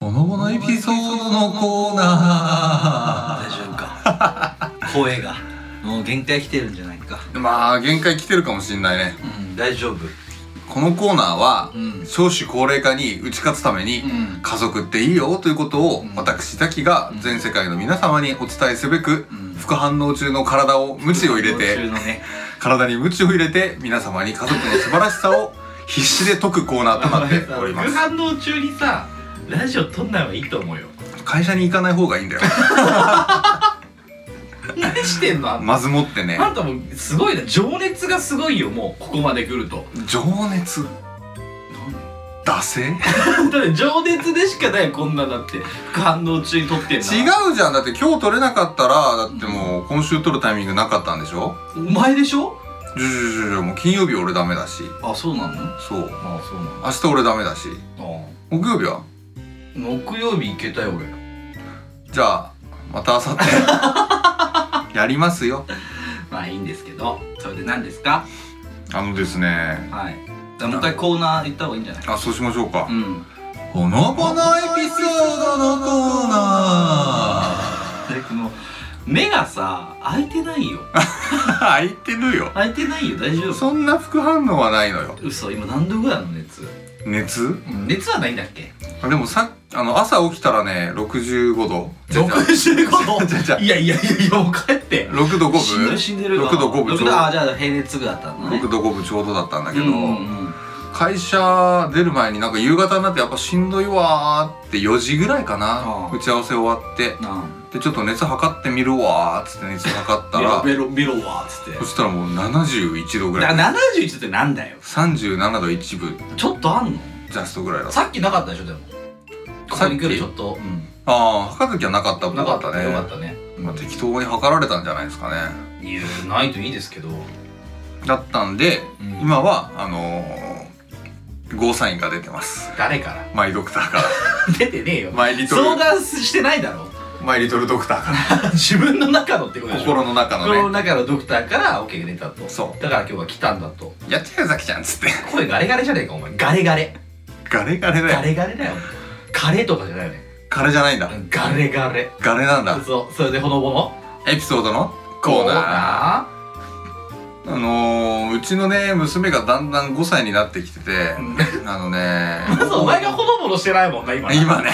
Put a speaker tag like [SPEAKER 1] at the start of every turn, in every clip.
[SPEAKER 1] このエピソードのコーナ
[SPEAKER 2] 大丈夫か声がもう限界来てるんじゃないか
[SPEAKER 1] まあ限界来てるかもしんないね
[SPEAKER 2] うん大丈夫
[SPEAKER 1] このコーナーは、
[SPEAKER 2] うん
[SPEAKER 1] 少子高齢化に打ち勝つために、
[SPEAKER 2] ん
[SPEAKER 1] 家族っていいよということを、
[SPEAKER 2] うん
[SPEAKER 1] 私ザキが全世界の皆様にお伝えすべく、
[SPEAKER 2] うん
[SPEAKER 1] 副反応中の体を鞭を入れ
[SPEAKER 2] 今週
[SPEAKER 1] て
[SPEAKER 2] のね
[SPEAKER 1] 体に鞭を入れて皆様に家族の素晴らしさを必死で解くコーナーとなっておりま
[SPEAKER 3] 副
[SPEAKER 1] す
[SPEAKER 3] 反応中にさラジオ撮んない方がいいと思うよ
[SPEAKER 1] 会社に行かない方がいいんだよ
[SPEAKER 3] 何してんのあんた
[SPEAKER 1] まずもってね
[SPEAKER 3] あんたもうすごいな情熱がすごいよもうここまで来ると
[SPEAKER 1] 情熱惰性
[SPEAKER 3] だって情熱でしかないこんなだって副反応中に撮って
[SPEAKER 1] 違
[SPEAKER 3] んの
[SPEAKER 1] うじゃんだって今日取れなかったらだってもう今週取るタイミングなかったんでしょ
[SPEAKER 3] お前でしょ
[SPEAKER 1] じゅじゅじゅじゅもう金曜日俺ダメだし
[SPEAKER 3] あそうなの
[SPEAKER 1] そう
[SPEAKER 3] あそうなの
[SPEAKER 1] 明日俺ダメだし
[SPEAKER 3] あ
[SPEAKER 1] 木曜日は
[SPEAKER 3] 木曜日行けたよ俺
[SPEAKER 1] じゃあまた明後 日やりますよ
[SPEAKER 3] まあいいんですけどそれで何ですか
[SPEAKER 1] あのですね
[SPEAKER 3] はいじゃあもう一回コーナー行った方がいいんじゃない
[SPEAKER 1] あそうしましょうか
[SPEAKER 3] うん
[SPEAKER 1] ほのぼのエピソードのコーナ
[SPEAKER 3] でこの目がさ開いてないよ
[SPEAKER 1] ー開いてるよ
[SPEAKER 3] 開いてないよ大丈夫
[SPEAKER 1] そんな副反応はないのよ
[SPEAKER 3] 嘘今何度ぐらいの熱
[SPEAKER 1] 熱
[SPEAKER 3] 熱はないんだっけ
[SPEAKER 1] あでもさあの朝起きたらね65度
[SPEAKER 3] 65
[SPEAKER 1] じゃあじゃあ
[SPEAKER 3] 度いやいやいやいやもう帰って
[SPEAKER 1] 6度5
[SPEAKER 3] 死んで
[SPEAKER 1] 分
[SPEAKER 3] る死んでる
[SPEAKER 1] 6度5分ち
[SPEAKER 3] 6
[SPEAKER 1] ょう
[SPEAKER 3] 度あ
[SPEAKER 1] ど
[SPEAKER 3] じゃあ平熱ぐらいだったのね
[SPEAKER 1] 6度5分ちょうどだったんだけど、
[SPEAKER 3] うんうんうん
[SPEAKER 1] 会社出る前になんか夕方になってやっぱしんどいわーって4時ぐらいかな
[SPEAKER 3] あー
[SPEAKER 1] 打ち合わせ終わって
[SPEAKER 3] な
[SPEAKER 1] でちょっと熱測ってみるわーっつって熱測った
[SPEAKER 3] あ
[SPEAKER 1] ら
[SPEAKER 3] ベロベロベロわーっつって
[SPEAKER 1] そしたらもう71度ぐら
[SPEAKER 3] だか
[SPEAKER 1] い
[SPEAKER 3] ら71ってなんだよ
[SPEAKER 1] 37度1分
[SPEAKER 3] ちょっとあんの
[SPEAKER 1] ジャストぐらいだった
[SPEAKER 3] さっきなかったでしょでもこ
[SPEAKER 1] さ
[SPEAKER 3] こ
[SPEAKER 1] っき
[SPEAKER 3] に来るちょっと、うん
[SPEAKER 1] ああ測る時はなかったっぽ
[SPEAKER 3] な
[SPEAKER 1] か
[SPEAKER 3] か
[SPEAKER 1] っ
[SPEAKER 3] ったた
[SPEAKER 1] ね
[SPEAKER 3] ねよかったね
[SPEAKER 1] まあ、適当に測られたんじゃないですかね
[SPEAKER 3] いやないといいですけど、
[SPEAKER 1] だったんで
[SPEAKER 3] うん
[SPEAKER 1] 今はあのー、ゴーサインが出てます
[SPEAKER 3] 誰から
[SPEAKER 1] マイドクターから
[SPEAKER 3] 出てねえよ
[SPEAKER 1] マイリトル
[SPEAKER 3] 相談してないだろ
[SPEAKER 1] マイリトルドクターか
[SPEAKER 3] 自分の中のってこと
[SPEAKER 1] ら
[SPEAKER 3] でしょ
[SPEAKER 1] 心の中
[SPEAKER 3] 心の
[SPEAKER 1] のね
[SPEAKER 3] 中のドクターから OK が出たと
[SPEAKER 1] そう
[SPEAKER 3] だから今日は来たんだと
[SPEAKER 1] やっちゃうよザキちゃんっつって
[SPEAKER 3] 声ガレガレじゃねえかお前ガレガレ
[SPEAKER 1] ガレガレだ
[SPEAKER 3] ガ
[SPEAKER 1] よ
[SPEAKER 3] レガレだよカレーとかじゃないよね
[SPEAKER 1] ガレじゃないんだ
[SPEAKER 3] ガレガレ
[SPEAKER 1] ガレなんだ
[SPEAKER 3] そうそれでほのぼの
[SPEAKER 1] エピソードのコーナーあのー、うちのね娘がだんだん5歳になってきてて あのね
[SPEAKER 3] まずお前がほのぼのしてないもんな今な
[SPEAKER 1] 今ね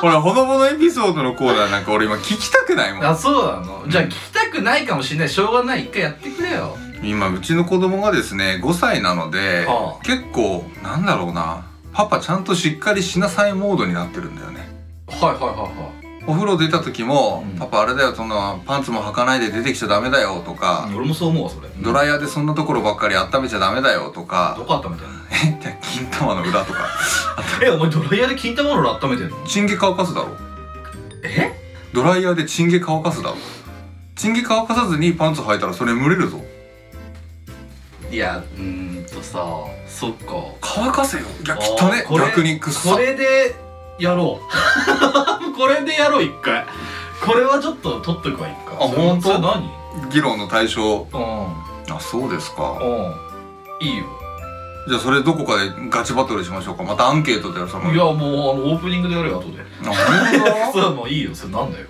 [SPEAKER 1] ほらほのぼのエピソードのコーナーなんか俺今聞きたくないもん
[SPEAKER 3] あそうなのじゃあ聞きたくないかもしれないしょうがない一回やってくれよ
[SPEAKER 1] 今うちの子供がですね5歳なので、
[SPEAKER 3] は
[SPEAKER 1] 結構なんだろうなパパちゃんとしっかりしなさいモードになってるんだよね
[SPEAKER 3] はいはいはい
[SPEAKER 1] お風呂出た時も、
[SPEAKER 3] うん
[SPEAKER 1] パパあれだよそんなパンツも履かないで出てきちゃダメだよとか、
[SPEAKER 3] 俺もそう思うわそれ
[SPEAKER 1] ド
[SPEAKER 3] イ
[SPEAKER 1] ライヤーでそんなところばっかり温めちゃダメだよと
[SPEAKER 3] ど
[SPEAKER 1] か、
[SPEAKER 3] こ温めてんの
[SPEAKER 1] えじゃあ金玉の裏とか
[SPEAKER 3] えお前ドライヤーで金玉ロール温めてんの
[SPEAKER 1] チンゲ乾かすだろ
[SPEAKER 3] え
[SPEAKER 1] ドライヤーでチンゲ乾かすだろチンゲ乾かさずにパンツ履いたらそれ蒸れるぞ
[SPEAKER 3] いやうーんとさそっか
[SPEAKER 1] 乾かせよいや汚ね
[SPEAKER 3] あーこれ
[SPEAKER 1] 逆にくっさ
[SPEAKER 3] これでやろう これでやろう一回これはちょっと取っとくわ一回
[SPEAKER 1] あほんと
[SPEAKER 3] それ何
[SPEAKER 1] 議論の対象
[SPEAKER 3] う
[SPEAKER 1] あそうですか
[SPEAKER 3] んうんいいよ
[SPEAKER 1] じゃあそれどこかでガチバトルしましょうかまたアンケートでその
[SPEAKER 3] いやもうあのオープニングでやるよ後で
[SPEAKER 1] あ本
[SPEAKER 3] それはもういいよそれなんだよ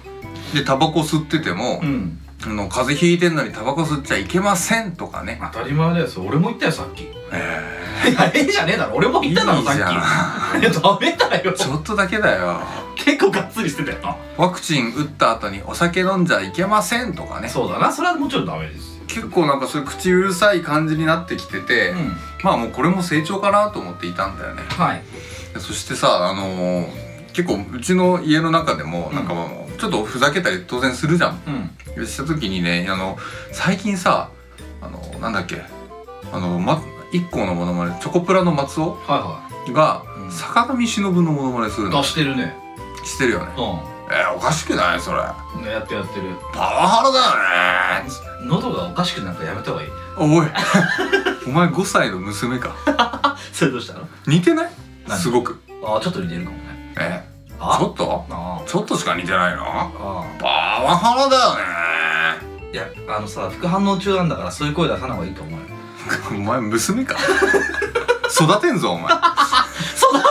[SPEAKER 1] 当でタバコ吸ってても、
[SPEAKER 3] ん
[SPEAKER 1] あの風邪ひいてんのにタバコ吸っちゃいけませんとかね
[SPEAKER 3] 当たり前だよそれ俺も言ったよさっきい
[SPEAKER 1] え
[SPEAKER 3] やええじゃねえだろ俺も
[SPEAKER 1] え
[SPEAKER 3] 言っただろさっき
[SPEAKER 1] いいじゃん
[SPEAKER 3] いやダメだよ
[SPEAKER 1] ちょっとだけだよ
[SPEAKER 3] 結構がっつりしてたよ
[SPEAKER 1] ワクチン打った後にお酒飲んじゃいけませんとかね
[SPEAKER 3] そうだなそれはもちろんダメですよ
[SPEAKER 1] 結構なんかそういう口うるさい感じになってきてて、
[SPEAKER 3] うん
[SPEAKER 1] まあもうこれも成長かなと思っていたんだよね
[SPEAKER 3] はい
[SPEAKER 1] でそしてさあのー結構うちの家の中でも
[SPEAKER 3] うん
[SPEAKER 1] なんかまあもうちょっとふざけたり当然するじゃん
[SPEAKER 3] うん
[SPEAKER 1] でした時にねあの最近さあのなんだっけあの、ま、一個のモノマネチョコプラの松尾
[SPEAKER 3] は
[SPEAKER 1] が
[SPEAKER 3] うん
[SPEAKER 1] 坂上忍のモノマネする
[SPEAKER 3] いはい
[SPEAKER 1] の
[SPEAKER 3] 出してるね
[SPEAKER 1] してるよね
[SPEAKER 3] う
[SPEAKER 1] えーおかしくないそれ
[SPEAKER 3] んねやってるやってる
[SPEAKER 1] パワハラだよね
[SPEAKER 3] 喉がおかしくなんかやめた方がいい
[SPEAKER 1] おい お前5歳の娘か
[SPEAKER 3] それどうしたの
[SPEAKER 1] 似てない
[SPEAKER 3] 何
[SPEAKER 1] すごく
[SPEAKER 3] あーちょっと似てるかもね
[SPEAKER 1] え
[SPEAKER 3] あ
[SPEAKER 1] ちょっと
[SPEAKER 3] あ
[SPEAKER 1] ちょっとしか似てないの
[SPEAKER 3] あ
[SPEAKER 1] パワハラだよね
[SPEAKER 3] いやあのさ副反応中なんだからそういう声出さない方がいいと思うよ
[SPEAKER 1] お前娘か育てんぞお前
[SPEAKER 3] 育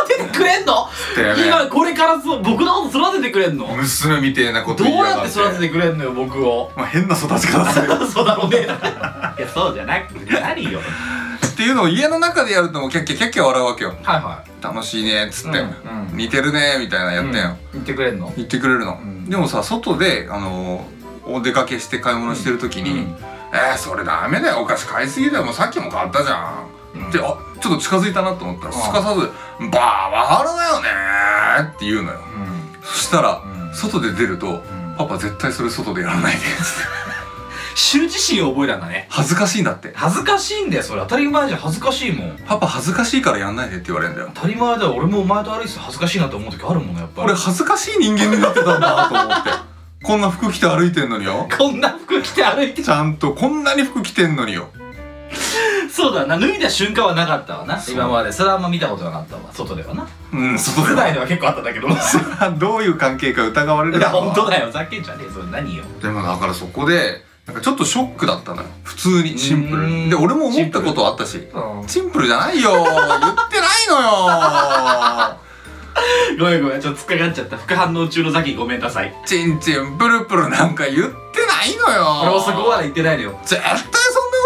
[SPEAKER 3] ててくれれんの
[SPEAKER 1] だよね
[SPEAKER 3] 今これからそう僕のこと育ててくれんの
[SPEAKER 1] 娘みてえなこと
[SPEAKER 3] どう
[SPEAKER 1] 言いや
[SPEAKER 3] やっ
[SPEAKER 1] が
[SPEAKER 3] て育ててくれんのよ僕を
[SPEAKER 1] まあ、変な育ち方するよ
[SPEAKER 3] そうだろうね いやそうじゃなくて何よ
[SPEAKER 1] っていうのを家の中でやるともうキャッキャキャッキャ笑うわけよ
[SPEAKER 3] はいは
[SPEAKER 1] 楽しいねっつって、
[SPEAKER 3] うんうん
[SPEAKER 1] 似てるねみたいなやったよ、
[SPEAKER 3] い言ってくれんの
[SPEAKER 1] 言ってくれるの、
[SPEAKER 3] うん
[SPEAKER 1] でもさ外であのお出かけして買い物してる時に「
[SPEAKER 3] うん
[SPEAKER 1] えー、それダメだよお菓子買いすぎだよもうさっきも買ったじゃん」
[SPEAKER 3] うん
[SPEAKER 1] であちょっと近づいたなと思ったら
[SPEAKER 3] うん
[SPEAKER 1] すかさず「バーワハロだよね」って言うのよ
[SPEAKER 3] うん
[SPEAKER 1] そしたら、
[SPEAKER 3] うん
[SPEAKER 1] 外で出ると、パパ絶対それ外でやらないで」
[SPEAKER 3] 羞恥心を覚えたんだね
[SPEAKER 1] 恥ずかしいんだって
[SPEAKER 3] 恥ずかしいんだよそれ当たり前じゃん恥ずかしいもん
[SPEAKER 1] 「パパ恥ずかしいからやんないで」って言われるんだよ
[SPEAKER 3] 当たり前だよ俺もお前と歩いてて恥ずかしいなって思う時あるもんねやっぱり
[SPEAKER 1] 俺恥ずかしい人間になってたんだと思ってこんな服着て歩いてんのによ
[SPEAKER 3] こんな服着て歩いて
[SPEAKER 1] ちゃんとこんなに服着てんのによ
[SPEAKER 3] そうだな脱いだ瞬間はなかったわな
[SPEAKER 1] そう
[SPEAKER 3] 今までそれはあんま見たことなかったわ外ではな
[SPEAKER 1] うん外で
[SPEAKER 3] 室
[SPEAKER 1] は
[SPEAKER 3] 内では結構あったんだけど い
[SPEAKER 1] それは どういう関係か疑われる
[SPEAKER 3] や
[SPEAKER 1] だろうな
[SPEAKER 3] 本当だよふざけんじゃねえそれ何よ
[SPEAKER 1] でもだからそこでなんかちょっとショックだったのよ普通にシンプル
[SPEAKER 3] うー
[SPEAKER 1] に
[SPEAKER 3] ん
[SPEAKER 1] で俺も思ったことあったし
[SPEAKER 3] ご
[SPEAKER 1] シンプルじゃないよ言ってないのよ
[SPEAKER 3] めんごめんちょっと突っかかっちゃった副反応中のザキごめんなさい
[SPEAKER 1] チンチンプルプルなんか言ってないのよ
[SPEAKER 3] 俺もそこまで言ってないのよ
[SPEAKER 1] 絶対そんなこ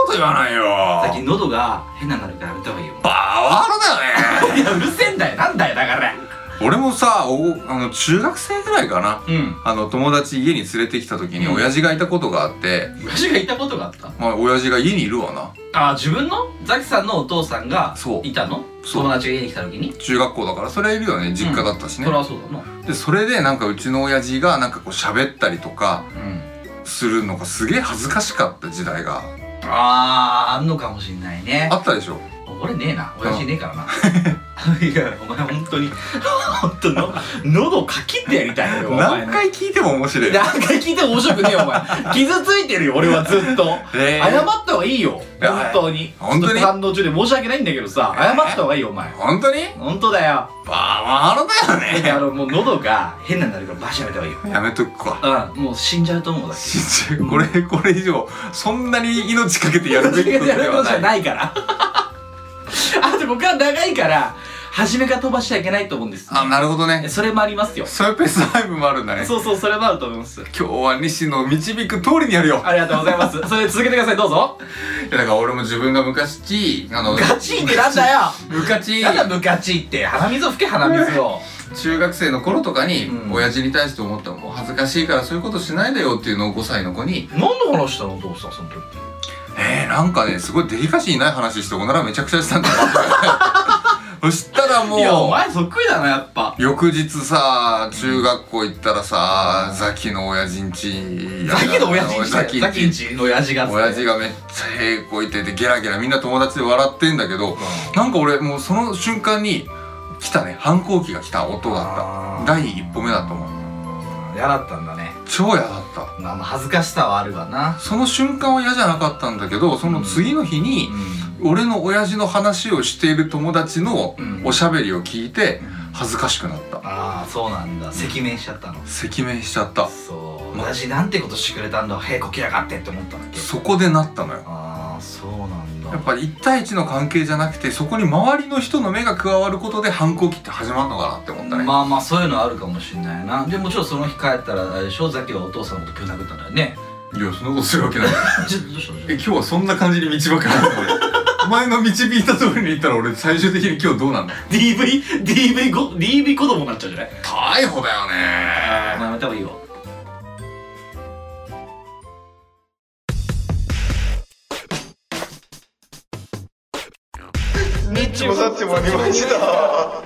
[SPEAKER 1] と言わない
[SPEAKER 3] さっき
[SPEAKER 1] よ
[SPEAKER 3] 喉が変なのなるからやめた方がいいよ
[SPEAKER 1] パワハラだよね
[SPEAKER 3] いやうるせえんだよなんだよだから
[SPEAKER 1] 俺もさおあの中学生ぐらいかな
[SPEAKER 3] うん
[SPEAKER 1] あの友達家に連れてきた時に
[SPEAKER 3] うん
[SPEAKER 1] 親父がいたことがあって、
[SPEAKER 3] 昔がいたことがあった
[SPEAKER 1] まあ親父が家にいるわな
[SPEAKER 3] あ自分のザキさんのお父さんが
[SPEAKER 1] そう
[SPEAKER 3] いたの
[SPEAKER 1] そう
[SPEAKER 3] 友達が家に来た時に
[SPEAKER 1] 中学校だからそれいるよね実家だったしね、
[SPEAKER 3] それはそうだな
[SPEAKER 1] でそれでなんかうちの親父がなんかこう喋ったりとか
[SPEAKER 3] うん
[SPEAKER 1] するのがすげえ恥ずかしかった時代が
[SPEAKER 3] あーあんのかもしんないね
[SPEAKER 1] あったでしょ
[SPEAKER 3] 俺ねえな親父ねえからないやお前本当に本当の喉かきってやりたいよお前
[SPEAKER 1] 何回聞いても面白いよ
[SPEAKER 3] 何回聞いても面白くねえよお前傷ついてるよ俺はずっと
[SPEAKER 1] えー
[SPEAKER 3] 謝った方がいいよ
[SPEAKER 1] いや
[SPEAKER 3] 本当に
[SPEAKER 1] 本当に
[SPEAKER 3] ちょっと反応中で申し訳ないんだけどさ謝った方がいいよお前
[SPEAKER 1] 本当に
[SPEAKER 3] 本当だよ
[SPEAKER 1] バーマーだよ
[SPEAKER 3] あ
[SPEAKER 1] ね
[SPEAKER 3] のもう喉が変なのになるからバシャやめた方がいい
[SPEAKER 1] やめとくわ
[SPEAKER 3] ようんもう死んじゃうと思うだけ
[SPEAKER 1] 信じるこれこれ以上そんなに命かけてやるべきことで
[SPEAKER 3] やること
[SPEAKER 1] は
[SPEAKER 3] じゃ
[SPEAKER 1] ない
[SPEAKER 3] ないから あと僕は長いから初めから飛ばしちゃいけないと思うんです
[SPEAKER 1] あなるほどね
[SPEAKER 3] それもありますよ
[SPEAKER 1] そういうペース配分もあるんだね
[SPEAKER 3] そうそうそれもあると思います
[SPEAKER 1] 今日は西の導く通りにやるよ
[SPEAKER 3] ありがとうござい ますそれ続けてくださいどうぞ
[SPEAKER 1] いやだから俺も自分が昔あの
[SPEAKER 3] ガチってなんだよ
[SPEAKER 1] 昔
[SPEAKER 3] なんだムカチって鼻水を吹け鼻水を
[SPEAKER 1] 中学生の頃とかに
[SPEAKER 3] うん
[SPEAKER 1] 親父に対して思ったのもう恥ずかしいからそういうことしないでよっていうのを5歳の子に
[SPEAKER 3] 何の話したのどうしたその時
[SPEAKER 1] 「えー、なんかねすごいデリカシーない話しておならめちゃくちゃしたんだよ」って言われてそしたら
[SPEAKER 3] いやお
[SPEAKER 1] もう
[SPEAKER 3] 前そっくりだなやっぱ
[SPEAKER 1] 翌日さ中学校行ったらさ、
[SPEAKER 3] うん
[SPEAKER 1] ザキの親父んち
[SPEAKER 3] さっきの親父んちだ
[SPEAKER 1] ザ
[SPEAKER 3] よ
[SPEAKER 1] キ
[SPEAKER 3] さっきん
[SPEAKER 1] んち
[SPEAKER 3] ちの親父が
[SPEAKER 1] 親父がめっちゃ平こいててゲラゲラみんな友達で笑ってんだけどなんか俺もうその瞬間に来たね反抗期が来た音だ
[SPEAKER 3] あ
[SPEAKER 1] っ
[SPEAKER 3] ー
[SPEAKER 1] た第一歩目だと思う
[SPEAKER 3] 嫌だったんだね
[SPEAKER 1] 超嫌だった
[SPEAKER 3] まあまあ恥ずかしさはあるわな
[SPEAKER 1] その瞬間は嫌じゃなかったんだけどその次の日に、俺の親父の話をしている友達の
[SPEAKER 3] うん
[SPEAKER 1] おしゃべりを聞いて恥ずかしくなった
[SPEAKER 3] ああそうなんだ赤面しちゃったの
[SPEAKER 1] 赤面しちゃった
[SPEAKER 3] そう
[SPEAKER 1] ま
[SPEAKER 3] 親父なんてことしてくれたんだへえこきやがってって思ったんだっけ
[SPEAKER 1] そこでなったのよ
[SPEAKER 3] ああそうなんだ
[SPEAKER 1] やっぱり1対1の関係じゃなくてそこに周りの人の目が加わることで反抗期って始まるのかなって思ったね、
[SPEAKER 3] まあまあそういうのはあるかもしれないなでもちろんその日帰ったらあれでしょザキはお父さんのことぶん殴ったんだよ ね
[SPEAKER 1] いやそんなことする わけない
[SPEAKER 3] ちょっとどうしたの
[SPEAKER 1] え今日はそんな感じに道ばか りお前の導いた通りに行ったら俺最終的に今日どうなんだ
[SPEAKER 3] DV DV ご DV 子供になっちゃうんじゃない
[SPEAKER 1] 逮捕だよね
[SPEAKER 3] お前やめた方がいいよ
[SPEAKER 4] ちもさっちもありました。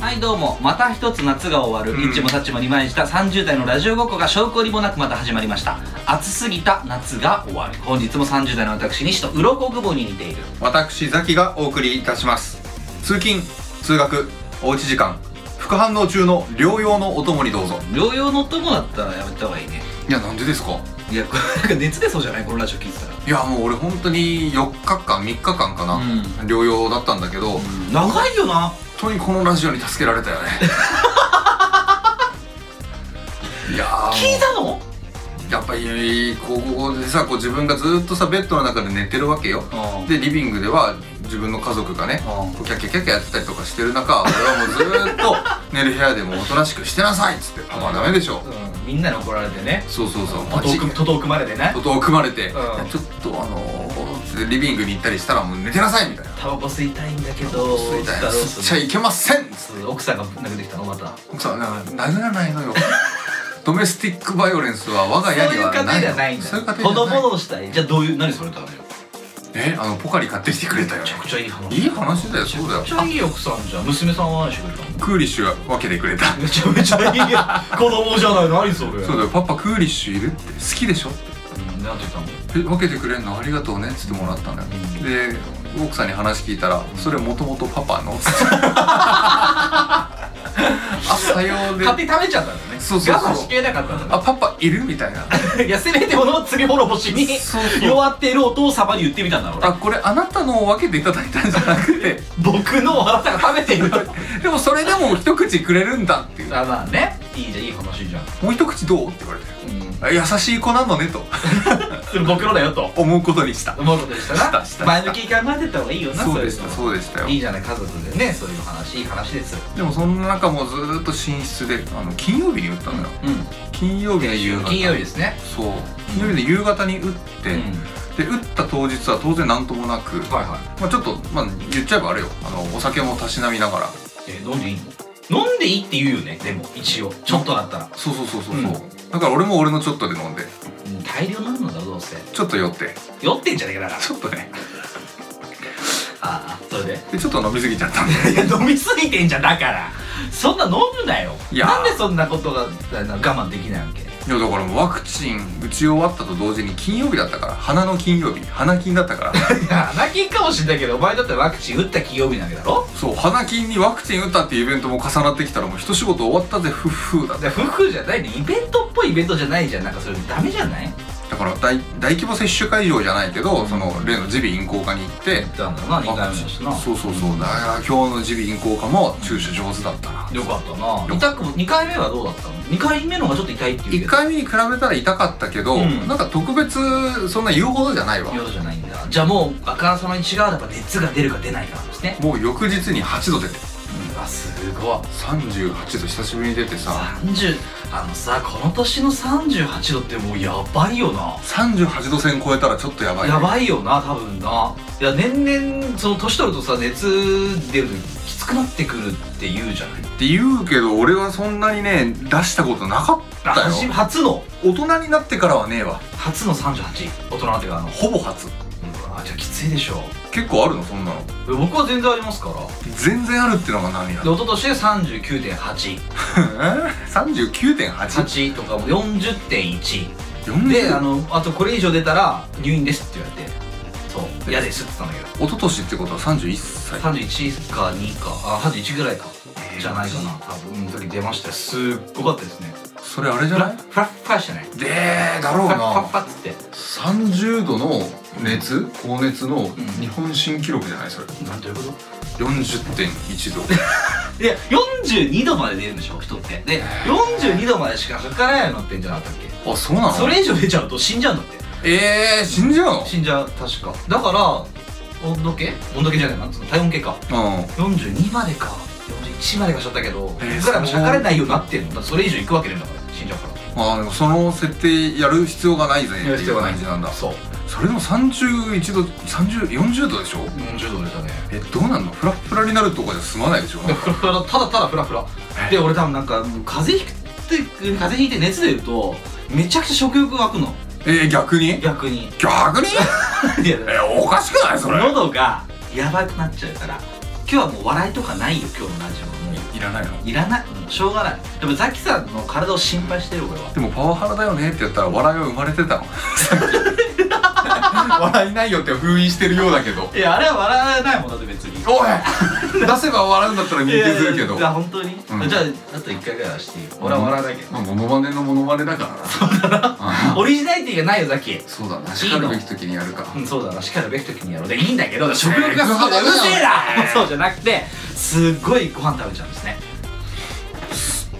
[SPEAKER 3] はいどうもまた一つ夏が終わる、
[SPEAKER 1] うん
[SPEAKER 3] ニッチもサッチも2枚した30代のラジオごっこが証拠にもなくまた始まりました暑すぎた夏が終わる本日も30代の私西と鱗雲に似ている
[SPEAKER 1] 私ザキがお送りいたします通勤通学おうち時間副反応中の療養のお供にどうぞ
[SPEAKER 3] 療養の友だったらやめた方がいいね
[SPEAKER 1] いやなんでですか
[SPEAKER 3] いやこれなんか熱出そうじゃないこのラジオ聞いてたら
[SPEAKER 1] いやもう俺本当に4日間3日間かな、
[SPEAKER 3] うん
[SPEAKER 1] 療養だったんだけど、本
[SPEAKER 3] 長いよな
[SPEAKER 1] 当にこのラジオに助けられた よねいやーもう
[SPEAKER 3] 聞いたの
[SPEAKER 1] やっぱりこうこうでさこう自分がずっとさベッドの中で寝てるわけよ
[SPEAKER 3] うん
[SPEAKER 1] でリビングでは自分の家族がねこうキャッキャキャッキャやってたりとかしてる中俺はもうずーっと寝る部屋でもおとなしくしてなさいっつって「パパダメでしょ
[SPEAKER 3] うんみんなに怒られてね」
[SPEAKER 1] そうそうそう
[SPEAKER 3] 徒党組徒党組まれてね
[SPEAKER 1] 外を組まれて、
[SPEAKER 3] うん
[SPEAKER 1] ちょっとあのー、リビングに行ったりしたらもう寝てなさいみたいな
[SPEAKER 3] タバコ吸いたいんだけど
[SPEAKER 1] 吸いたい
[SPEAKER 3] どう
[SPEAKER 1] 吸っち
[SPEAKER 3] す
[SPEAKER 1] ゃ
[SPEAKER 3] る
[SPEAKER 1] いけません
[SPEAKER 3] 奥さんが殴ってきたのまた
[SPEAKER 1] 奥さんは殴らないのよドメスティックバイオレンスは我が家にはないのそういう家
[SPEAKER 3] ほ
[SPEAKER 1] 庭じゃ
[SPEAKER 3] ど
[SPEAKER 1] ない
[SPEAKER 3] ほどしたいじゃあどういう何それだよめ
[SPEAKER 1] えあのポカリ買ってきてくれたよね
[SPEAKER 3] ちゃくちゃいい話
[SPEAKER 1] いい話だよそうだよ
[SPEAKER 3] めちゃくちゃいい奥さんじゃん娘さんは何してくれたの
[SPEAKER 1] クーリッシュは分けてくれた
[SPEAKER 3] めちゃ めちゃいいや子供じゃない何それ
[SPEAKER 1] そうだよパパクーリッシュいるって好きでしょっ
[SPEAKER 3] うんなんて言ったの
[SPEAKER 1] てえ分けてくれんのありがとうねっつってもらったんだよで奥さんに話聞いたら「それもともとパパ の」つってあさようで
[SPEAKER 3] 勝手に食べちゃったんだね
[SPEAKER 1] そうそうそう
[SPEAKER 3] 我慢しきれなかったんだね
[SPEAKER 1] あパパいるみたいな
[SPEAKER 3] 痩せめてものを釣り滅ぼしに
[SPEAKER 1] そうそう
[SPEAKER 3] 弱っているお父様に言ってみたんだろう
[SPEAKER 1] あ
[SPEAKER 3] ね
[SPEAKER 1] これあなたのを分けていただいたんじゃなくて
[SPEAKER 3] 僕のをあなたが食べていると
[SPEAKER 1] でもそれでも一口くれるんだっていう
[SPEAKER 3] あまあねいいじゃんいい話じゃん、
[SPEAKER 1] もう一口どうって言われてあ優しい子なのねと
[SPEAKER 3] それ僕のだよと
[SPEAKER 1] 思うことにした
[SPEAKER 3] 思うことでした
[SPEAKER 1] した
[SPEAKER 3] な
[SPEAKER 1] した
[SPEAKER 3] 前向きに考えてった方がいいよな
[SPEAKER 1] そうでし
[SPEAKER 3] い
[SPEAKER 1] た
[SPEAKER 3] の
[SPEAKER 1] そうでしたよ
[SPEAKER 3] いいじゃない家族でねそういう話いい話です
[SPEAKER 1] でもそんな中もうずーっと寝室であの金曜日に打ったのよ、
[SPEAKER 3] うん
[SPEAKER 1] 金曜日の夕方
[SPEAKER 3] 金曜日ですね
[SPEAKER 1] そう金曜日の夕方に打って、
[SPEAKER 3] うん
[SPEAKER 1] で打った当日は当然何ともなく、
[SPEAKER 3] はいはい
[SPEAKER 1] まあ、ちょっと、まあ、言っちゃえばあれよあのお酒もたしなみながら
[SPEAKER 3] え飲んでいいの飲んでいいって言うよねでも一応ちょっとだったら、
[SPEAKER 1] そうそうそうそうそう、
[SPEAKER 3] うん
[SPEAKER 1] だから俺も俺のちょっとで飲んで
[SPEAKER 3] うん、大量飲むのだろどうせ
[SPEAKER 1] ちょっと酔って
[SPEAKER 3] 酔ってんじゃねえかだから
[SPEAKER 1] ちょっとね
[SPEAKER 3] ああそれで
[SPEAKER 1] でちょっと飲みすぎちゃ ったんで
[SPEAKER 3] いや飲みすぎてんじゃんだからそんな飲むなよ
[SPEAKER 1] いや
[SPEAKER 3] なんでそんなことがあの我慢できないわけ
[SPEAKER 1] いやだからもうワクチン打ち終わったと同時に金曜日だったから鼻の金曜日鼻金だったから
[SPEAKER 3] いや泣きんかもしんないけどお前だってワクチン打った金曜日なわけだろ
[SPEAKER 1] そう鼻金にワクチン打ったっていうイベントも重なってきたらもう一仕事終わったぜふっふーだ
[SPEAKER 3] で夫婦じゃないねイベントっぽいイベントじゃないじゃんなんかそれダメじゃない
[SPEAKER 1] だから大大規模接種会場じゃないけど、その例の耳鼻咽喉科に行って
[SPEAKER 3] 言ったんだろうな2回目だしな
[SPEAKER 1] そうそうそうだから今日の耳鼻咽喉科も注射上手だったな
[SPEAKER 3] よかったな痛くも2回目はどうだったの2回目の方がちょっと痛いっていうけど
[SPEAKER 1] 1回目に比べたら痛かったけど、
[SPEAKER 3] うん
[SPEAKER 1] なんか特別そんな言うほどじゃないわ
[SPEAKER 3] 夜じゃないんだじゃあもうあからさまに違うやっぱ熱が出るか出ないかなんですね
[SPEAKER 1] もう翌日に8度出て
[SPEAKER 3] うわすごい
[SPEAKER 1] 38度久しぶりに出てさ
[SPEAKER 3] 30あのさこの年の38度ってもうやばいよな
[SPEAKER 1] 38度線超えたらちょっとやばいね、
[SPEAKER 3] やばいよな多分ないや年々その年取るとさ熱出るときつくなってくるって言うじゃない
[SPEAKER 1] って言うけど俺はそんなにね出したことなかった
[SPEAKER 3] 初
[SPEAKER 1] よ
[SPEAKER 3] 初の
[SPEAKER 1] 大人になってからはねえわ
[SPEAKER 3] 初の38大人っていうかあの
[SPEAKER 1] ほぼ初
[SPEAKER 3] うわじゃあきついでしょ
[SPEAKER 1] 結構あるのそんなの
[SPEAKER 3] え僕は全然ありますから
[SPEAKER 1] 全然あるってのが何や
[SPEAKER 3] で一昨年で39.88
[SPEAKER 1] 39.8?
[SPEAKER 3] とかも40.1
[SPEAKER 1] 40
[SPEAKER 3] で、あの、あとこれ以上出たら入院ですって言われて、そう、嫌ですって言ったんだけど、
[SPEAKER 1] 一昨年ってことは31歳
[SPEAKER 3] 31か2か、あ、31ぐらいか、じゃないかな、多分、うん、時出ましたよ。すっごかったですね。
[SPEAKER 1] それあれじゃ
[SPEAKER 3] フラ
[SPEAKER 1] ない
[SPEAKER 3] ッフラッフラしてない。フ
[SPEAKER 1] でーだろう
[SPEAKER 3] ラッフラ ッ
[SPEAKER 1] な
[SPEAKER 3] フラッつって、
[SPEAKER 1] 30度の熱高熱の日本新記録じゃないそれ
[SPEAKER 3] なんていうこと
[SPEAKER 1] 40.1度
[SPEAKER 3] で、42度まで出るんでしょ、人って。で、42度までしか測らないのってんじゃなかったっ け
[SPEAKER 1] あそうなの
[SPEAKER 3] それ以上出ちゃうと死んじゃうんだって。
[SPEAKER 1] えー、死んじゃう
[SPEAKER 3] 死んじゃう、確か。だから、温度計温度計じゃない、なんつうの、体温計か。
[SPEAKER 1] の
[SPEAKER 3] 42までか41までかしちゃったけど、
[SPEAKER 1] えー
[SPEAKER 3] 僕らも
[SPEAKER 1] そう
[SPEAKER 3] しゃかれないようになってんのだってそれ以上いくわけねえんだから死んじゃうから
[SPEAKER 1] うんあでもその設定やる必要がないぜっていう感じなんだ
[SPEAKER 3] そう
[SPEAKER 1] それでも31度3040度でしょ
[SPEAKER 3] 40度でしたね
[SPEAKER 1] えどうなんのフラッフラになるとかじゃ済まないでしょ
[SPEAKER 3] でフラフラただただフラフラで俺多分なんか風邪ひくって風邪ひいて熱出るとめちゃくちゃ食欲湧くの
[SPEAKER 1] えー、逆に
[SPEAKER 3] 逆に
[SPEAKER 1] 逆に
[SPEAKER 3] いや
[SPEAKER 1] えー、おかしくないそれ
[SPEAKER 3] 喉がやばくなっちゃうから今日はもう笑いとかないよ今日のラジオも
[SPEAKER 1] いらないの
[SPEAKER 3] ういらないもうしょうがないでもザキさんの体を心配してる俺は
[SPEAKER 1] でもパワハラだよねって言ったら笑いは生まれてたの笑いないよって封印してるようだけど
[SPEAKER 3] いやあれは笑えないもんだって別に
[SPEAKER 1] おい出せば笑うんだったら認定するけど
[SPEAKER 3] いやいやいや本当に、
[SPEAKER 1] ん
[SPEAKER 3] じゃああと1回ぐらいはしていいよ俺は笑わないけど、
[SPEAKER 1] まあモノマネのモノマネだからな
[SPEAKER 3] オリジナリティがないよザキ
[SPEAKER 1] そうだな叱るべき時にやるか
[SPEAKER 3] うん、そうだな、しかるべき時にやろうでいいんだけど、食欲がす
[SPEAKER 1] えー
[SPEAKER 3] ごい、うるせえ
[SPEAKER 1] え
[SPEAKER 3] な
[SPEAKER 1] ー
[SPEAKER 3] そうじゃなくて、すっごいご飯食べちゃうんですね。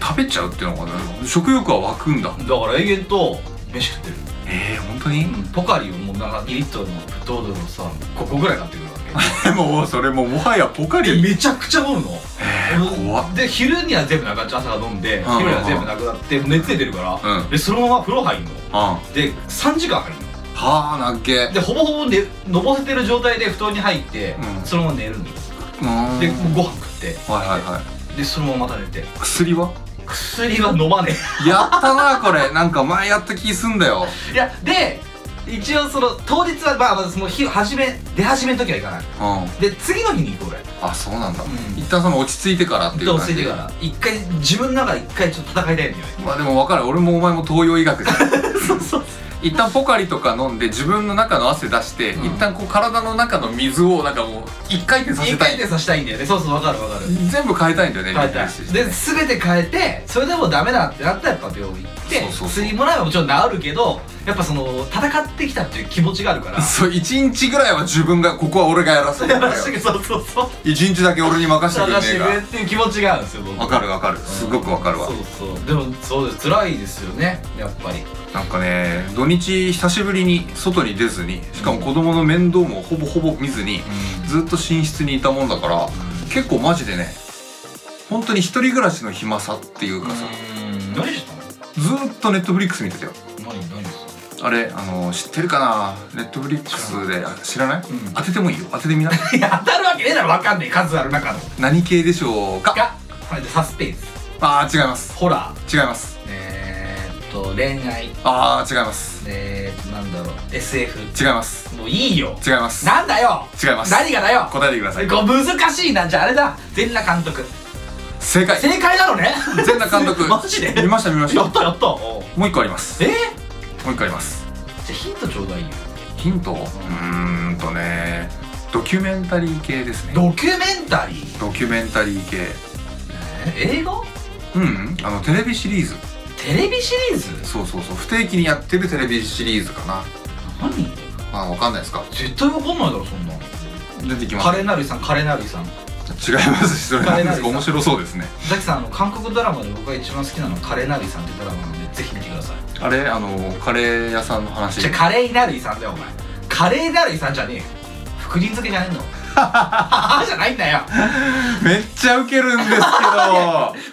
[SPEAKER 1] 食べちゃうっていうのかな食欲は湧くんだ
[SPEAKER 3] だから永遠と、飯食ってる。
[SPEAKER 1] ええ本当に
[SPEAKER 3] うん、ポカリをもうなんか2リットルのブドウドルをさ、5個ぐらい買ってくるわ
[SPEAKER 1] もうそれももはやポカ
[SPEAKER 3] け。
[SPEAKER 1] リ
[SPEAKER 3] めちゃくちゃ飲むの。うん
[SPEAKER 1] 怖っ
[SPEAKER 3] で、昼には全部なくなっちゃう、朝が飲んで、
[SPEAKER 1] うん
[SPEAKER 3] 昼には全部なくなって、熱出てるから、
[SPEAKER 1] うん
[SPEAKER 3] で、そのまま風呂入るの。
[SPEAKER 1] は
[SPEAKER 3] で、3時間入るの。
[SPEAKER 1] あなっけ
[SPEAKER 3] で、ほぼほぼね、のぼせてる状態で布団に入って、
[SPEAKER 1] うん
[SPEAKER 3] そのまま寝るの。
[SPEAKER 1] うーん
[SPEAKER 3] で、もうご飯食って、
[SPEAKER 1] はいはいはい
[SPEAKER 3] で、そのまままた寝て。
[SPEAKER 1] 薬は
[SPEAKER 3] 薬は飲まね
[SPEAKER 1] やったなこれなんか前やった気すんだよ
[SPEAKER 3] えいやで一応その当日はまあまずその日始め出始めの時は行かない
[SPEAKER 1] うん
[SPEAKER 3] で次の日に行く俺
[SPEAKER 1] あそうなんだ
[SPEAKER 3] ん
[SPEAKER 1] 一旦その落ち着いてからっていう
[SPEAKER 3] 落
[SPEAKER 1] 感
[SPEAKER 3] ち着
[SPEAKER 1] じ
[SPEAKER 3] いてから一回自分の中で一回ちょっと戦いたいんだよね
[SPEAKER 1] まあでも分かる俺もお前も東洋医学じゃん
[SPEAKER 3] そうそう
[SPEAKER 1] 一旦ポカリとか飲んで自分の中の汗出して、
[SPEAKER 3] うん
[SPEAKER 1] 一旦こう体の中の水をなんかもう一回転さ
[SPEAKER 3] 一
[SPEAKER 1] せた
[SPEAKER 3] 回
[SPEAKER 1] い
[SPEAKER 3] 転させたいんだよねそうそうわかるわかる
[SPEAKER 1] 全部変えたいんだよね
[SPEAKER 3] 変え
[SPEAKER 1] リフレッ
[SPEAKER 3] た
[SPEAKER 1] シュ
[SPEAKER 3] い
[SPEAKER 1] して
[SPEAKER 3] で全て変えてそれでもダメだってなったらやっぱ病院行って
[SPEAKER 1] そうそうそう
[SPEAKER 3] 薬もらえばもちろん治るけどやっぱその戦ってきたっていう気持ちがあるか ら
[SPEAKER 1] そう一日ぐらいは自分がここは俺がやら せて
[SPEAKER 3] や
[SPEAKER 1] くれ
[SPEAKER 3] ら
[SPEAKER 1] よ
[SPEAKER 3] してくそうそうそう
[SPEAKER 1] 一日だけ俺に任せてく
[SPEAKER 3] 探して
[SPEAKER 1] れ
[SPEAKER 3] くれ
[SPEAKER 1] ね
[SPEAKER 3] っていう気持ちがあるんですよ
[SPEAKER 1] え
[SPEAKER 3] 僕
[SPEAKER 1] かわかるわかるすごくわかるわ
[SPEAKER 3] そうそうでもそうです辛いですよねやっぱり
[SPEAKER 1] なんかね土日久しぶりに外に出ずにしかも子供の面倒もほぼほぼ見ずにずっと寝室にいたもんだから結構マジでね本当に一人暮らしの暇さっていうかさ
[SPEAKER 3] 何してた
[SPEAKER 1] ずーっとネットフリックス見てたよ
[SPEAKER 3] の何何です
[SPEAKER 1] あれあの知ってるかなネットフリックスであ知らない
[SPEAKER 3] うん
[SPEAKER 1] 当ててもいいよ当てて みな
[SPEAKER 3] いや当たるわけねえだろわかんねえ数ある中の
[SPEAKER 1] 何系でしょうか
[SPEAKER 3] がはいでサスペンス
[SPEAKER 1] あー違います
[SPEAKER 3] ホラー
[SPEAKER 1] 違います
[SPEAKER 3] えーっと恋愛
[SPEAKER 1] あー違います
[SPEAKER 3] えーっとなんだろう SF
[SPEAKER 1] 違います
[SPEAKER 3] もういいよ
[SPEAKER 1] 違います
[SPEAKER 3] なんだよ
[SPEAKER 1] 違います
[SPEAKER 3] 何がだよ
[SPEAKER 1] 答えてください
[SPEAKER 3] これ難しいなじゃああれだ全裸監督
[SPEAKER 1] 正解
[SPEAKER 3] 正解なのね
[SPEAKER 1] 全裸監督
[SPEAKER 3] マジで
[SPEAKER 1] 見ました見まし
[SPEAKER 3] や
[SPEAKER 1] た
[SPEAKER 3] ったやったおう
[SPEAKER 1] もう一個あります
[SPEAKER 3] えー
[SPEAKER 1] もう一個あります
[SPEAKER 3] じゃあヒントちょうだいよ
[SPEAKER 1] ヒントうーんとねドキュメンタリー系ですね
[SPEAKER 3] ドキュメンタリー
[SPEAKER 1] ドキュメンタリー系
[SPEAKER 3] えー映画
[SPEAKER 1] うんうんあのテレビシリーズ
[SPEAKER 3] テレビシリーズ
[SPEAKER 1] そうそうそう不定期にやってるテレビシリーズかな
[SPEAKER 3] 何
[SPEAKER 1] あわかんないですか
[SPEAKER 3] 絶対わかんないだろそんな
[SPEAKER 1] 出てきます
[SPEAKER 3] カレナルイさんカレナルイさん
[SPEAKER 1] 違いますそれなんですか
[SPEAKER 3] カレーナ
[SPEAKER 1] 面
[SPEAKER 3] イス
[SPEAKER 1] 白そうですね
[SPEAKER 3] ザキさんあの韓国ドラマで僕が一番好きなのはカレナルイさんってドラマなんでぜひ見てください
[SPEAKER 1] あれあのカレー屋さんの話
[SPEAKER 3] じゃあカレイナルイさんだよお前カレイナルイさんじゃねえよ福神漬けじゃねえのあじゃないんだよ
[SPEAKER 1] めっちゃウケるんですけ ど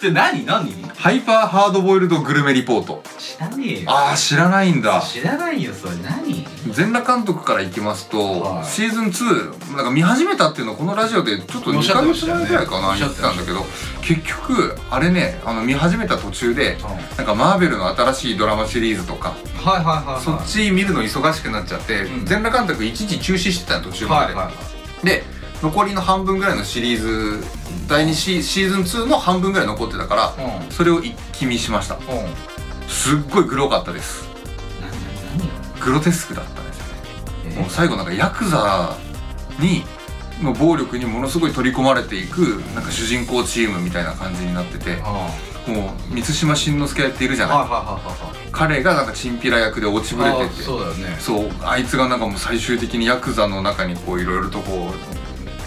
[SPEAKER 3] で何何
[SPEAKER 1] ハイパーハードボイルドグルメリポート
[SPEAKER 3] 知らねえよ
[SPEAKER 1] ああ知らないんだ
[SPEAKER 3] 知らないよそれ何
[SPEAKER 1] 全裸監督からいきますと、
[SPEAKER 3] はい
[SPEAKER 1] シーズン2なんか見始めたっていうのをこのラジオでちょっと
[SPEAKER 3] おっ
[SPEAKER 1] 2
[SPEAKER 3] しゃっ
[SPEAKER 1] ヶ
[SPEAKER 3] てま
[SPEAKER 1] 月
[SPEAKER 3] したよ
[SPEAKER 1] 前
[SPEAKER 3] ね
[SPEAKER 1] ぐらいか
[SPEAKER 3] お
[SPEAKER 1] な
[SPEAKER 3] っし
[SPEAKER 1] 言
[SPEAKER 3] ゃ
[SPEAKER 1] っ
[SPEAKER 3] ってて
[SPEAKER 1] た
[SPEAKER 3] ま
[SPEAKER 1] ん
[SPEAKER 3] し
[SPEAKER 1] だ
[SPEAKER 3] た
[SPEAKER 1] けど結局あれねあの見始めた途中で
[SPEAKER 3] はい
[SPEAKER 1] なんかマーベルの新しいドラマシリーズとか
[SPEAKER 3] はいはい
[SPEAKER 1] そっち見るの忙しくなっちゃって
[SPEAKER 3] うん
[SPEAKER 1] 全裸監督一時中止してたの途中ま
[SPEAKER 3] は
[SPEAKER 1] で
[SPEAKER 3] いはい
[SPEAKER 1] で残りの半分ぐらいのシリーズ第2シシーズン2の半分ぐらい残ってたから
[SPEAKER 3] はい
[SPEAKER 1] それを一気見しました
[SPEAKER 3] うんうん
[SPEAKER 1] すっごいグロかったです
[SPEAKER 3] 何何よ
[SPEAKER 1] グロテスクだったんですよね
[SPEAKER 3] え
[SPEAKER 1] もう最後なんかヤクザにの暴力にものすごい取り込まれていくなんか主人公チームみたいな感じになってて
[SPEAKER 3] あ
[SPEAKER 1] もう満島真之介やっているじゃ
[SPEAKER 3] あはい
[SPEAKER 1] ない
[SPEAKER 3] はいはいはい
[SPEAKER 1] 彼がなんかチンピラ役で落ちぶれ
[SPEAKER 3] はい
[SPEAKER 1] て
[SPEAKER 3] あ
[SPEAKER 1] て
[SPEAKER 3] ーそうだよね
[SPEAKER 1] そうあいつがなんかもう最終的にヤクザの中にこういろいろとこう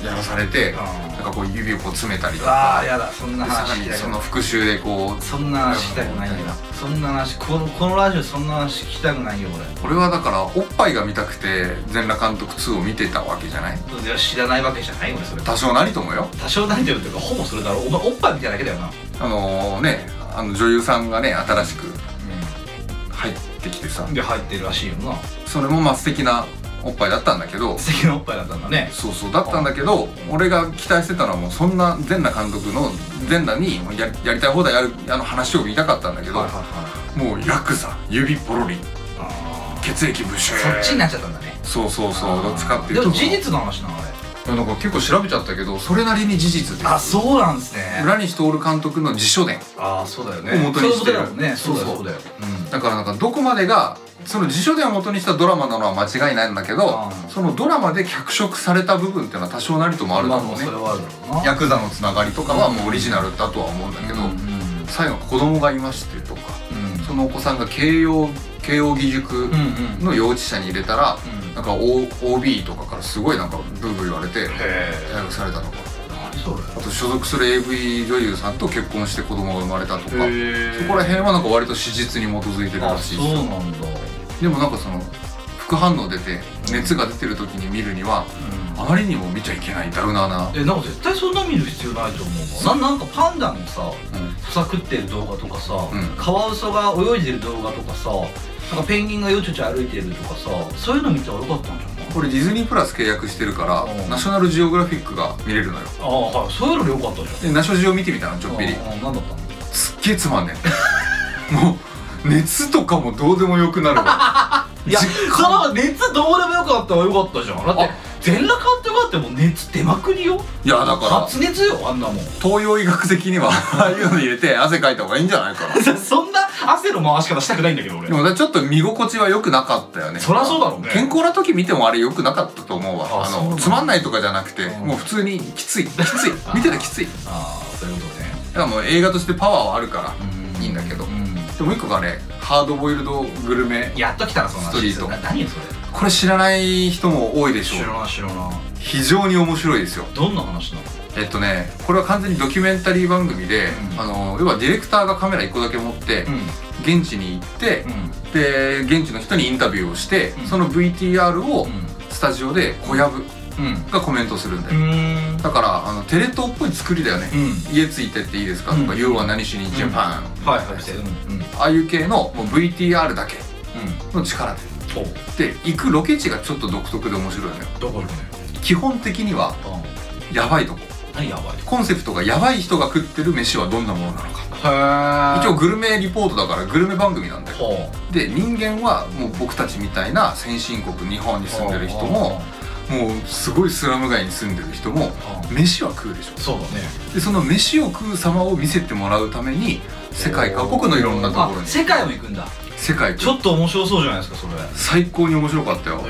[SPEAKER 1] やらされて
[SPEAKER 3] あ
[SPEAKER 1] なんかこう指をこう詰めたりと
[SPEAKER 3] あ
[SPEAKER 1] か
[SPEAKER 3] あやだそん
[SPEAKER 1] で
[SPEAKER 3] な
[SPEAKER 1] さら
[SPEAKER 3] 話聞
[SPEAKER 1] に
[SPEAKER 3] きたく
[SPEAKER 1] そ
[SPEAKER 3] な
[SPEAKER 1] の
[SPEAKER 3] い
[SPEAKER 1] 復讐でこう
[SPEAKER 3] そんな話聞きたくないよそんな話このこのラジオそんな話聞きたくないよ
[SPEAKER 1] 俺はだからおっぱいが見たくて全裸監督2を見てたわけじゃない
[SPEAKER 3] 俺いや知らないわけじゃない俺それ
[SPEAKER 1] 多少なりともよ
[SPEAKER 3] 多少ないというかほぼそれだろお前おっぱいみたいだけだよなうん
[SPEAKER 1] あのねあの女優さんがね新しく入ってきてさ
[SPEAKER 3] で入ってるらしいよな
[SPEAKER 1] それもまあ素敵なおっぱいだったんだけど
[SPEAKER 3] 素敵なおっぱいだったんだね
[SPEAKER 1] そうそうだったんだけど俺が期待してたのはもうそんな全裸監督の全裸にややりたい放題やるあの話を見たかったんだけど、
[SPEAKER 3] はいはい
[SPEAKER 1] もうヤクザ指ポロリ
[SPEAKER 3] あ
[SPEAKER 1] 血液ブシュ
[SPEAKER 3] ーそっちになっちゃったんだね
[SPEAKER 1] そうそうそうどっちかっていう
[SPEAKER 3] で
[SPEAKER 1] と
[SPEAKER 3] も事実の話なのあれ
[SPEAKER 1] いやなんか結構調べちゃったけどそれなりに事実で
[SPEAKER 3] あそうなんですね
[SPEAKER 1] 浦西徹監督の辞書伝
[SPEAKER 3] ああそうだよ
[SPEAKER 1] 元
[SPEAKER 3] そうい
[SPEAKER 1] に
[SPEAKER 3] う
[SPEAKER 1] し
[SPEAKER 3] こ
[SPEAKER 1] て
[SPEAKER 3] と
[SPEAKER 1] る
[SPEAKER 3] だもんねそうだよ
[SPEAKER 1] そうそう
[SPEAKER 3] そうだよ
[SPEAKER 1] だからなんかどこまでがその辞書では元にしたドラマなのは間違いないんだけど
[SPEAKER 3] うん
[SPEAKER 1] そのドラマで脚色された部分っていうのは多少なりともあるだろうね
[SPEAKER 3] それはあるだろうな
[SPEAKER 1] ヤクザのつながりとかはもうオリジナルだとは思うんだけど、
[SPEAKER 3] うんうん
[SPEAKER 1] 最後子供がいましてとか
[SPEAKER 3] うん
[SPEAKER 1] そのお子さんが慶応慶応義塾
[SPEAKER 3] うんうん
[SPEAKER 1] の幼稚舎に入れたら、
[SPEAKER 3] うん
[SPEAKER 1] なんか O- OB とかからすごいなんかブーブー言われて
[SPEAKER 5] へ
[SPEAKER 1] 逮捕されたとか
[SPEAKER 3] 何それ
[SPEAKER 1] あと所属する AV 女優さんと結婚して子供が生まれたとか
[SPEAKER 5] え
[SPEAKER 1] そこら辺はなんか割と史実に基づいてるら
[SPEAKER 3] あ
[SPEAKER 1] しい
[SPEAKER 3] そ
[SPEAKER 1] です
[SPEAKER 3] うなんだ
[SPEAKER 1] でもなんかその副反応出て熱が出てる時に見るにはあまりにも見ちゃいけないだるなな、
[SPEAKER 3] えなんか絶対そんな見る必要ないと思うわななんかパンダのさ
[SPEAKER 1] うん
[SPEAKER 3] ささくってる動画とかさ、
[SPEAKER 1] うん
[SPEAKER 3] カワウソが泳いでる動画とかさなんかペンギンがよちょちょ歩いてるとかさそういうの見たらよかったんじゃない
[SPEAKER 1] これディズニープラス契約してるから
[SPEAKER 3] うん
[SPEAKER 1] ナショナルジオグラフィックが見れるのよ
[SPEAKER 3] ああはいそういうのでよかったじゃん
[SPEAKER 1] でナショジオ見てみたのちょっぴり
[SPEAKER 3] ああなんだったの
[SPEAKER 1] すっげえつまんねえもう熱とかもどうでもよくなるわ
[SPEAKER 3] いや
[SPEAKER 1] 実
[SPEAKER 3] その熱どうでもよかったはよかったじゃんだって全裸監督だってもう熱出まくりよ
[SPEAKER 1] いやだから
[SPEAKER 3] 発熱よあんなもん
[SPEAKER 1] 東洋医学的には ああいうの入れて汗かいた方がいいんじゃないか な
[SPEAKER 3] そんな汗の回し方したくないんだけど俺
[SPEAKER 1] でもだちょっと見心地は良くなかったよね
[SPEAKER 3] そりゃそうだろうね
[SPEAKER 1] 健康な時見てもあれ良くなかったと思うわ
[SPEAKER 3] あ
[SPEAKER 1] あ
[SPEAKER 3] そうなん
[SPEAKER 1] の
[SPEAKER 3] だ
[SPEAKER 1] つまんないとかじゃなくて
[SPEAKER 3] うん
[SPEAKER 1] もう普通にきついきつい見ててきついだ
[SPEAKER 3] ああそういうことね
[SPEAKER 1] からもう映画としてパワーはあるからいいんだけど
[SPEAKER 3] うん
[SPEAKER 1] でもう一個がねハードボイルドグルメ
[SPEAKER 3] やっと来たらその話
[SPEAKER 1] ストリート
[SPEAKER 3] な何よそれ
[SPEAKER 1] これ知らない人も多いでし
[SPEAKER 3] 知ら
[SPEAKER 1] ょう
[SPEAKER 3] ない知らない
[SPEAKER 1] 非常に面白いですよ
[SPEAKER 3] どんな話なの
[SPEAKER 1] えっとねこれは完全にドキュメンタリー番組で、
[SPEAKER 3] うん
[SPEAKER 1] あの要はディレクターがカメラ1個だけ持って
[SPEAKER 3] うん
[SPEAKER 1] 現地に行って、
[SPEAKER 3] うん
[SPEAKER 1] で現地の人にインタビューをして、
[SPEAKER 3] うん
[SPEAKER 1] その VTR を
[SPEAKER 3] う
[SPEAKER 1] スタジオで小籔
[SPEAKER 3] ん
[SPEAKER 1] がコメントするんだ
[SPEAKER 3] う
[SPEAKER 1] よ、
[SPEAKER 3] ん
[SPEAKER 1] だからあのテレ東っぽい作りだよね、
[SPEAKER 3] うん
[SPEAKER 1] 家ついてっていいですかとか、
[SPEAKER 3] うん
[SPEAKER 1] You は何しにジャパン、
[SPEAKER 3] はいはいしてうんうん
[SPEAKER 1] ああいう系のもう VTR だけの力で
[SPEAKER 3] お
[SPEAKER 1] で行くロケ地がちょっと独特で面白いのよ
[SPEAKER 3] どこ行く
[SPEAKER 1] 基本的には
[SPEAKER 3] のよ
[SPEAKER 1] やばいとこ
[SPEAKER 3] 何やばいと
[SPEAKER 1] コンセプトがやばい人が食ってる飯はどんなものなのか
[SPEAKER 3] へ
[SPEAKER 1] 一応グルメリポートだからグルメ番組なんだよ
[SPEAKER 3] ほう
[SPEAKER 1] で人間はもう僕たちみたいな先進国日本に住んでる人ももうすごいスラム街に住んでる人も飯は食うでしょ
[SPEAKER 3] そうだね
[SPEAKER 1] でその飯を食う様を見せてもらうために世界各国のいろんなところ
[SPEAKER 3] あ
[SPEAKER 1] に
[SPEAKER 3] 世界も行くんだ
[SPEAKER 1] 世界
[SPEAKER 3] ちょっと面白そうじゃないですかそれ
[SPEAKER 1] 最高に面白かったよ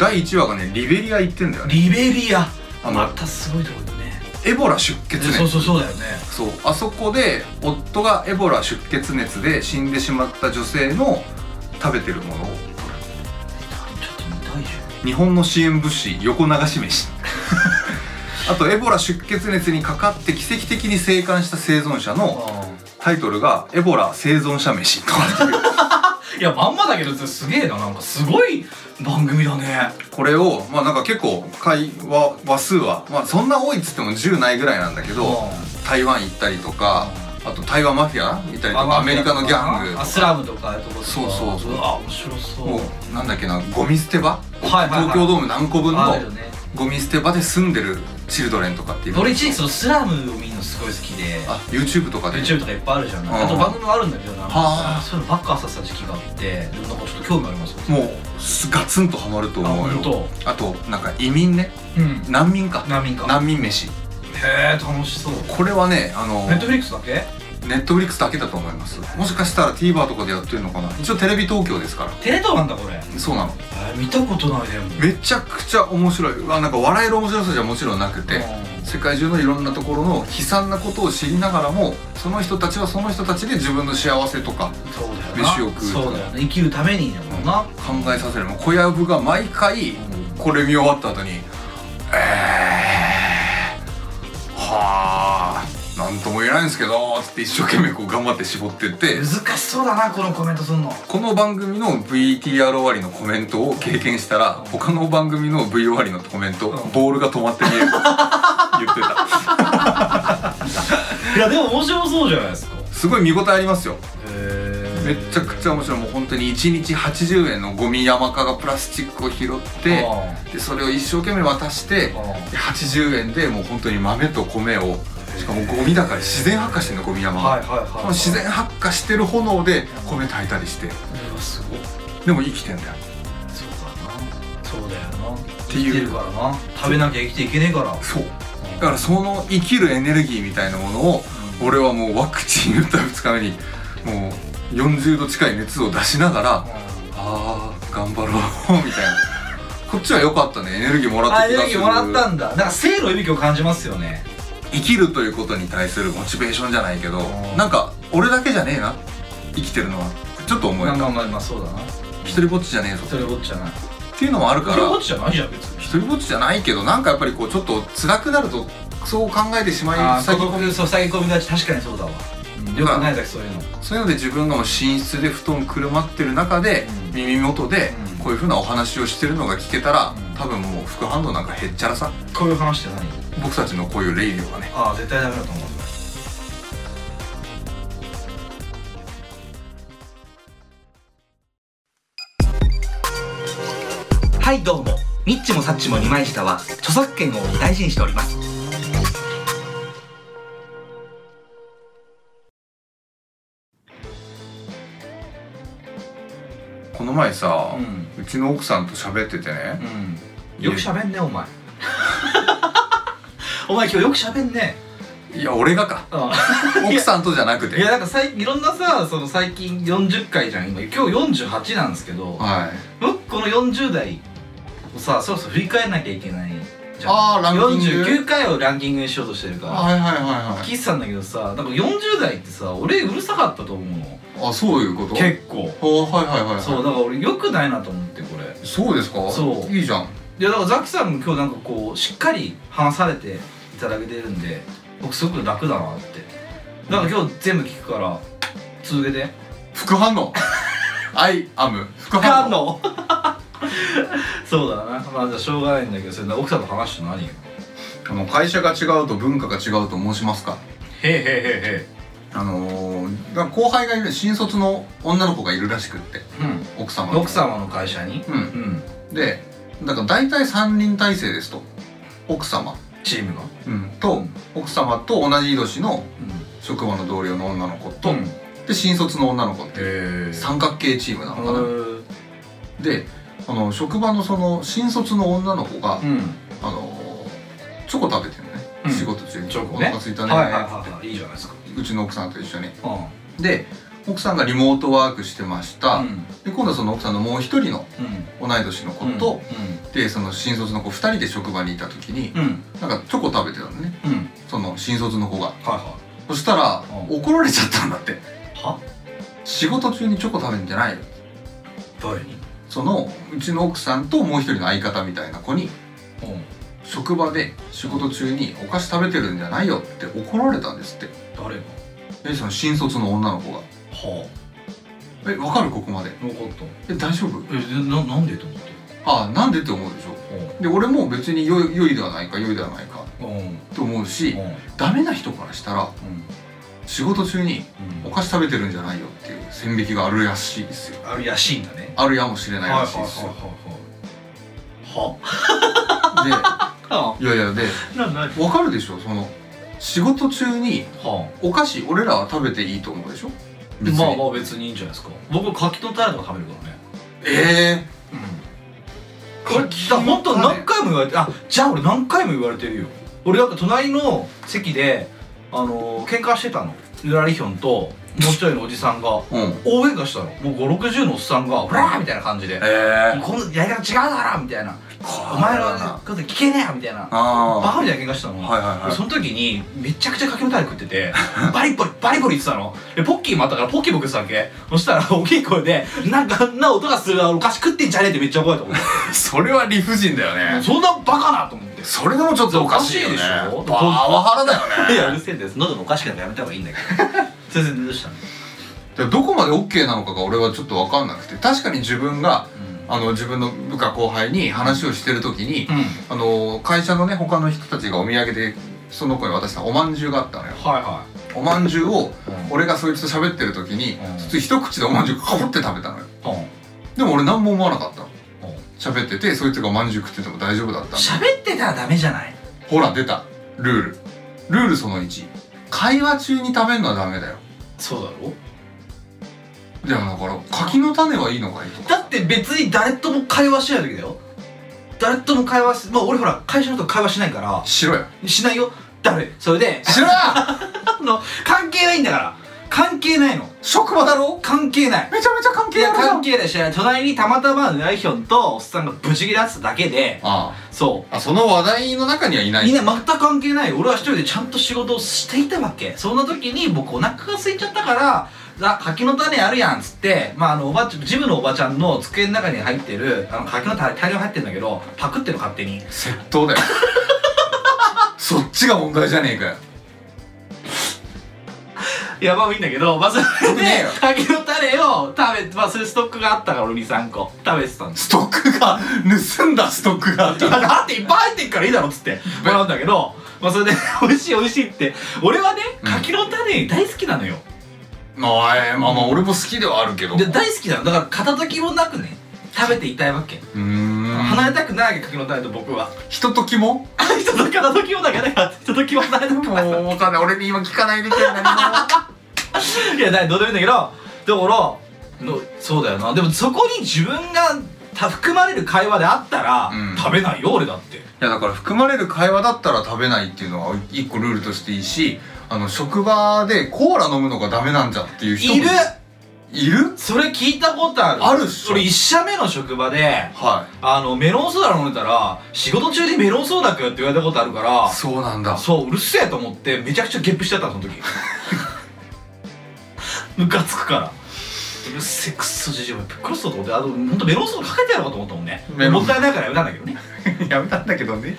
[SPEAKER 1] 第1話がねリベリア行ってんだよね
[SPEAKER 3] リベリア
[SPEAKER 1] あの
[SPEAKER 3] またすごいとこだよね
[SPEAKER 1] エボラ出血
[SPEAKER 3] そう
[SPEAKER 1] 熱
[SPEAKER 3] そうそうだよね
[SPEAKER 1] そうあそこで夫がエボラ出血熱で死んでしまった女性の食べてるものを
[SPEAKER 3] ちょっと見たいじ
[SPEAKER 1] 日本の支援物資横流し 飯あとエボラ出血熱にかかって奇跡的に生還した生存者の
[SPEAKER 3] ゃ
[SPEAKER 1] タイトルがエボラ生存者飯とか っていう
[SPEAKER 3] んいやまんまだけどすげえななんかすごい番組だね
[SPEAKER 1] これをまあなんか結構会話話数は、まあ、そんな多いっつっても10ないぐらいなんだけど台湾行ったりとかあと台湾マフィアみたいなとかアメリカのギャングと
[SPEAKER 3] あ
[SPEAKER 1] か
[SPEAKER 3] スラムとかああいうところ
[SPEAKER 1] そうそうそう
[SPEAKER 3] あ面白そう
[SPEAKER 1] もうなんだっけなゴミ捨て場
[SPEAKER 3] はいはいはい
[SPEAKER 1] 東京ドーム何個分
[SPEAKER 3] あるよ
[SPEAKER 1] の
[SPEAKER 3] ね
[SPEAKER 1] ゴミ捨て場で住んでるチルドレンとかっていう
[SPEAKER 3] 俺一時期そのスラムを見るのすごい好きで
[SPEAKER 1] あ YouTube とかで
[SPEAKER 3] YouTube とかいっぱいあるじゃん、
[SPEAKER 1] ん
[SPEAKER 3] あと番組もあるんだけどなん
[SPEAKER 1] は
[SPEAKER 3] か
[SPEAKER 1] あ
[SPEAKER 3] そういうのばっか朝さ時期があってでもなんかちょっと興味ありますよ
[SPEAKER 1] もうすガツンとハマると思う
[SPEAKER 3] あ
[SPEAKER 1] よ
[SPEAKER 3] 本
[SPEAKER 1] あとなんか移民ね
[SPEAKER 3] 当うん
[SPEAKER 1] 難民か
[SPEAKER 3] 難民か
[SPEAKER 1] 難民飯
[SPEAKER 3] へえ楽しそう
[SPEAKER 1] これはねあの
[SPEAKER 3] ネットフリックスだけ
[SPEAKER 1] ネットフリックスだけだと思いますもしかしたら TVer とかでやってるのかな一応テレビ東京ですか
[SPEAKER 3] テレ東なんだこれ
[SPEAKER 1] らそうなの
[SPEAKER 3] 見たことないでも
[SPEAKER 1] めちゃくちゃ面白いうわなんか笑える面白さじゃもちろんなくて世界中のいろんなところの悲惨なことを知りながらもその人たちはその人たちで自分の幸せとか
[SPEAKER 3] そうだよな
[SPEAKER 1] 飯を食う
[SPEAKER 3] そうだよね生きるためにだもんな、
[SPEAKER 1] 考えさせるもう小籔が毎回これ見終わった後に「えー、はあなんとも言えないんですけど」つって一生懸命こう頑張って絞ってって
[SPEAKER 3] 難しそうだなこのコメントすんの
[SPEAKER 1] この番組の VTR 終わりのコメントを経験したら他の番組の V 終わりのコメント
[SPEAKER 3] うん
[SPEAKER 1] ボールが止まって見 える言ってた
[SPEAKER 3] いやでも面白そうじゃないですかへ
[SPEAKER 1] すごい見応えありますよ
[SPEAKER 3] え
[SPEAKER 1] めちゃくちゃ面白いもう本当に1日80円のゴミ山かがプラスチックを拾ってでそれを一生懸命渡してで80円でもう本当に豆と米をしかもゴミだから自然発火してんのゴミ山が、
[SPEAKER 3] はいはいはい
[SPEAKER 1] その自然発火してる炎で米炊いたりして
[SPEAKER 3] うわすごい
[SPEAKER 1] でも生きてんだよ
[SPEAKER 3] そうだなそうだよな
[SPEAKER 1] ていう
[SPEAKER 3] 生きてるからな食べなきゃ生きていけねえから
[SPEAKER 1] そうだからその生きるエネルギーみたいなものを俺はもうワクチン打った2日目にもう40度近い熱を出しながらああ頑張ろうみたいなこっちは良かったねエネルギーもら
[SPEAKER 3] あ
[SPEAKER 1] っ
[SPEAKER 3] エ
[SPEAKER 1] た
[SPEAKER 3] ネ
[SPEAKER 1] 気がす
[SPEAKER 3] ルギー
[SPEAKER 1] る
[SPEAKER 3] もらったんだなんか生の息吹を感じますよね
[SPEAKER 1] 生きるということに対するモチベーションじゃないけど
[SPEAKER 3] ん
[SPEAKER 1] なんか俺だけじゃねえな生きてるのはちょっと思え
[SPEAKER 3] まあま
[SPEAKER 1] た
[SPEAKER 3] あまあまあそうだな
[SPEAKER 1] 一人ぼっちじゃねえぞ
[SPEAKER 3] それぼっちじゃないそ
[SPEAKER 1] っていうのもあるから
[SPEAKER 3] れぼっちじゃないじゃん別に
[SPEAKER 1] 一人ぼっちじゃないけどなんかやっぱりこうちょっと辛くなるとそう考えてしまい
[SPEAKER 3] ああ
[SPEAKER 1] 最
[SPEAKER 3] 孤
[SPEAKER 1] 近
[SPEAKER 3] 独そう塞ぎ込みがち確かにそうだわ、うん、よくないだけそういうの
[SPEAKER 1] そういうので自分がもう寝室で布団くるまってる中で、
[SPEAKER 3] うん
[SPEAKER 1] 耳元で
[SPEAKER 3] うん
[SPEAKER 1] こういうふうなお話をしてるのが聞けたら、
[SPEAKER 3] うん
[SPEAKER 1] 多分もう副反応なんかへっちゃらさ
[SPEAKER 3] こういう話って何
[SPEAKER 1] 僕たちのこういうレイディオがね
[SPEAKER 3] ああ絶対ダメだと思うはいどうもニッチもサッチも二枚舌は著作権を大事にしております
[SPEAKER 1] この前さ、
[SPEAKER 3] ん
[SPEAKER 1] うちの奥さんと喋っててね、
[SPEAKER 3] うんよく喋んねお 前お前今日よく喋んね
[SPEAKER 1] いや俺が か奥さんとじゃなく
[SPEAKER 3] いや
[SPEAKER 1] て
[SPEAKER 3] なんかさいいろんなさその最近40回じゃん今今日48なんですけど
[SPEAKER 1] はい
[SPEAKER 3] 僕この40代をさそろそろ振り返らなきゃいけないじゃん
[SPEAKER 1] あーランキング
[SPEAKER 3] 49回をランキングにしようとしてるか
[SPEAKER 1] はいはい
[SPEAKER 3] ら
[SPEAKER 1] はい
[SPEAKER 3] 聞いてたんだけどさなんか40代ってさ俺うるさかったと思うの
[SPEAKER 1] はいあそういうこと
[SPEAKER 3] 結構
[SPEAKER 1] あはいはいはいはい
[SPEAKER 3] そうだから俺よくないなと思ってこれ
[SPEAKER 1] そうですか
[SPEAKER 3] そう
[SPEAKER 1] いいじゃん
[SPEAKER 3] いやだからザキさんも今日なんかこうしっかり話されていただけてるんで僕すごく楽だなってなんか今日全部聞くから続けて
[SPEAKER 1] 副反 応アイアム副反
[SPEAKER 3] か
[SPEAKER 1] 応
[SPEAKER 3] んの そうだなまあじゃあしょうがないんだけどそれな奥さんと話して何よ
[SPEAKER 1] あの会社が違うと文化が違うと申しますか
[SPEAKER 3] へえへえへ
[SPEAKER 1] あのー、だから後輩がいる新卒の女の子がいるらしくって
[SPEAKER 3] えへえ
[SPEAKER 1] 奥様
[SPEAKER 3] うん
[SPEAKER 1] の
[SPEAKER 3] 奥様の会社に
[SPEAKER 1] うん
[SPEAKER 3] うん
[SPEAKER 1] でだから大体3人体制ですと奥様、
[SPEAKER 3] チームが
[SPEAKER 1] うん、と奥様と同じ年の職場の同僚の女の子と、
[SPEAKER 3] うんへ
[SPEAKER 1] で新卒の女の子っていう
[SPEAKER 3] え
[SPEAKER 1] 三角形チームなのかな、
[SPEAKER 3] うん
[SPEAKER 1] であの職場のその新卒の女の子が、あのーチョコ食べてるのね、
[SPEAKER 3] うん
[SPEAKER 1] 仕事中に
[SPEAKER 3] チョコ
[SPEAKER 1] お
[SPEAKER 3] ね
[SPEAKER 1] 腹すいた
[SPEAKER 3] はい
[SPEAKER 1] ね、
[SPEAKER 3] はいはいはいいいじゃないですか
[SPEAKER 1] うちの奥さんと一緒に
[SPEAKER 3] うん
[SPEAKER 1] で奥さんがリモートワークしてました、
[SPEAKER 3] うん
[SPEAKER 1] で今度はその奥さんのもう一人の
[SPEAKER 3] うん
[SPEAKER 1] 同い年の子と、でその新卒の子2人で職場にいた時に
[SPEAKER 3] うんうん
[SPEAKER 1] なんかチョコ食べてたのね
[SPEAKER 3] うん
[SPEAKER 1] その新卒の子が
[SPEAKER 3] はいは
[SPEAKER 1] そしたら
[SPEAKER 3] う
[SPEAKER 1] 怒られちゃったんだって
[SPEAKER 3] いは
[SPEAKER 1] 仕事中にチョコ食べるんじゃないよ
[SPEAKER 3] 誰に
[SPEAKER 1] そのうちの奥さんともう一人の相方みたいな子に
[SPEAKER 3] うん
[SPEAKER 1] 職場で仕事中にお菓子食べてるんじゃないよって怒られたんですって
[SPEAKER 3] 誰が
[SPEAKER 1] えその新卒の女の子が
[SPEAKER 3] は
[SPEAKER 1] 「えわかるここまで
[SPEAKER 3] あ分かった
[SPEAKER 1] え大丈夫
[SPEAKER 3] えでななんでと思って
[SPEAKER 1] ああなんで?」って思うでしょで俺も別に良い良いではないか良いではないか
[SPEAKER 3] うんうんうん
[SPEAKER 1] と思うしダメな人からしたら仕事中に
[SPEAKER 3] う
[SPEAKER 1] お
[SPEAKER 3] ん
[SPEAKER 1] 菓子食べてるんじゃないよっていう線引きがあるらしいですよ
[SPEAKER 3] あるらしいんだね
[SPEAKER 1] あるやもしれないらしいですよ
[SPEAKER 3] はい
[SPEAKER 1] で
[SPEAKER 3] はい
[SPEAKER 1] やいやで
[SPEAKER 3] いはいはあなな
[SPEAKER 1] わかるでしょその仕事中に
[SPEAKER 3] はあ
[SPEAKER 1] お菓子俺らは食べていいと思うでしょ別に、
[SPEAKER 3] まあまあ別にいいんじゃないですか僕柿のタレとか食べるからね
[SPEAKER 1] え
[SPEAKER 3] これだ本当何回も言われてあじゃあ俺何回も言われてるよ俺なんか隣の席であのー、喧嘩してたのぬらりひょんともう一人のおじさんが
[SPEAKER 1] えうん
[SPEAKER 3] 大喧嘩したのもう560のおっさんが「ほら!」みたいな感じで
[SPEAKER 1] ええ
[SPEAKER 3] このやり方違うだろみたいな「お前のこと聞けねえ!」みたいなバ
[SPEAKER 1] あ
[SPEAKER 3] カみたいな喧嘩したの、
[SPEAKER 1] あはいはいはい
[SPEAKER 3] その時にめちゃくちゃかきのタレ食っててバリバリバリバリ言ってたのでポッキーもあったからポッキーも食ってたわけそしたら大きい声で「なんかあんな音がするわお菓子食ってんじゃねえ」ってめっちゃ怒られたもん
[SPEAKER 1] それは理不尽だよ ね
[SPEAKER 3] そんなバカなと思って
[SPEAKER 1] それでもちょっとおかしいよね
[SPEAKER 3] おかしいでしょ
[SPEAKER 1] パワハラだよね
[SPEAKER 3] いやうるせえんです喉もおかしくなってやめた方がいいんだけ ど先生どうしたの
[SPEAKER 1] でどこまで OK なのかが俺はちょっと分かんなくて確かに自分が
[SPEAKER 3] う
[SPEAKER 1] あの自分の部下後輩に話をしてる時に、
[SPEAKER 3] ん、
[SPEAKER 1] あの会社のね他の人たちがお土産でその子に渡したおまんじゅうがあったのよ
[SPEAKER 3] はいは
[SPEAKER 1] おまんじゅうを
[SPEAKER 3] い、うん、
[SPEAKER 1] 俺がそいつと喋ってる時に、
[SPEAKER 3] うん
[SPEAKER 1] そいつ一口でおまんじゅうかぶって食べたのよ
[SPEAKER 3] うん
[SPEAKER 1] でも俺何も思わなかったの
[SPEAKER 3] うん
[SPEAKER 1] 喋っててそいつがおまんじゅう食ってても大丈夫だったの
[SPEAKER 3] 喋ってたらダメじゃない
[SPEAKER 1] ほら出たルールルールその1会話中に食べるのはダメだよ
[SPEAKER 3] そうだろ
[SPEAKER 1] じゃあだから柿の種はいいのかいとか
[SPEAKER 3] だって別に誰とも会話しない時だよ誰とも会話しまあ俺ほら会社の人と会話しないから
[SPEAKER 1] しろよ
[SPEAKER 3] しないよ誰それで
[SPEAKER 1] しろよ
[SPEAKER 3] あの関係ないんだから関係ないの
[SPEAKER 1] 職場だろ
[SPEAKER 3] 関係ない
[SPEAKER 1] めちゃめちゃ関
[SPEAKER 3] い
[SPEAKER 1] 係
[SPEAKER 3] や
[SPEAKER 1] あるじゃ
[SPEAKER 3] 関
[SPEAKER 1] ん
[SPEAKER 3] 係ないし隣にたまたまヌラリヒョンとおっさんがブチギレ合ってただけで
[SPEAKER 1] あ
[SPEAKER 3] そ
[SPEAKER 1] ああその話題の中にはいな
[SPEAKER 3] う
[SPEAKER 1] い
[SPEAKER 3] みんな全く関係ない俺は一人でちゃんと仕事をしていたわけそんな時に僕お腹が空いちゃったからあ柿の種あるやんっつって、まあ、あのおばちゃんジムのおばちゃんの机の中に入ってるあの柿の種大量入ってるんだけどパクってるの勝手に
[SPEAKER 1] 窃盗だよそっちが問題じゃねえかよ
[SPEAKER 3] いやまあいいんだけどまあそれ
[SPEAKER 1] よく
[SPEAKER 3] で
[SPEAKER 1] ねえよ
[SPEAKER 3] 柿の種を食べまあそういうストックがあったから俺23個食べてたんです
[SPEAKER 1] ストックが盗んだストックがあっ
[SPEAKER 3] いや
[SPEAKER 1] た
[SPEAKER 3] だっていっぱい入ってっからいいだろっつってもらうんだけど、まあ、それで 美味しい美味しいって俺はね
[SPEAKER 1] うん
[SPEAKER 3] 柿の種大好きなのよ、
[SPEAKER 1] まあえーまあまあ俺も好きではあるけど
[SPEAKER 3] で大好きなのだから片時もなくね食べていたいわけ、
[SPEAKER 1] うーん
[SPEAKER 3] 離れたくないわけ柿の種と僕は
[SPEAKER 1] ひとときも
[SPEAKER 3] 人と片時もだけだから人ときも離れたく
[SPEAKER 1] も
[SPEAKER 3] ないう
[SPEAKER 1] わかんない俺に今聞かないでくれ 何も
[SPEAKER 3] いやだからどうでもいいんだけどだからのそうだよなでもそこに自分がた含まれる会話であったら、
[SPEAKER 1] うん
[SPEAKER 3] 食べないよ俺だって
[SPEAKER 1] いやだから含まれる会話だったら食べないっていうのは一個ルールとしていいしあの職場でコーラ飲むのがダメなんじゃっていう人も
[SPEAKER 3] いる
[SPEAKER 1] いる
[SPEAKER 3] それ聞いたことある
[SPEAKER 1] あるっしょ
[SPEAKER 3] 俺一社目の職場で
[SPEAKER 1] は
[SPEAKER 3] あのメロンソーダ飲んでたら仕事中にメロンソーダかよって言われたことあるか
[SPEAKER 1] い
[SPEAKER 3] ら
[SPEAKER 1] そうなんだ
[SPEAKER 3] そううるせえと思ってめちゃくちゃゲップしちゃったのその 時ムカつくからうるせえクソじじいぶっ殺すぞと思ってあの本当メロンソーダかけてやろうかと思ったもんね
[SPEAKER 1] メロン
[SPEAKER 3] もったいないからやめたんだけどね
[SPEAKER 1] やめたんだけどね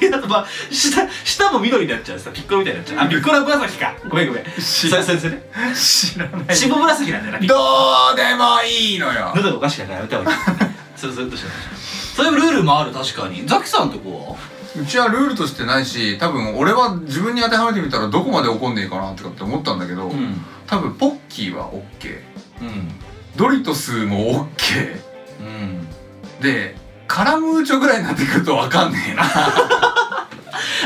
[SPEAKER 3] いやだってまあ下下も緑になっちゃうさピッコロみたいになっちゃうあピッコロは紫かごめんごめん そ
[SPEAKER 1] 知
[SPEAKER 3] れそれそれ
[SPEAKER 1] 知らない
[SPEAKER 3] 血も紫なんだよなピッコロ
[SPEAKER 1] どうでもいいのよ
[SPEAKER 3] 喉がおかしくなったらやめた 方がいいそれそれとしてそういうルールもある確かにザキさんとこは
[SPEAKER 1] うちはルールとしてないし多分俺は自分に当てはめてみたらどこまで怒んでいいかなとかって思ったんだけど、
[SPEAKER 3] ん
[SPEAKER 1] 多分ポッキーは OK
[SPEAKER 3] うん
[SPEAKER 1] ドリトスも OK
[SPEAKER 3] うん
[SPEAKER 1] でカラムーチョぐらいになってくるとわかんねえな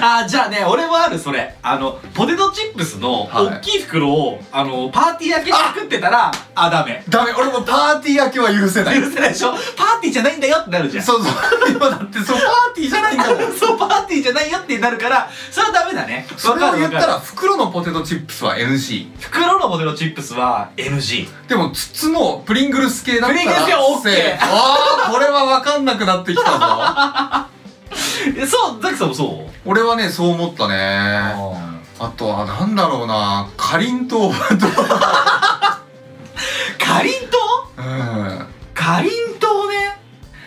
[SPEAKER 3] あーじゃあね俺もあるそれあのポテトチップスの
[SPEAKER 1] はい
[SPEAKER 3] 大きい袋を、あのパーティー開けして食ってたらあダメ
[SPEAKER 1] ダメ俺もパーティー明けは許せない
[SPEAKER 3] 許せないでしょパーティーじゃないんだよってなるじゃん
[SPEAKER 1] そうそう今だってそうパーティーじゃないん だもん
[SPEAKER 3] そうパーティーじゃないよってなるからそれはダメだね
[SPEAKER 1] それ
[SPEAKER 3] わ
[SPEAKER 1] を
[SPEAKER 3] かる
[SPEAKER 1] 言
[SPEAKER 3] わ
[SPEAKER 1] っ
[SPEAKER 3] かる
[SPEAKER 1] たら袋のポテトチップスは NG
[SPEAKER 3] 袋のポテトチップスは NG
[SPEAKER 1] でも筒のプリングルス系だったら
[SPEAKER 3] プリングルス系は OK
[SPEAKER 1] ああこれはわかんなくなってきたぞ
[SPEAKER 3] えそうザキさんもそう
[SPEAKER 1] 俺はねそう思ったね
[SPEAKER 3] あ
[SPEAKER 1] あとはなんだろうなかりんとう
[SPEAKER 3] ーかりんとう
[SPEAKER 1] うん
[SPEAKER 3] かりんとうね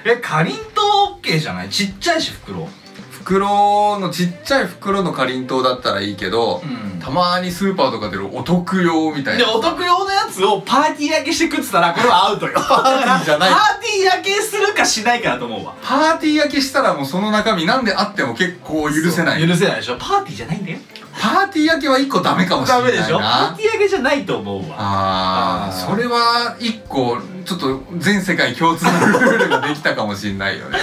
[SPEAKER 3] えかりんとう OK じゃないちっちゃいし袋
[SPEAKER 1] 袋のちっちゃい袋のかりんとうだったらいいけど、
[SPEAKER 3] ん
[SPEAKER 1] たまにスーパーとかでるお得用みたい
[SPEAKER 3] で
[SPEAKER 1] な
[SPEAKER 3] お得用のやつをパーティー焼けして食ってたらこれは アウトよパ
[SPEAKER 1] ーティーじゃない
[SPEAKER 3] パーティー焼けするかしないかだと思うわ
[SPEAKER 1] パーティー焼きしたらもうその中身なんであっても結構許せない
[SPEAKER 3] 許せないでしょパーティーじゃないんだよ
[SPEAKER 1] パーティー焼きは一個ダメかもしれ
[SPEAKER 3] ダ
[SPEAKER 1] ないな
[SPEAKER 3] メでしょパーティー焼けじゃないと思うわ
[SPEAKER 1] あー
[SPEAKER 3] あー
[SPEAKER 1] それは一個ちょっと全世界共通のルールができたかもしれないよね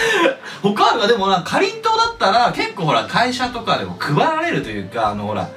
[SPEAKER 3] 他あるわでもなかりんとうだったら結構ほら会社とかでも配られるというかあのほら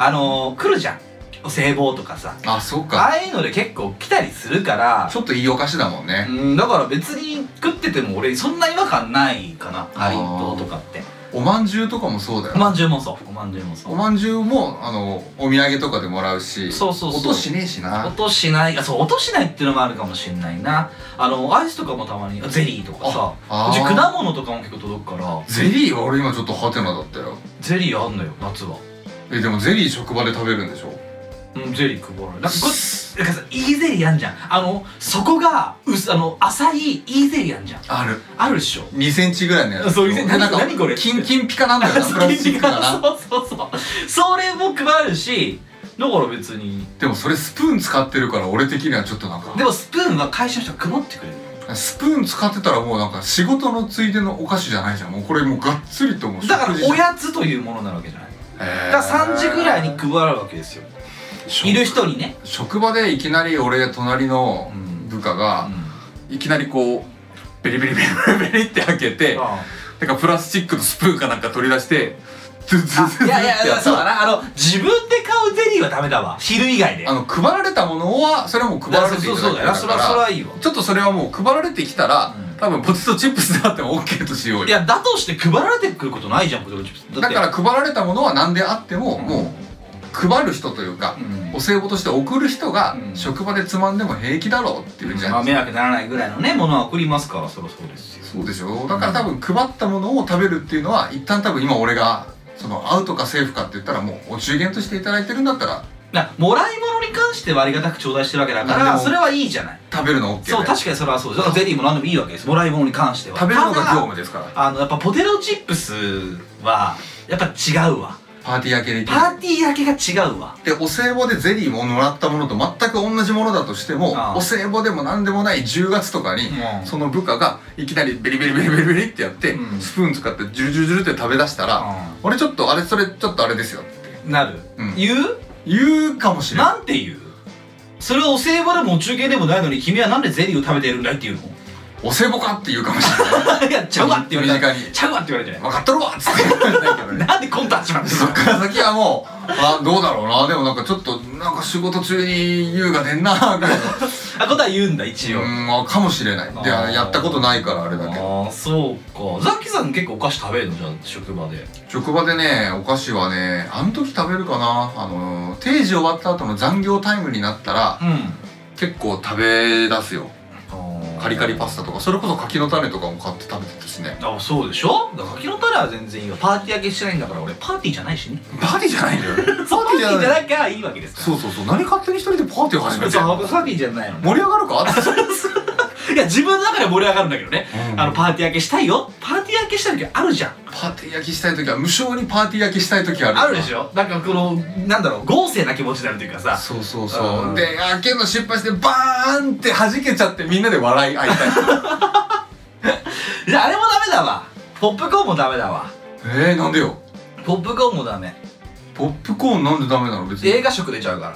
[SPEAKER 3] あのー、来るじゃんお歳暮とかさ
[SPEAKER 1] あそう
[SPEAKER 3] あ
[SPEAKER 1] か
[SPEAKER 3] あいうので結構来たりするから
[SPEAKER 1] ちょっといいお菓子だもんね、
[SPEAKER 3] うんだから別に食ってても俺そんな違和感ないかなかりんとうとかって
[SPEAKER 1] おまんじゅうとかもそうだよ
[SPEAKER 3] おまんじゅうもそうおまんじゅうもそ
[SPEAKER 1] お
[SPEAKER 3] う
[SPEAKER 1] まんじゅうもあのお土産とかでもらうし
[SPEAKER 3] そうそうそう
[SPEAKER 1] 音しねえしな
[SPEAKER 3] 音しないあそう音しないっていうのもあるかもしんないなあのアイスとかもたまにゼリーとかさ
[SPEAKER 1] ああ
[SPEAKER 3] うち
[SPEAKER 1] ー
[SPEAKER 3] 果物とかも結構届くから
[SPEAKER 1] ゼリーは俺今ちょっとハテナだったよ
[SPEAKER 3] ゼリーあんのよ夏は
[SPEAKER 1] えでもゼリー職場で食べるんでしょ
[SPEAKER 3] うんゼリー配られるなんかこなんかさいいゼリーあんじゃんあの底が薄あの浅いいいゼリーあんじゃん
[SPEAKER 1] ある
[SPEAKER 3] あるっしょ
[SPEAKER 1] 2センチぐらいのやつ
[SPEAKER 3] そう2センチ
[SPEAKER 1] でなんか
[SPEAKER 3] 何これ
[SPEAKER 1] キンキンピカなんだよな プラスチックだな
[SPEAKER 3] そうそうそうそれも配るしだから別に
[SPEAKER 1] でもそれスプーン使ってるから俺的にはちょっとなんか
[SPEAKER 3] でもスプーンは会社の人が配ってくれる
[SPEAKER 1] スプーン使ってたらもうなんか仕事のついでのお菓子じゃないじゃんもうこれもうがっつりともう
[SPEAKER 3] だから
[SPEAKER 1] 食事じゃん
[SPEAKER 3] おやつというものなわけじゃない
[SPEAKER 1] へー
[SPEAKER 3] だから3時ぐらいに配られるわけですよ
[SPEAKER 1] 職
[SPEAKER 3] いる人にね、
[SPEAKER 1] 職場でいきなり俺隣の
[SPEAKER 3] うん
[SPEAKER 1] 部下がいきなりこうベリベリベリベリベリって開けて
[SPEAKER 3] あ
[SPEAKER 1] なんかプラスチックのスプーンかなんか取り出してズズズズズ
[SPEAKER 3] いやい
[SPEAKER 1] ってや
[SPEAKER 3] や
[SPEAKER 1] った
[SPEAKER 3] そうだなあの自分で買うゼリーはダメだわ昼以外で
[SPEAKER 1] あの配られたものはそれはもう配られてい
[SPEAKER 3] そう
[SPEAKER 1] ただ
[SPEAKER 3] そ
[SPEAKER 1] いうて
[SPEAKER 3] だ
[SPEAKER 1] る
[SPEAKER 3] よなそれ
[SPEAKER 1] か
[SPEAKER 3] はそれ
[SPEAKER 1] ら
[SPEAKER 3] はいいわ
[SPEAKER 1] ちょっとそれはもう配られてきたら
[SPEAKER 3] うん
[SPEAKER 1] 多分ポテトチップスであっても OK としようよ
[SPEAKER 3] いやだとして配られてくることないじゃんポテトチップス
[SPEAKER 1] だからら配られたものは何であっても、
[SPEAKER 3] ん
[SPEAKER 1] もう配る人というか、お歳暮として送る人が
[SPEAKER 3] うん
[SPEAKER 1] 職場でつまんでも平気だろうっていうじゃ
[SPEAKER 3] ま
[SPEAKER 1] な
[SPEAKER 3] あ
[SPEAKER 1] い
[SPEAKER 3] 迷
[SPEAKER 1] ですか、
[SPEAKER 3] 惑にならないぐらいのねものは送りますからそりゃそうですよ
[SPEAKER 1] そうでしょだから多分配ったものを食べるっていうのは一旦多分今俺がそのアウトかセーフかって言ったらもうお中元としていただいてるんだったら
[SPEAKER 3] だからもらい物に関してはありがたく頂戴してるわけだか
[SPEAKER 1] 何で
[SPEAKER 3] ら
[SPEAKER 1] も
[SPEAKER 3] それはいいじゃない
[SPEAKER 1] 食べるの OK で
[SPEAKER 3] そう
[SPEAKER 1] 食
[SPEAKER 3] 確かにそれはそうですだからゼリーも何でもいいわけですもらい物に関しては
[SPEAKER 1] べるのが業
[SPEAKER 3] ただ
[SPEAKER 1] 務ですから
[SPEAKER 3] あのやっぱポテトチップスはやっぱ違うわ
[SPEAKER 1] パーティー明けでいける
[SPEAKER 3] パーティー明けが違うわ
[SPEAKER 1] でお歳暮でゼリーももらったものと全く同じものだとしても
[SPEAKER 3] ああ
[SPEAKER 1] お歳暮でも何でもない10月とかに、
[SPEAKER 3] うん
[SPEAKER 1] その部下がいきなりベリベリベリベリベリってやって、
[SPEAKER 3] うん
[SPEAKER 1] スプーン使ってジュルジュルジュルって食べ出したら、俺ちょっとあれそれちょっとあれですよって
[SPEAKER 3] なる、
[SPEAKER 1] うん
[SPEAKER 3] 言う
[SPEAKER 1] 言うかもしれない
[SPEAKER 3] なんて言うそれはお歳暮でもお中継でもないのに君はなんでゼリーを食べているんだいって言うの
[SPEAKER 1] お歳暮かって言うかもしれない
[SPEAKER 3] いやちゃうわって言われた
[SPEAKER 1] 身近に
[SPEAKER 3] ちゃうわって言われたじゃ
[SPEAKER 1] 分かったろわっつって 言われないけどね
[SPEAKER 3] ないなんでコント始まるんです
[SPEAKER 1] そっ
[SPEAKER 3] か
[SPEAKER 1] から先はもうあどうだろうなでもなんかちょっとなんか仕事中に優が出んなぐらいの
[SPEAKER 3] あことは言うんだ一 応、
[SPEAKER 1] うんまあかもしれないい
[SPEAKER 3] あ
[SPEAKER 1] や
[SPEAKER 3] ー
[SPEAKER 1] やったことないからあれだけど
[SPEAKER 3] ああそうかザキさん結構お菓子食べるのじゃあ職場で
[SPEAKER 1] 職場でねお菓子はねあの時食べるかなあの定時終わった後の残業タイムになったら
[SPEAKER 3] う
[SPEAKER 1] 結構食べ出すよ
[SPEAKER 3] ん
[SPEAKER 1] カリカリパスタとかそれこそ柿の種とかも買って食べてたしね
[SPEAKER 3] あそうでしょだから柿の種は全然いいよパーティー明けしてないんだから俺パーティーじゃないしね
[SPEAKER 1] パーティーじゃないんだ よね
[SPEAKER 3] パーティーじゃなきゃいいわけですから
[SPEAKER 1] そうそうそう何勝手に一人でパーティーを始めて
[SPEAKER 3] そう
[SPEAKER 1] 盛
[SPEAKER 3] パーティーじゃないのね
[SPEAKER 1] り上がるかって
[SPEAKER 3] いや自分の中で盛り上がるんだけどね、
[SPEAKER 1] うん
[SPEAKER 3] あのパーティー明けしたいよパーティー明けしたい時あるじゃん
[SPEAKER 1] パーティー焼きしたい時は無性にパーティー焼きしたい時ある
[SPEAKER 3] あるでしょなんかこのなんだろう豪勢な気持ちになるというかさ
[SPEAKER 1] そうそう
[SPEAKER 3] う
[SPEAKER 1] そ
[SPEAKER 3] ん
[SPEAKER 1] うで開けるの失敗してバーンって弾けちゃってみんなで笑い合いたい
[SPEAKER 3] いやあれもダメだわポップコーンもダメだわ
[SPEAKER 1] えー、なんでよ
[SPEAKER 3] ポップコーンもダメ
[SPEAKER 1] ポップコーンなんでダメなの別に
[SPEAKER 3] 映画色出ちゃうから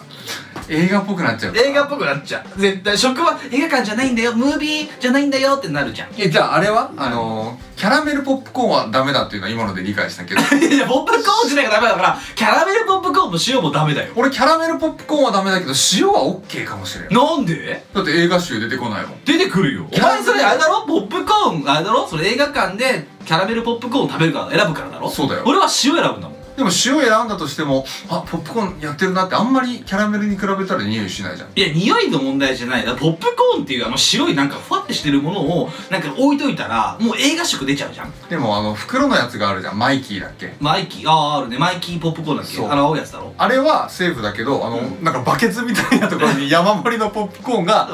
[SPEAKER 1] 映画っぽくなっちゃう
[SPEAKER 3] 映画っぽくなっちゃう絶対職場映画館じゃないんだよムービーじゃないんだよってなるじゃん
[SPEAKER 1] えじゃああれはあのーキャラメルポップコーンはダメだっていうのは今ので理解したけ ど
[SPEAKER 3] いやポップコーン自体がダメだからキャラメルポップコーンも塩もダメだよ
[SPEAKER 1] 俺キャラメルポップコーンはダメだけど塩はオッケーかもしれない
[SPEAKER 3] なんで
[SPEAKER 1] だって映画集出てこないもん
[SPEAKER 3] 出てくるよお前それあれだろポップコーンあれだろそれ映画館でキャラメルポップコーン食べるから選ぶからだろ
[SPEAKER 1] そうだよ
[SPEAKER 3] 俺は塩選ぶんだもん
[SPEAKER 1] でも塩選んだとしてもあポップコーンやってるなってあんまりキャラメルに比べたら匂いしないじゃん
[SPEAKER 3] いや匂いの問題じゃないだからポップコーンっていうあの白いなんかふわってしてるものをなんか置いといたらもう映画色出ちゃうじゃん
[SPEAKER 1] でもあの袋のやつがあるじゃんマイキーだっけ
[SPEAKER 3] マイキーあああるねマイキーポップコーンだっけ
[SPEAKER 1] そう
[SPEAKER 3] あの青いやつだろ
[SPEAKER 1] あれはセーフだけどあの、なんかバケツみたいなところに山盛りのポップコーンが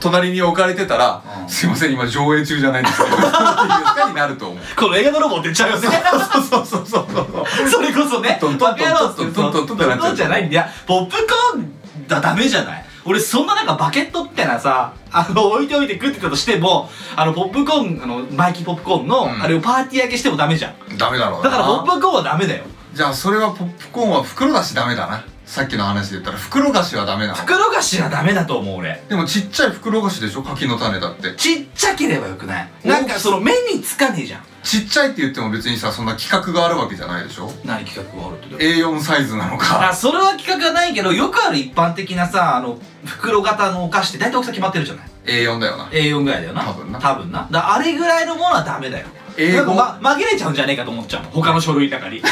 [SPEAKER 1] 隣に置かれてたら「
[SPEAKER 3] うん
[SPEAKER 1] すいません今上映中じゃないんですけど」っていうかになると思う
[SPEAKER 3] この映画泥棒出ちゃうよね
[SPEAKER 1] そうそうそうそうそう
[SPEAKER 3] それこそね
[SPEAKER 1] トントン
[SPEAKER 3] バカ野郎
[SPEAKER 1] トントントントントントン
[SPEAKER 3] トントンじゃないんだよポップコーンだダメじゃない俺そんななんかバケットみたいなさあの置いておいて食ってたとしてもあのポップコーンあのマイキーポップコーンの、
[SPEAKER 1] うん
[SPEAKER 3] あれをパーティー焼けしてもダメじゃん
[SPEAKER 1] ダメだろうな
[SPEAKER 3] だからポップコーンはダメだよ
[SPEAKER 1] じゃあそれはポップコーンは袋菓子ダメだなさっきの話で言ったら袋菓子はダメなの
[SPEAKER 3] 袋菓子はダメだと思う俺
[SPEAKER 1] でもちっちゃい袋菓子でしょ柿の種だって
[SPEAKER 3] ちっちゃければよくないなんかその目につかねえじゃん
[SPEAKER 1] ちっちゃいって言っても別にさそんな規格があるわけじゃないでしょ
[SPEAKER 3] 何企画があるってどういう
[SPEAKER 1] A4 サイズなの
[SPEAKER 3] ことあ
[SPEAKER 1] か
[SPEAKER 3] それは企画がないけどよくある一般的なさあの袋型のお菓子って大体大きさ決まってるじゃない
[SPEAKER 1] A4 だよな
[SPEAKER 3] A4 ぐらいだよな
[SPEAKER 1] 多分な
[SPEAKER 3] 多分なだあれぐらいのものはダメだよ
[SPEAKER 1] 英語
[SPEAKER 3] なんか、ま、紛れちゃうんじゃねえかと思っちゃうの他の書類の中に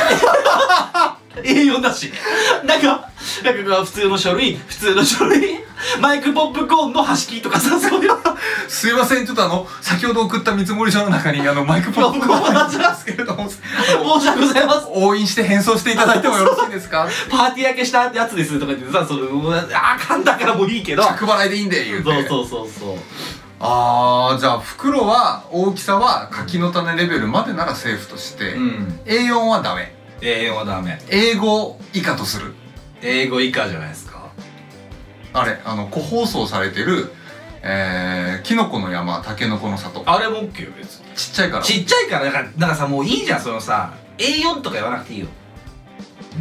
[SPEAKER 3] A4 だしなんかなんか普通の書類普通の書類マイクポップコーンの端切りとかさそう いう
[SPEAKER 1] すいませんちょっとあの先ほど送った見積書の中にあのマイクポップコーン入ってますけれ ども
[SPEAKER 3] 申し訳ございません
[SPEAKER 1] 押印して返送していただいてもよろしいです か
[SPEAKER 3] パーティー明けしたやつですとか言ってさ、その、うわあかんだからもういいけど。
[SPEAKER 1] 着払いでいいんで言うて
[SPEAKER 3] そうそうそうそう。
[SPEAKER 1] あーじゃあ袋は大きさは柿の種レベルまでならセーフとして、
[SPEAKER 3] ん。
[SPEAKER 1] A4 はダメ
[SPEAKER 3] 英語はダメ。
[SPEAKER 1] 英語以下とする
[SPEAKER 3] 英語以下じゃないですか。
[SPEAKER 1] あれあの個包装されてるえー、キノコの山タケノコの里
[SPEAKER 3] あれも OK よ、別に。
[SPEAKER 1] ちっちゃいから
[SPEAKER 3] ちっちゃいから、だから、なんかさ、もういいじゃん、そのさ、A4 とか言わなくていいよ。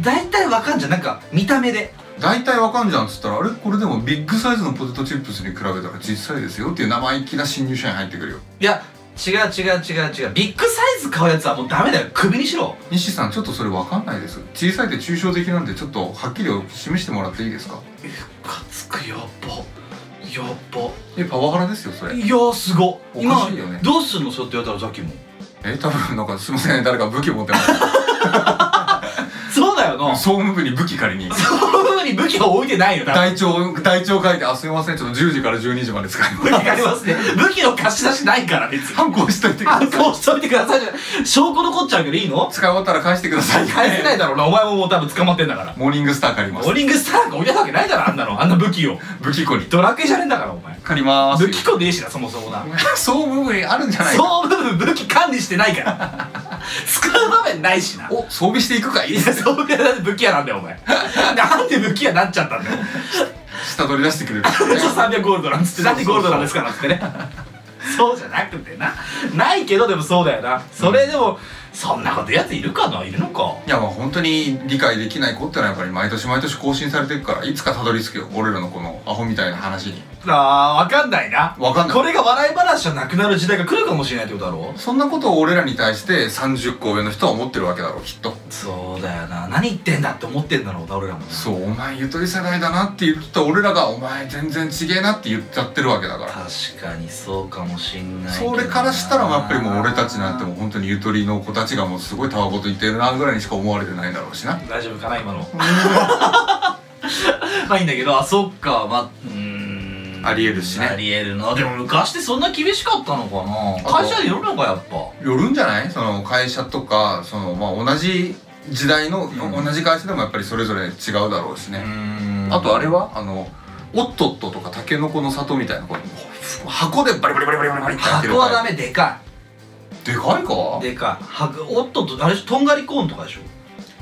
[SPEAKER 3] 大体わかんじゃん、なんか、見た目で。
[SPEAKER 1] 大体わかんじゃんっつったらあれこれでもビッグサイズのポテトチップスに比べたら小さいですよっていう生意気な新入社員入ってくるよ
[SPEAKER 3] いや、違う違う違う違う。ビッグサイズ買うやつはもうダメだよ。首にしろ。
[SPEAKER 1] 西さんちょっとそれわかんないです小さいって抽象的なんでちょっとはっきり示してもらっていいですか
[SPEAKER 3] かつく、やっば。やっば。
[SPEAKER 1] えパワハラですよそれ
[SPEAKER 3] いやー、すごっ。
[SPEAKER 1] おかしいよね
[SPEAKER 3] 今どうすんのそうって言われたら、さっきも。
[SPEAKER 1] え多分なんかすいません誰か武器持ってます
[SPEAKER 3] そうだよな。
[SPEAKER 1] 総務部に武器借りに行く
[SPEAKER 3] そういうふうに武器を置いてないよ多分
[SPEAKER 1] 台帳台帳書いて「あすいませんちょっと10時から12時まで使いま
[SPEAKER 3] 武器ありますね武器の貸し出しないから別
[SPEAKER 1] す」
[SPEAKER 3] に
[SPEAKER 1] 反抗しといてくださ
[SPEAKER 3] 反
[SPEAKER 1] い
[SPEAKER 3] 抗しといてくださいじゃない証拠残っちゃうけどいいの
[SPEAKER 1] 使い終わったら返してください
[SPEAKER 3] 返せないだろうなお前ももう多分捕まってんだから
[SPEAKER 1] モーニングスター借ります
[SPEAKER 3] モーニングスターなんか置いてあるわけないだろあんなのあんな武器を
[SPEAKER 1] 武器庫に
[SPEAKER 3] ドラクエじゃねえんだからお前
[SPEAKER 1] 借りまーす
[SPEAKER 3] 武器庫ねえしなそもそもな
[SPEAKER 1] 総務部にあるんじゃないか
[SPEAKER 3] 総務部武器管理してないから使う場面ないしな
[SPEAKER 1] お装備していくかい
[SPEAKER 3] いや総務部屋なんて武器屋なんだよお前なんで武器屋になっちゃったんだよ
[SPEAKER 1] 下取り出してくれる
[SPEAKER 3] ちょっと300ゴールドなんつってなんでゴールドなんですかなんつってね そうじゃなくてなないけどでもそうだよなそれでも、そんなことやついるかないるのか
[SPEAKER 1] いやまあ本当に理解できない子ってのはやっぱり毎年毎年更新されていくからいつかたどり着くよ俺らのこのアホみたいな話に
[SPEAKER 3] あーわかんないな
[SPEAKER 1] わかんない
[SPEAKER 3] これが笑い話じゃなくなる時代が来るかもしれないってことだろ
[SPEAKER 1] そんなことを俺らに対して30個上の人は思ってるわけだろうきっと
[SPEAKER 3] そうだよな何言ってんだって思ってんだろうな俺らも
[SPEAKER 1] そうお前ゆとり世代だなって言った俺らがお前全然ちげえなって言っちゃってるわけだから
[SPEAKER 3] 確かにそうかもしんないけど
[SPEAKER 1] そ
[SPEAKER 3] な
[SPEAKER 1] れからしたらやっぱりもう俺たちなんてもう本当にゆとりの子たちがもうすごいたわごと言ってるなぐらいにしか思われてないだろうしな
[SPEAKER 3] 大丈夫かな今の まあいいんだけどあそっかまあうーん
[SPEAKER 1] ありえるしね
[SPEAKER 3] ありえるなでも昔ってそんな厳しかったのか
[SPEAKER 1] と
[SPEAKER 3] な会社で寄るのかやっぱ
[SPEAKER 1] よるんじゃないその会社とかそのまあ同じ時代の、同じ会社でもやっぱりそれぞれ違うだろうしね、
[SPEAKER 3] ん
[SPEAKER 1] あとあれはあのおっとっととかたけのこの里みたいなこれ箱でバリバリバリバリバリバリって開ける
[SPEAKER 3] 箱はダメでか
[SPEAKER 1] でかい
[SPEAKER 3] い
[SPEAKER 1] か
[SPEAKER 3] でかい箱おっとっとあれでしょとんがりコーンとかでしょ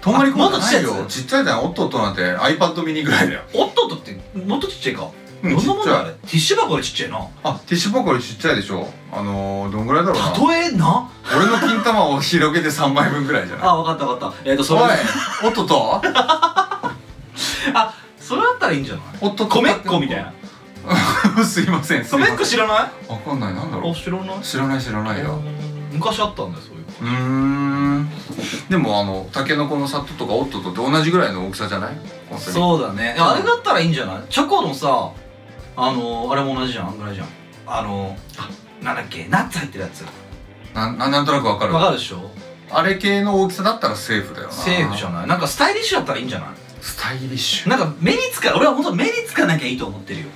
[SPEAKER 1] とんがりこんじゃない
[SPEAKER 3] もっとちっちゃい
[SPEAKER 1] よ
[SPEAKER 3] やつ
[SPEAKER 1] ちっちゃいじゃんおっとっとなんて iPad ミニぐらいだよ
[SPEAKER 3] おっとっとってもっとちっちゃいか
[SPEAKER 1] うん
[SPEAKER 3] どんなも
[SPEAKER 1] ちっ
[SPEAKER 3] ん
[SPEAKER 1] ちゃ
[SPEAKER 3] だ
[SPEAKER 1] い
[SPEAKER 3] あれティッシュ箱よりちっちゃいな
[SPEAKER 1] あティッシュ箱よりちっちゃいでしょあのー、どんぐらいだろうな
[SPEAKER 3] 例えな
[SPEAKER 1] 俺の金玉を広げて3枚分ぐらいじゃない
[SPEAKER 3] あ分かった分かったえっとそ
[SPEAKER 1] おい
[SPEAKER 3] れ
[SPEAKER 1] おっとっと
[SPEAKER 3] あそれだったらいいんじゃない
[SPEAKER 1] おっとっと
[SPEAKER 3] 米っ子みたいな
[SPEAKER 1] なすいませんすいま
[SPEAKER 3] 米
[SPEAKER 1] せ
[SPEAKER 3] っ
[SPEAKER 1] ん
[SPEAKER 3] 子知らない
[SPEAKER 1] わかんないなんだろ
[SPEAKER 3] あ知らないう
[SPEAKER 1] 知らない知らないよ
[SPEAKER 3] ーん昔あったんだよそういう
[SPEAKER 1] うーんでもあのたけのこの里とかおっとっとと同じぐらいの大きさじゃない本当に
[SPEAKER 3] そうだね
[SPEAKER 1] うん
[SPEAKER 3] あれだったらいいんじゃないチョコのさあのあれも同じじゃんあんぐらいじゃんあのあなんだっけナッツ入ってるやつ
[SPEAKER 1] なななんとなくわかる
[SPEAKER 3] わかるでしょ
[SPEAKER 1] あれ系の大きさだったらセーフだよな
[SPEAKER 3] セーフじゃないなんかスタイリッシュだったらいいんじゃな
[SPEAKER 1] スタイリッシ
[SPEAKER 3] いなんか目につか俺は本当目につかなきゃいいと思ってるよ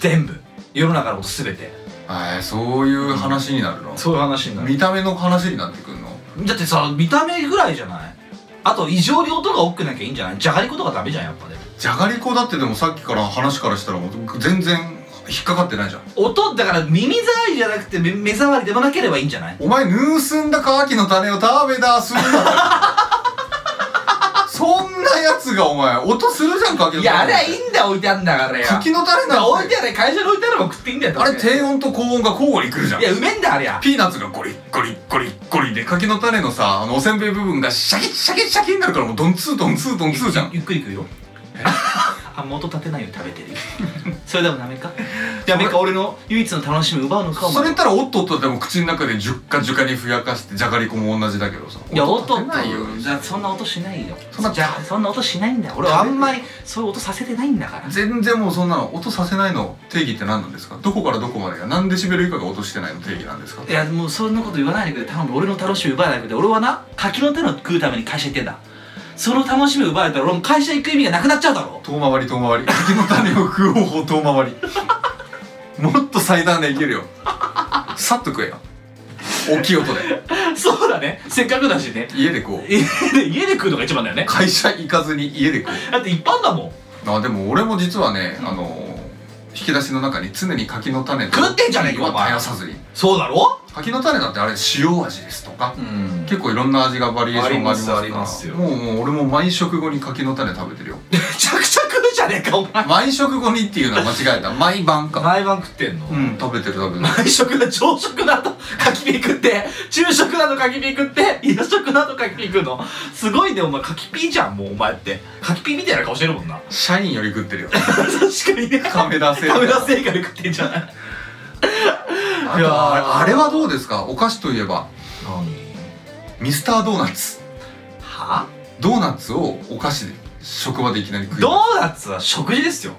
[SPEAKER 3] 全部世の中のこと全て
[SPEAKER 1] ュえー、そういう話になるの、
[SPEAKER 3] そういう話になる
[SPEAKER 1] 見た目の話になってくるの
[SPEAKER 3] だってさ見た目ぐらいじゃないあと異常に音が多くなきゃいいんじゃないじゃがりことかダメじゃんやっぱね
[SPEAKER 1] じゃがりこだってでもさっきから話からしたらもう全然引っかかってないじゃん
[SPEAKER 3] 音だから耳障りじゃなくて目目障りでもなければいいんじゃない
[SPEAKER 1] お前盗んだカキの種を食べだするなそんなやつがお前音するじゃんカキの種
[SPEAKER 3] いやあれはいいんだよ置いてあんだからよ
[SPEAKER 1] 柿の種なんて
[SPEAKER 3] 置いてある会社に置いてあるもん食っていいんだよ
[SPEAKER 1] あれ低温と高温が交互に来るじゃん
[SPEAKER 3] いやうめえんだよあれや
[SPEAKER 1] ピーナッツがゴリッゴリッゴリッゴリで柿の種のさあのおせんべい部分がシャキッシャキッシャキになるからもうドンツードンツードンツーじゃん
[SPEAKER 3] ゆっくり食うよ あ元立てないよ食べてる よそれでもダメかダメか俺の唯一の楽しみ奪うのかお
[SPEAKER 1] それ
[SPEAKER 3] 前
[SPEAKER 1] 言ったらおっとっとでも口の中でジュッカジュカにふやかしてじゃがりこも同じだけどさ
[SPEAKER 3] いや音
[SPEAKER 1] 立
[SPEAKER 3] って
[SPEAKER 1] てないよ
[SPEAKER 3] じゃあそんな音しないよ
[SPEAKER 1] そんな
[SPEAKER 3] じゃあそんな音しないんだよ俺はあんまりそういう音させてないんだから
[SPEAKER 1] 全然もうそんなの音させないの定義って何なんですかどこからどこまでが何デシベル以下が音してないの定義なんですか
[SPEAKER 3] いやもうそんなこと言わないでくれ頼む俺の楽しみ奪わないでくれ俺はな柿の手の食うために会社行ってんだその楽しみ奪われたら俺も会社行く意味がなくなっちゃうだろ
[SPEAKER 1] 遠回り遠回り柿の種を食う方法遠回り もっと最短でいけるよさっと食えよ大きい音で
[SPEAKER 3] そうだねせっかくだしね
[SPEAKER 1] 家でこう
[SPEAKER 3] 家で家で食うのが一番だよね
[SPEAKER 1] 会社行かずに家でこう
[SPEAKER 3] だって一般だもん
[SPEAKER 1] あでも俺も実はね、あの引き出しの中に常に柿の種と
[SPEAKER 3] 食ってんじゃねえか
[SPEAKER 1] は
[SPEAKER 3] お前
[SPEAKER 1] 絶やさずに
[SPEAKER 3] そうだろ
[SPEAKER 1] 柿の種だってあれ塩味ですとか、
[SPEAKER 3] うん
[SPEAKER 1] 結構いろんな味がバリエーションがありますから
[SPEAKER 3] ありますありますよ
[SPEAKER 1] もうもう俺も毎食後に柿の種食べてるよ
[SPEAKER 3] めちゃくちゃ食うじゃねえかお前
[SPEAKER 1] 毎食後にっていうのは間違えた毎晩か
[SPEAKER 3] 毎晩食ってんの
[SPEAKER 1] うん食べてる食べてる
[SPEAKER 3] 毎食だ朝食だとかきピー食って昼食だとかきピー食って夜食だとかきピー食うのすごいねお前かきピーじゃんもうお前ってかきピーみたいな顔してるもんな
[SPEAKER 1] 社員より食ってるよ
[SPEAKER 3] 確かにね
[SPEAKER 1] 亀田製
[SPEAKER 3] カメラ製菓で食ってんじゃない
[SPEAKER 1] あと
[SPEAKER 3] いやー
[SPEAKER 1] はあれあれはどうですかお菓子といえば
[SPEAKER 3] 何
[SPEAKER 1] ミスタードーナツ
[SPEAKER 3] は
[SPEAKER 1] ドーナツをお菓子で職場でいきなり食い
[SPEAKER 3] ドーナツは食事ですよ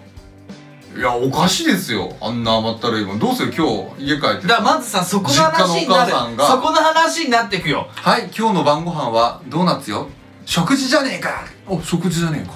[SPEAKER 1] いやおかしいですよあんな甘ったるいもんどうする今日家帰って
[SPEAKER 3] だからまずさそこの話に
[SPEAKER 1] 実家のお母
[SPEAKER 3] なる
[SPEAKER 1] さんが
[SPEAKER 3] そこの話になってくよ
[SPEAKER 1] はい今日の晩ご飯はドーナツよ食事じゃねえかお食事じゃねえか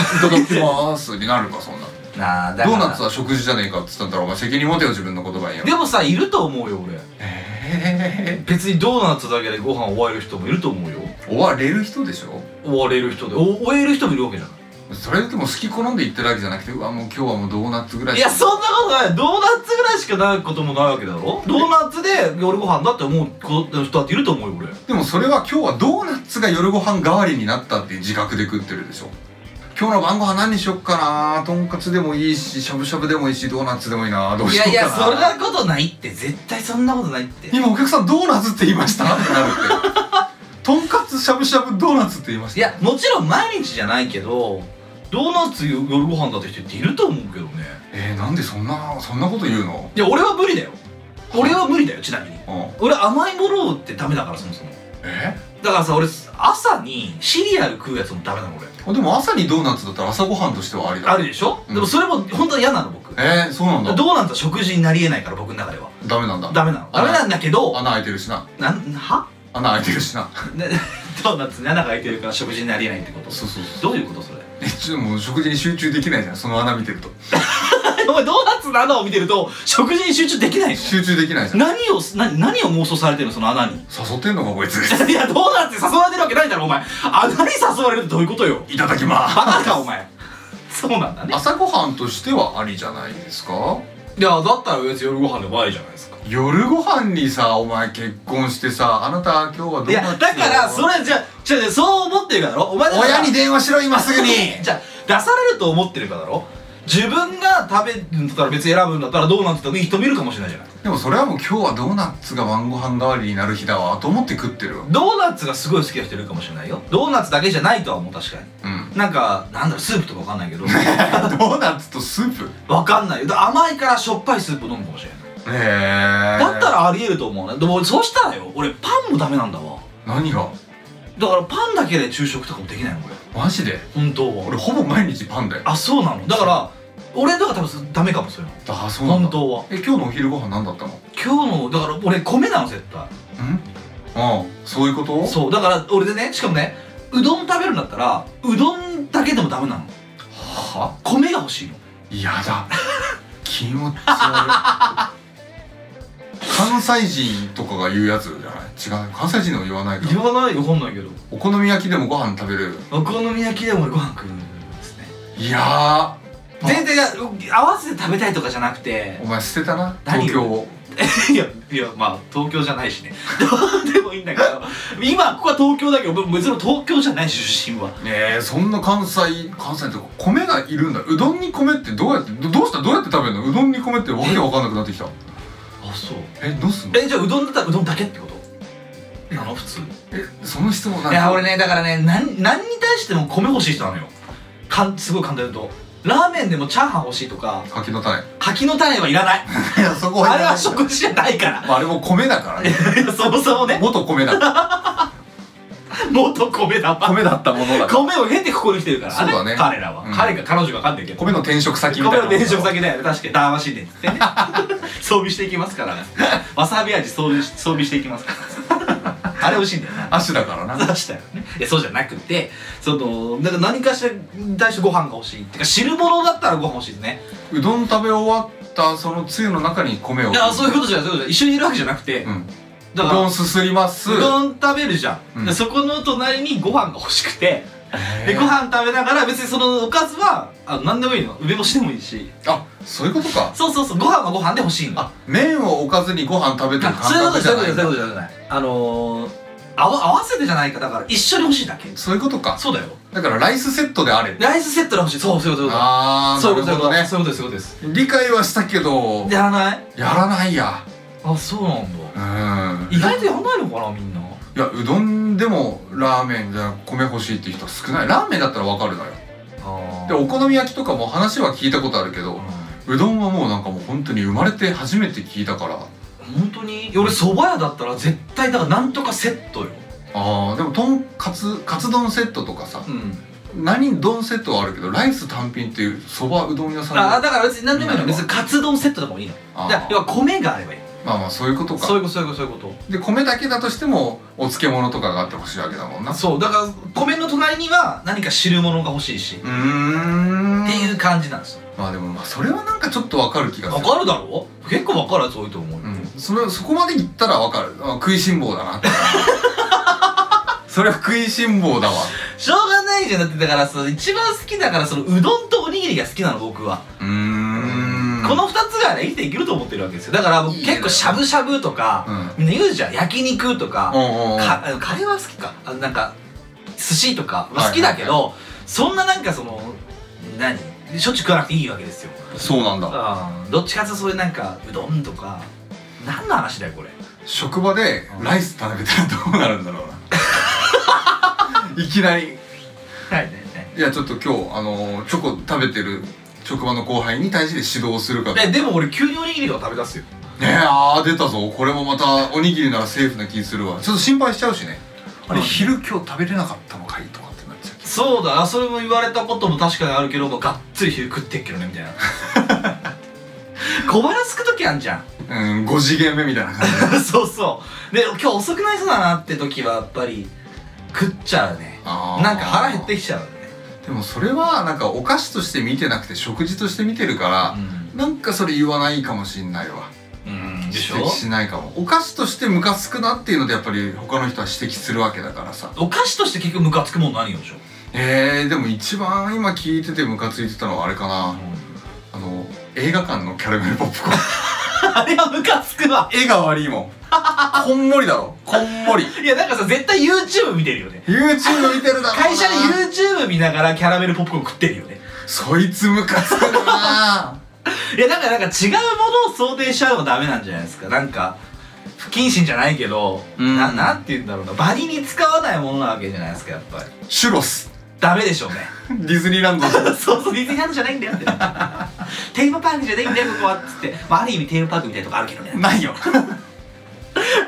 [SPEAKER 1] いただきますになるかそんな
[SPEAKER 3] なあだ
[SPEAKER 1] ド
[SPEAKER 3] から
[SPEAKER 1] ーナツは食事じゃねえかっつったんだらお前責任持てよ自分の言葉によ
[SPEAKER 3] でもさいると思うよ俺
[SPEAKER 1] え
[SPEAKER 3] 別にドーナツだけでご飯終わる人もいると思うよ
[SPEAKER 1] ー追われる人でしょ
[SPEAKER 3] 終われる人でお終える人もいるわけじゃん
[SPEAKER 1] それでも好き好んで言ってるわけじゃなくてうわもう今日はもうドーナツぐらい
[SPEAKER 3] いやそんなことないドーナツぐらいしかないこともないわけだろドーナツで夜ご飯だって思うこと人だっていると思うよ俺
[SPEAKER 1] でもそれは今日はドーナツが夜ご飯代わりになったっていう自覚で食ってるでしょ今日の晩ご飯何にしよっかなとんかつでもいいししゃぶしゃぶでもいいしドーナツでもいいなどうしようかない
[SPEAKER 3] ことないって絶対そんなことないって
[SPEAKER 1] 今お客さんドーナツって言いましたってなるってとんかつしゃぶしゃぶドーナツって言いました
[SPEAKER 3] いやもちろん毎日じゃないけどドーナツ夜ご飯だって人っていると思うけどね
[SPEAKER 1] えー、なんでそんなそんなこと言うの
[SPEAKER 3] いや俺は無理だよ俺は無理だよちなみに
[SPEAKER 1] うん
[SPEAKER 3] 俺甘いものってダメだからそもそも
[SPEAKER 1] え
[SPEAKER 3] だからさ俺朝にシリアル食うやつもダメなの俺
[SPEAKER 1] あでも朝にドーナツだったら朝ごはんとしてはありだ
[SPEAKER 3] あるでしょ、
[SPEAKER 1] うん
[SPEAKER 3] でもそれも本当は嫌なの僕
[SPEAKER 1] えー、そうなんだ
[SPEAKER 3] ドーナツは食事になりえないから僕の中では
[SPEAKER 1] ダメなんだ
[SPEAKER 3] ダメなのダメなんだけど
[SPEAKER 1] 穴開いてるしな
[SPEAKER 3] なんは
[SPEAKER 1] 穴開いてるしな
[SPEAKER 3] ね ドーナツに穴が開いてるから食事になりえないってこと
[SPEAKER 1] そうそうそう
[SPEAKER 3] どういうことそれ
[SPEAKER 1] えちょっともう食事に集中できないじゃんその穴見てると
[SPEAKER 3] お前ドーナツの穴を見てると食事に集中できないの
[SPEAKER 1] 集中できないじゃん
[SPEAKER 3] 何をな何を妄想されてるのその穴に
[SPEAKER 1] 誘ってんのかこいつ
[SPEAKER 3] いやドーナツに誘われてるわけないだろお前穴に誘われるってどういうことよ
[SPEAKER 1] いただきま
[SPEAKER 3] バ カかお前そうなんだね
[SPEAKER 1] 朝ごはんとしてはありじゃないですか
[SPEAKER 3] いやだったら別に夜ご飯でもありじゃないですか
[SPEAKER 1] 夜ご飯にさお前結婚してさあなた今日はど
[SPEAKER 3] いう
[SPEAKER 1] な
[SPEAKER 3] やだからそれじゃじゃそう思ってるからだろお前だから
[SPEAKER 1] 親に電話しろ今すぐに
[SPEAKER 3] じゃあ出されると思ってるからだろ自分が食べるんだったら別に選ぶんだったらどうなんて言ったらいい人見るかもしれないじゃない
[SPEAKER 1] でもそれはもう今日はドーナツが晩ご飯代わりになる日だわと思って食ってるわ
[SPEAKER 3] ドーナツがすごい好きな人いるかもしれないよドーナツだけじゃないとは思う確かに
[SPEAKER 1] うん
[SPEAKER 3] なんかなんだろうスープとかわかんないけど
[SPEAKER 1] ドーナツとスープ
[SPEAKER 3] わかんないよだから甘いからしょっぱいスープ飲むかもしれない
[SPEAKER 1] へえ
[SPEAKER 3] だったらありえると思うねでもそうしたらよ俺パンもダメなんだわ
[SPEAKER 1] 何が
[SPEAKER 3] だからパンだけで昼食とかもできないの俺
[SPEAKER 1] マジで
[SPEAKER 3] 本当は
[SPEAKER 1] 俺ほぼ毎日パンだよ
[SPEAKER 3] あそうなのだから俺とか多分ダメかもそれ
[SPEAKER 1] あそうなん
[SPEAKER 3] 本
[SPEAKER 1] だ
[SPEAKER 3] 当は
[SPEAKER 1] え今日のお昼ご飯何だったのん
[SPEAKER 3] 今日のだから俺米なの絶対
[SPEAKER 1] ああそういうこと
[SPEAKER 3] そうだから俺でねしかもねうどん食べるんだったらうどんだけでもダメなの
[SPEAKER 1] は
[SPEAKER 3] 米が欲しいの
[SPEAKER 1] やだ 気持ち悪い関西人とかが言うやつじゃない違う関西人のは言わないから
[SPEAKER 3] 言わないよ分かんないけど
[SPEAKER 1] お好み焼きでもご飯食べれる
[SPEAKER 3] お好み焼きでも俺ご飯食うんですね
[SPEAKER 1] いやあ
[SPEAKER 3] 全然合わせて食べたいとかじゃなくて
[SPEAKER 1] ー お前捨てたな
[SPEAKER 3] 何
[SPEAKER 1] 東京を
[SPEAKER 3] いやいやまあ東京じゃないしね どうでもいいんだけど今ここは東京だけど別に東京じゃないし出身は
[SPEAKER 1] えー、そんな関西関西とか米がいるんだうどんに米ってどうやってどどうしたどうやって食べるのうどんに米ってわけわかんなくなってきた
[SPEAKER 3] あそう
[SPEAKER 1] えどうすんの
[SPEAKER 3] えじゃあうどんだったらうどんだけってことなの普通
[SPEAKER 1] えその質問何
[SPEAKER 3] いや俺ねだからねなん何に対しても米欲しい人なのよかんすごい簡単に言うとラーメンでもチャーハン欲しいとか
[SPEAKER 1] 柿の種
[SPEAKER 3] 柿の種はいら ない
[SPEAKER 1] いやそこ
[SPEAKER 3] あれは
[SPEAKER 1] ま
[SPEAKER 3] 食事じゃないから
[SPEAKER 1] ああれも米だからね
[SPEAKER 3] いやそもそもね
[SPEAKER 1] 元米だか ら
[SPEAKER 3] 元米だわ
[SPEAKER 6] 米だったものだから
[SPEAKER 3] 米を経てここに来てるからね
[SPEAKER 1] そうだね
[SPEAKER 3] 彼らは、
[SPEAKER 1] うん
[SPEAKER 3] 彼が彼女が分かんないけど
[SPEAKER 1] 米の転職先みた
[SPEAKER 3] 米
[SPEAKER 1] いな
[SPEAKER 3] の伝承先だよね確かに談話しねっつってね 装備していきますからねわさび味装備し装備していきますから あれ美味しいんだよな
[SPEAKER 1] 足だからな
[SPEAKER 3] 出したよねいやそうじゃなくてそのなんか何かしらに対してご飯が欲しいってか汁物だったらご飯欲しいですね
[SPEAKER 1] うどん食べ終わったそのつゆの中に米を
[SPEAKER 3] いやそういうことじゃないそういうことじゃない一緒にいるわけじゃなくて、
[SPEAKER 1] うん、う
[SPEAKER 3] だか
[SPEAKER 1] ど
[SPEAKER 3] ら
[SPEAKER 1] んすすります
[SPEAKER 3] うどん食べるじゃん、
[SPEAKER 1] うん
[SPEAKER 3] でそこの隣にご飯が欲しくて
[SPEAKER 1] へ
[SPEAKER 3] で
[SPEAKER 1] ー
[SPEAKER 3] ご飯食べながら別にそのおかずはあの何でもいいの梅干しでもいいし
[SPEAKER 1] あそういうことか
[SPEAKER 3] そうそうそうご飯はご飯で欲しいの
[SPEAKER 1] あ麺を置かずにご飯食べてる
[SPEAKER 3] あそういう
[SPEAKER 1] 感
[SPEAKER 3] こと
[SPEAKER 1] 覚
[SPEAKER 3] じ
[SPEAKER 1] じゃ
[SPEAKER 3] ゃ
[SPEAKER 1] ない
[SPEAKER 3] ないそういうことじゃないあのー、合わ合わせてじゃないかだから一緒に欲しいだけ
[SPEAKER 1] そういうことか
[SPEAKER 3] そうだよ
[SPEAKER 1] だからライスセットであれ
[SPEAKER 3] ライスセットで欲しいそうそうそうそう
[SPEAKER 1] ああ
[SPEAKER 3] そう
[SPEAKER 1] な
[SPEAKER 3] いう
[SPEAKER 1] る
[SPEAKER 3] こと
[SPEAKER 1] ほどね
[SPEAKER 3] そういうことですそういうことです
[SPEAKER 1] 理解はしたけど
[SPEAKER 3] やらない
[SPEAKER 1] やらないや
[SPEAKER 3] あそうなんだ
[SPEAKER 1] うん
[SPEAKER 3] 意外とやんないのかなみんない
[SPEAKER 1] やうどんでもラーメンじゃ米欲しいって人少ないラーメンだったらわかるのよ
[SPEAKER 3] あ
[SPEAKER 1] でお好み焼きとかも話は聞いたことあるけどうどんはもうなんかもう本当に生まれて初めて聞いたから
[SPEAKER 3] 本当に俺蕎麦屋だったら絶対だからなんとかセットよ
[SPEAKER 1] ああでもとんかつカツ丼セットとかさ
[SPEAKER 3] うん
[SPEAKER 1] 何丼セットはあるけどライス単品っていうそばうどん屋さん
[SPEAKER 3] あ
[SPEAKER 1] で
[SPEAKER 3] だから別に何でもいいの
[SPEAKER 1] みんな
[SPEAKER 3] 別にカツ丼セットとかもいいの
[SPEAKER 1] あ
[SPEAKER 3] だから要は米があればいい
[SPEAKER 1] ーまあまあそういうことか
[SPEAKER 3] そういうことそういうことそういうこ
[SPEAKER 1] で米だけだとしてもお漬物とかがあってほしいわけだもんな
[SPEAKER 3] とそうだから米の隣には何か汁物が欲しいし、
[SPEAKER 1] うーん
[SPEAKER 3] っていう感じなんですよ
[SPEAKER 1] まあでもまあそれはなんかちょっとわかる気がす
[SPEAKER 3] わ
[SPEAKER 1] る
[SPEAKER 3] かるだろう結構わかるやつ多いと思うよ、
[SPEAKER 1] うん、それそこまで言ったらわかるあ食いしん坊だなってそれは食いしん坊だわ
[SPEAKER 3] しょうがないじゃんだってだからその一番好きだからそのうどんとおにぎりが好きなの僕は、
[SPEAKER 1] うーん
[SPEAKER 3] この2つがね生きていけると思ってるわけですよだから僕
[SPEAKER 1] いいね
[SPEAKER 3] 結構しゃぶしゃぶとか、
[SPEAKER 1] うん
[SPEAKER 3] みんな言うじゃん焼肉とか、
[SPEAKER 1] うんうんうん
[SPEAKER 3] かあのカレーは好きかあのなんか寿司とか
[SPEAKER 1] はいはいはい
[SPEAKER 3] 好きだけど、そんななんかその何しょっちゅう食わなくていいわけですよ
[SPEAKER 6] そうなんだ
[SPEAKER 3] どっちかっていうとそういうなんかうどんとか何の話だよこれ
[SPEAKER 1] 職場でライス食べたらどうなるんだろうないきなり
[SPEAKER 3] はいねね
[SPEAKER 1] いやちょっと今日あのーチョコ食べてる職場の後輩に対して指導するかと
[SPEAKER 3] えでも俺急におにぎりを食べ出すよ
[SPEAKER 1] ねえあー出たぞこれもまたおにぎりならセーフな気するわちょっと心配しちゃうしね
[SPEAKER 6] あれ昼今日食べれなかったのかいとかってなっちゃう
[SPEAKER 3] そうだあそれも言われたことも確かにあるけどもうがっつり昼食ってっけどねみたいな 小腹すく時あんじゃん
[SPEAKER 1] うん5次元目みたいな 感じ
[SPEAKER 3] そうそうで今日遅くなりそうだなって時はやっぱり食っちゃうね
[SPEAKER 1] あー
[SPEAKER 3] なんか腹減ってきちゃうね、
[SPEAKER 1] でもそれはなんかお菓子として見てなくて食事として見てるから、なんかそれ言わないかもしんないわ
[SPEAKER 3] うんでしょ
[SPEAKER 1] 指摘しないかもお菓子としてムカつくなっていうのでやっぱり他の人は指摘するわけだからさ
[SPEAKER 3] お菓子として結局ムカつくもん何よでしょ
[SPEAKER 1] えー、でも一番今聞いててムカついてたのはあれかな、あの映画館のキャラメルポップコーン
[SPEAKER 3] あれはムカつくわ
[SPEAKER 6] 絵が悪いもんこんもりだろこんもり
[SPEAKER 3] いやなんかさ絶対 YouTube 見てるよね
[SPEAKER 1] YouTube 見てるだろうな
[SPEAKER 3] 会社で YouTube 見ながらキャラメルポップコーン食ってるよね
[SPEAKER 1] そいつムカつくな
[SPEAKER 3] いやなんかなんか違うものを想定しちゃうのがダメなんじゃないですかなんか不謹慎じゃないけど、
[SPEAKER 6] うん
[SPEAKER 3] ななんて言うんだろうなバリに使わないものなわけじゃないですかやっぱり
[SPEAKER 1] シュロス
[SPEAKER 3] ダメでしょうね
[SPEAKER 1] ディズニーランド
[SPEAKER 3] そうそうディズニーランドじゃないんだよってテーマパークじゃないんだよここはっつって、まあ、ある意味テーマパークみたいなとこあるけどね
[SPEAKER 1] ないよ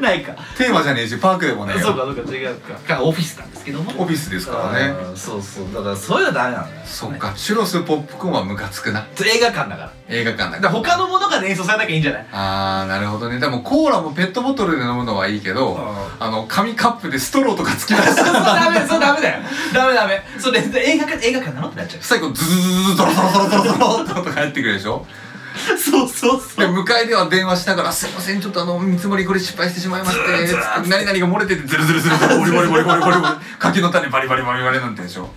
[SPEAKER 3] ないか
[SPEAKER 1] テーマじゃねえしパークでもねえ
[SPEAKER 3] そう
[SPEAKER 1] よ
[SPEAKER 3] かそうか違うかかオフィスなんですけども
[SPEAKER 1] オフィスですからね
[SPEAKER 3] あーそうそうだからそういうのはダメなんだよ
[SPEAKER 1] そっかシュロスポップコーンはムカつくな
[SPEAKER 3] 映画館だから
[SPEAKER 1] 映画館だ
[SPEAKER 3] だ
[SPEAKER 1] か
[SPEAKER 3] から
[SPEAKER 1] ら
[SPEAKER 3] 他のものが連想されなきゃいいんじゃない
[SPEAKER 1] あーなるほどねでもコーラもペットボトルで飲むのはいいけど
[SPEAKER 3] あ
[SPEAKER 1] あの紙カップでストローとかつき出し
[SPEAKER 3] そ
[SPEAKER 1] て
[SPEAKER 3] うダメそれダメだよダメダメそれ映画館映画館なのってなっちゃ
[SPEAKER 1] 最後ズズズズズドロドロドロドロドロって音が入ってくるでしょ
[SPEAKER 3] うそうそうそ
[SPEAKER 1] で向かいでは電話しながら「すいませんちょっとあの見積もりこれ失敗してしまいまして」つって何々が漏れててズルズルズルズルボリボリボリボリボリボリ柿の種バリバリバリバリなんてでしょ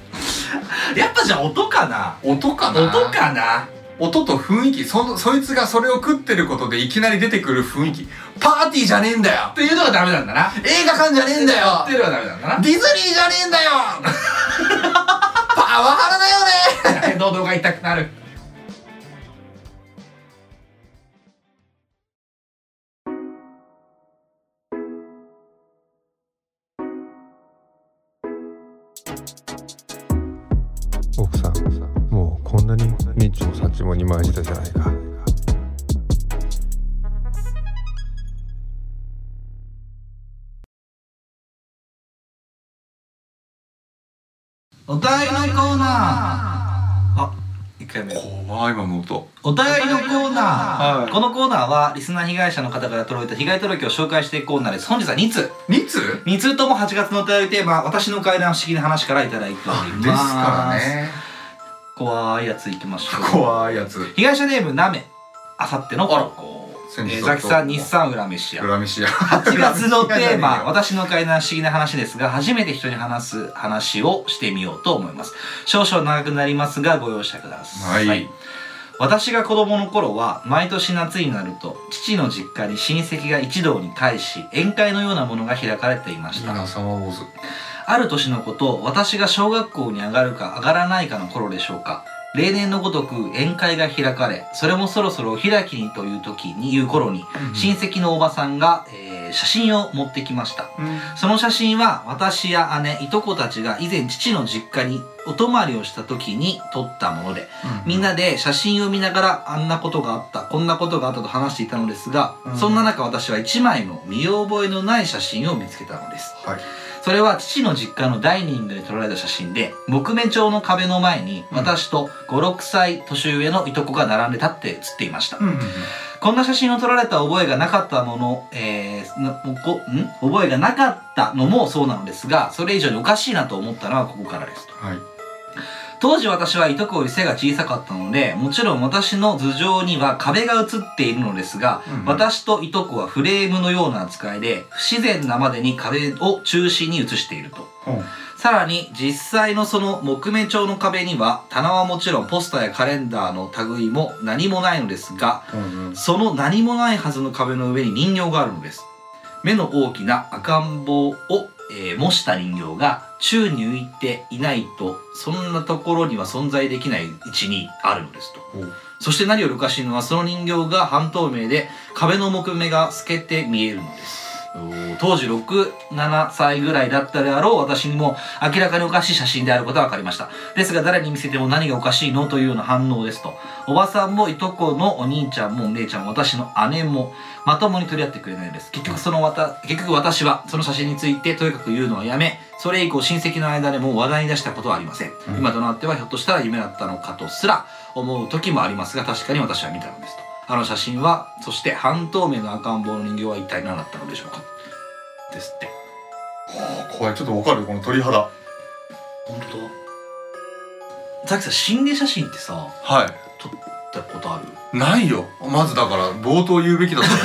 [SPEAKER 3] やっぱじゃあ音かな
[SPEAKER 1] 音かな
[SPEAKER 3] 音かな
[SPEAKER 1] 音と雰囲気そのそいつがそれを食ってることでいきなり出てくる雰囲気パーティーじゃねえんだよ
[SPEAKER 3] っていうのがダメなんだな
[SPEAKER 1] 映画館じゃねえんだよ
[SPEAKER 3] っていうのがダメなんだな
[SPEAKER 1] ディズニーじゃねえんだよパワハラだよね
[SPEAKER 3] 喉が痛くなる
[SPEAKER 7] 奥さんもうこんなにみっちもさっちも二枚舌じゃないか。
[SPEAKER 3] お便りのコーナーあ一回目
[SPEAKER 6] 怖い今の音
[SPEAKER 2] お便りのコーナー、
[SPEAKER 6] はい
[SPEAKER 2] このコーナーはリスナー被害者の方から届いた被害届を紹介していくコーナーです本日は2通
[SPEAKER 1] 2通
[SPEAKER 2] 2通とも8月のお便りテーマ「私の階段不思議な話」からいただいております
[SPEAKER 1] ですからね
[SPEAKER 2] 怖いやついきましょう
[SPEAKER 1] 怖いやつ
[SPEAKER 2] 被害者ネームなめあさっての投稿
[SPEAKER 1] 先日
[SPEAKER 2] えー
[SPEAKER 1] の
[SPEAKER 2] ザキさ
[SPEAKER 1] 投
[SPEAKER 2] ん
[SPEAKER 1] 稿
[SPEAKER 2] 日産裏飯屋
[SPEAKER 1] 裏飯や
[SPEAKER 2] 8月のテーマ「
[SPEAKER 1] は
[SPEAKER 2] 私の階段不思議な話」ですが初めて人に話す話をしてみようと思います少々長くなりますがご容赦ください、
[SPEAKER 1] はい
[SPEAKER 2] 私が子供の頃は毎年夏になると父の実家に親戚が一堂に会し宴会のようなものが開かれていま
[SPEAKER 1] い
[SPEAKER 2] し
[SPEAKER 1] い
[SPEAKER 2] た
[SPEAKER 1] なサマーウォーズ
[SPEAKER 2] ある年のこと私が小学校に上がるか上がらないかの頃でしょうか例年のごとく宴会が開かれそれもそろそろお開きにという時にいう頃に親戚のおばさんが、えー写真を持ってきましたその写真は私や姉いとこたちが以前父の実家にお泊まりをした時に撮ったものでみんなで写真を見ながらあんなことがあったこんなことがあったと話していたのですが、
[SPEAKER 1] うん
[SPEAKER 2] そんな中私は1枚の見覚えのない写真を見つけたのです、
[SPEAKER 1] はい
[SPEAKER 2] それは父の実家のダイニングで撮られた写真で木目調の壁の前に
[SPEAKER 1] うん
[SPEAKER 2] 私と56歳年上のいとこが並んで立って写っていました、
[SPEAKER 1] うんうんうん
[SPEAKER 3] こんな写真を撮られた覚えがなかったもの、えー、なこん覚えがなかったのもそうなのですが、それ以上におかしいなと思ったのはここからですと。
[SPEAKER 1] はい
[SPEAKER 3] 当時私はいとこより背が小さかったので、もちろん私の頭上には壁が映っているのですが、
[SPEAKER 1] うんうん
[SPEAKER 3] 私といとこはフレームのような扱いで、不自然なまでに壁を中心に映していると。
[SPEAKER 1] うん
[SPEAKER 3] さらに実際のその木目調の壁には棚はもちろんポスターやカレンダーの類も何もないのですが
[SPEAKER 1] うんうん
[SPEAKER 3] その何もないはずの壁の上に人形があるのです目の大きな赤ん坊を、えー模した人形が宙に浮いていないとそんなところには存在できない位置にあるのですと
[SPEAKER 1] おう
[SPEAKER 3] そして何よりおかしいのはその人形が半透明で壁の木目が透けて見えるのです当時67歳ぐらいだったであろう私にも明らかにおかしい写真であることは分かりましたですが誰に見せても何がおかしいのというような反応ですとおばさんもいとこのお兄ちゃんもお姉ちゃんも私の姉もまともに取り合ってくれないです結局そのわた結局私はその写真についてとにかく言うのはやめそれ以降親戚の間でも話題に出したことはありません、
[SPEAKER 1] うん
[SPEAKER 3] 今となってはひょっとしたら夢だったのかとすら思う時もありますが確かに私は見たのですとあの写真はそして半透明の赤ん坊の人形は一体何だったのでしょうかですって
[SPEAKER 1] あ怖いちょっとわかるこの鳥肌
[SPEAKER 3] 本当ださっきさ心霊写真ってさ
[SPEAKER 8] は
[SPEAKER 3] 撮ったことある
[SPEAKER 8] いないよ
[SPEAKER 1] まずだから冒頭言うべきだったん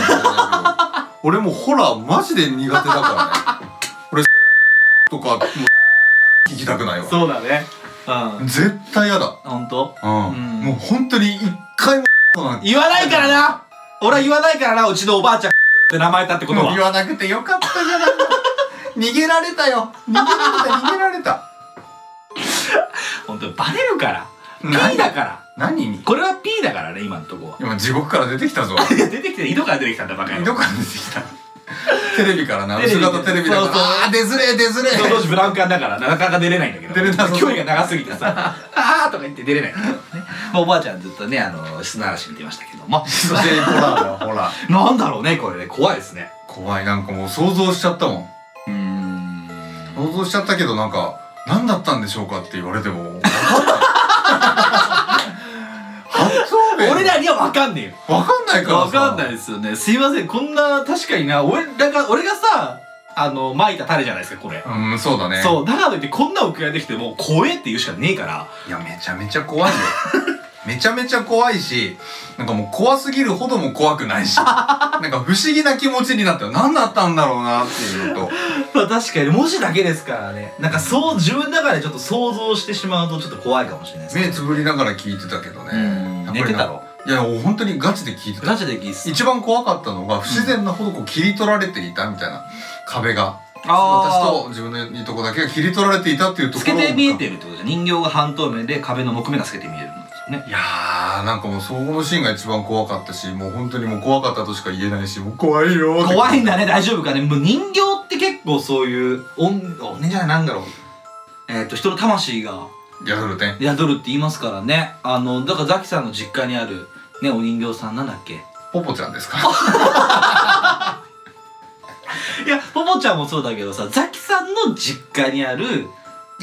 [SPEAKER 1] だけど俺もうホラーマジで苦手だからね 俺とかもう行きたくないわ
[SPEAKER 9] そうだね
[SPEAKER 3] うん
[SPEAKER 1] 絶対嫌だ
[SPEAKER 3] 本当
[SPEAKER 1] うん、
[SPEAKER 3] うん
[SPEAKER 1] もう本当に一回もなんて
[SPEAKER 9] 言わないからな俺は言わないからなうちのおばあちゃんって名前だってことは
[SPEAKER 1] 言わなくてよかったじゃないの 逃げられたよ逃げられた逃げられた
[SPEAKER 3] 本当バレるから P
[SPEAKER 1] 何
[SPEAKER 3] だから
[SPEAKER 1] 何に
[SPEAKER 3] これは P だからね今のとこは
[SPEAKER 1] 今地獄から出てきた ぞ
[SPEAKER 3] いや出てきて井戸から出てきたんだバカ野
[SPEAKER 1] 井
[SPEAKER 3] 郎
[SPEAKER 1] 戸から出てきたテレビからな
[SPEAKER 9] テレ
[SPEAKER 1] 後
[SPEAKER 9] ビ
[SPEAKER 1] ろ型テレビだから
[SPEAKER 9] そうそう
[SPEAKER 1] ああー出ずれ出ずれ
[SPEAKER 9] 当時ブラウン管だからなかなか出れないんだけど
[SPEAKER 1] 出れない
[SPEAKER 9] 距離が長すぎてさ「あー」とか言って出れない
[SPEAKER 3] まあおばあちゃんずっとねあの砂嵐見てましたけども
[SPEAKER 1] そしてホラーだホラー
[SPEAKER 9] なんだろうねこれね怖いですね
[SPEAKER 1] 怖いなんかもう想像しちゃったもん
[SPEAKER 3] うーん
[SPEAKER 1] 想像しちゃったけどなんか何だったんでしょうかって言われて も分かんない発音弁
[SPEAKER 9] 俺らには分かんねえよ
[SPEAKER 1] 分かんないから
[SPEAKER 9] 分
[SPEAKER 1] さ
[SPEAKER 9] かんないですよねすいませんこんな確かにな俺だから俺がさあの撒いた種じゃないですかこれ、
[SPEAKER 1] うんそうだね
[SPEAKER 9] そうだからといってこんな送られてきても怖えって言うしかねえから
[SPEAKER 1] いやめちゃめちゃ怖いよ めちゃめちゃ怖いしなんかもう怖すぎるほども怖く ないしなんか不思議な気持ちになったよ何だったんだろうなっていう と
[SPEAKER 9] まあ確かに文字だけですからねなんかそう自分の中でちょっと想像してしまうとちょっと怖いかもしれないです
[SPEAKER 1] 目つぶりながら聞いてたけど
[SPEAKER 3] う
[SPEAKER 1] ね
[SPEAKER 3] ん
[SPEAKER 1] やっぱりな
[SPEAKER 3] 寝てたろ
[SPEAKER 1] いや本当にガチで聞いてた
[SPEAKER 3] ガチでギス
[SPEAKER 1] 一番怖かったのが不自然なほどこう切り取られていたみたいな壁が私
[SPEAKER 3] あ
[SPEAKER 1] と自分のいいとこだけが切り取られていたっていう
[SPEAKER 3] あ
[SPEAKER 1] と
[SPEAKER 3] 透
[SPEAKER 1] ころ
[SPEAKER 3] け
[SPEAKER 1] を
[SPEAKER 3] て見えてるってことじゃん人形が半透明で壁の木目が透けて見えるんですよね
[SPEAKER 1] いやーなんかもうそこのシーンが一番怖かったしもう本当にもう怖かったとしか言えないしもう怖いよーって
[SPEAKER 3] 怖いんだね大丈夫かねもう人形って結構
[SPEAKER 9] もうそういう音音じゃないなんだろう
[SPEAKER 3] えっと人の魂が
[SPEAKER 1] 宿る点
[SPEAKER 3] 宿るって言いますからねあのだからザキさんの実家にあるねお人形さんなんだっけ
[SPEAKER 1] ポポちゃんですか
[SPEAKER 3] いやポポちゃんもそうだけどさザキさんの実家にある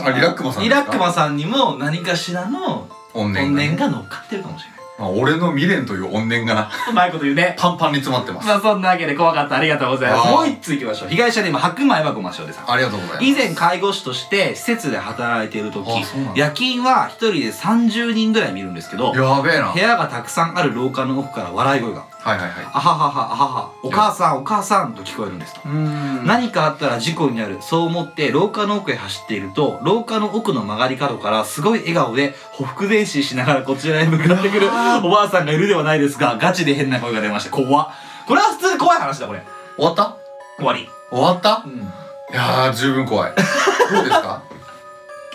[SPEAKER 1] あリラックマさん
[SPEAKER 3] リ
[SPEAKER 1] ですか
[SPEAKER 3] ラックマさんにも何かしらの
[SPEAKER 1] 怨念
[SPEAKER 3] 怨
[SPEAKER 1] がね
[SPEAKER 3] 念が乗っかってるかもしれない
[SPEAKER 1] まあ、俺の未練という怨念がな
[SPEAKER 3] うまいこと言うね
[SPEAKER 1] パンパンに詰まってます
[SPEAKER 3] まあそんなわけで怖かったありがとうございます
[SPEAKER 1] あー
[SPEAKER 3] もう一ついきましょう被害者で今白米はごましょうでさん
[SPEAKER 1] ありがとうございます
[SPEAKER 3] 以前介護士として施設で働いている時
[SPEAKER 1] あそうなんだ
[SPEAKER 3] 夜勤は一人で30人ぐらい見るんですけど
[SPEAKER 1] やべえなは
[SPEAKER 3] 部
[SPEAKER 1] い
[SPEAKER 3] 屋がたくさんある廊下の奥から笑い声が
[SPEAKER 1] はいはい
[SPEAKER 3] あはははあははお母さんお母さんと聞こえるんですと
[SPEAKER 1] うん
[SPEAKER 3] 何かあったら事故になるそう思って廊下の奥へ走っていると廊下の奥の曲がり角からすごい笑顔でほふく前進しながらこちらへ向かってくるおばあさんがいるではないですがガチで変な声が出ました怖っ
[SPEAKER 9] これは普通に怖い話だこれ
[SPEAKER 1] 終わった
[SPEAKER 9] 終わり、
[SPEAKER 1] 終わった
[SPEAKER 9] うん、
[SPEAKER 1] いやー十分怖いどうですか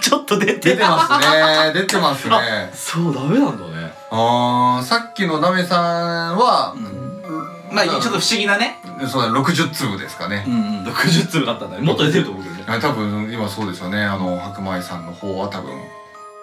[SPEAKER 3] ちょっと出て
[SPEAKER 1] 出て ますね出てますね
[SPEAKER 9] そうダメなんだね
[SPEAKER 1] あーさっきのなめさんは、
[SPEAKER 9] まあちょっと不思議なね
[SPEAKER 1] そうだ60粒ですかね、
[SPEAKER 3] うんうん
[SPEAKER 9] 60粒だったんだねもっと出てると思うけどね
[SPEAKER 1] あ多分今そうですよねあの白米さんの方は多分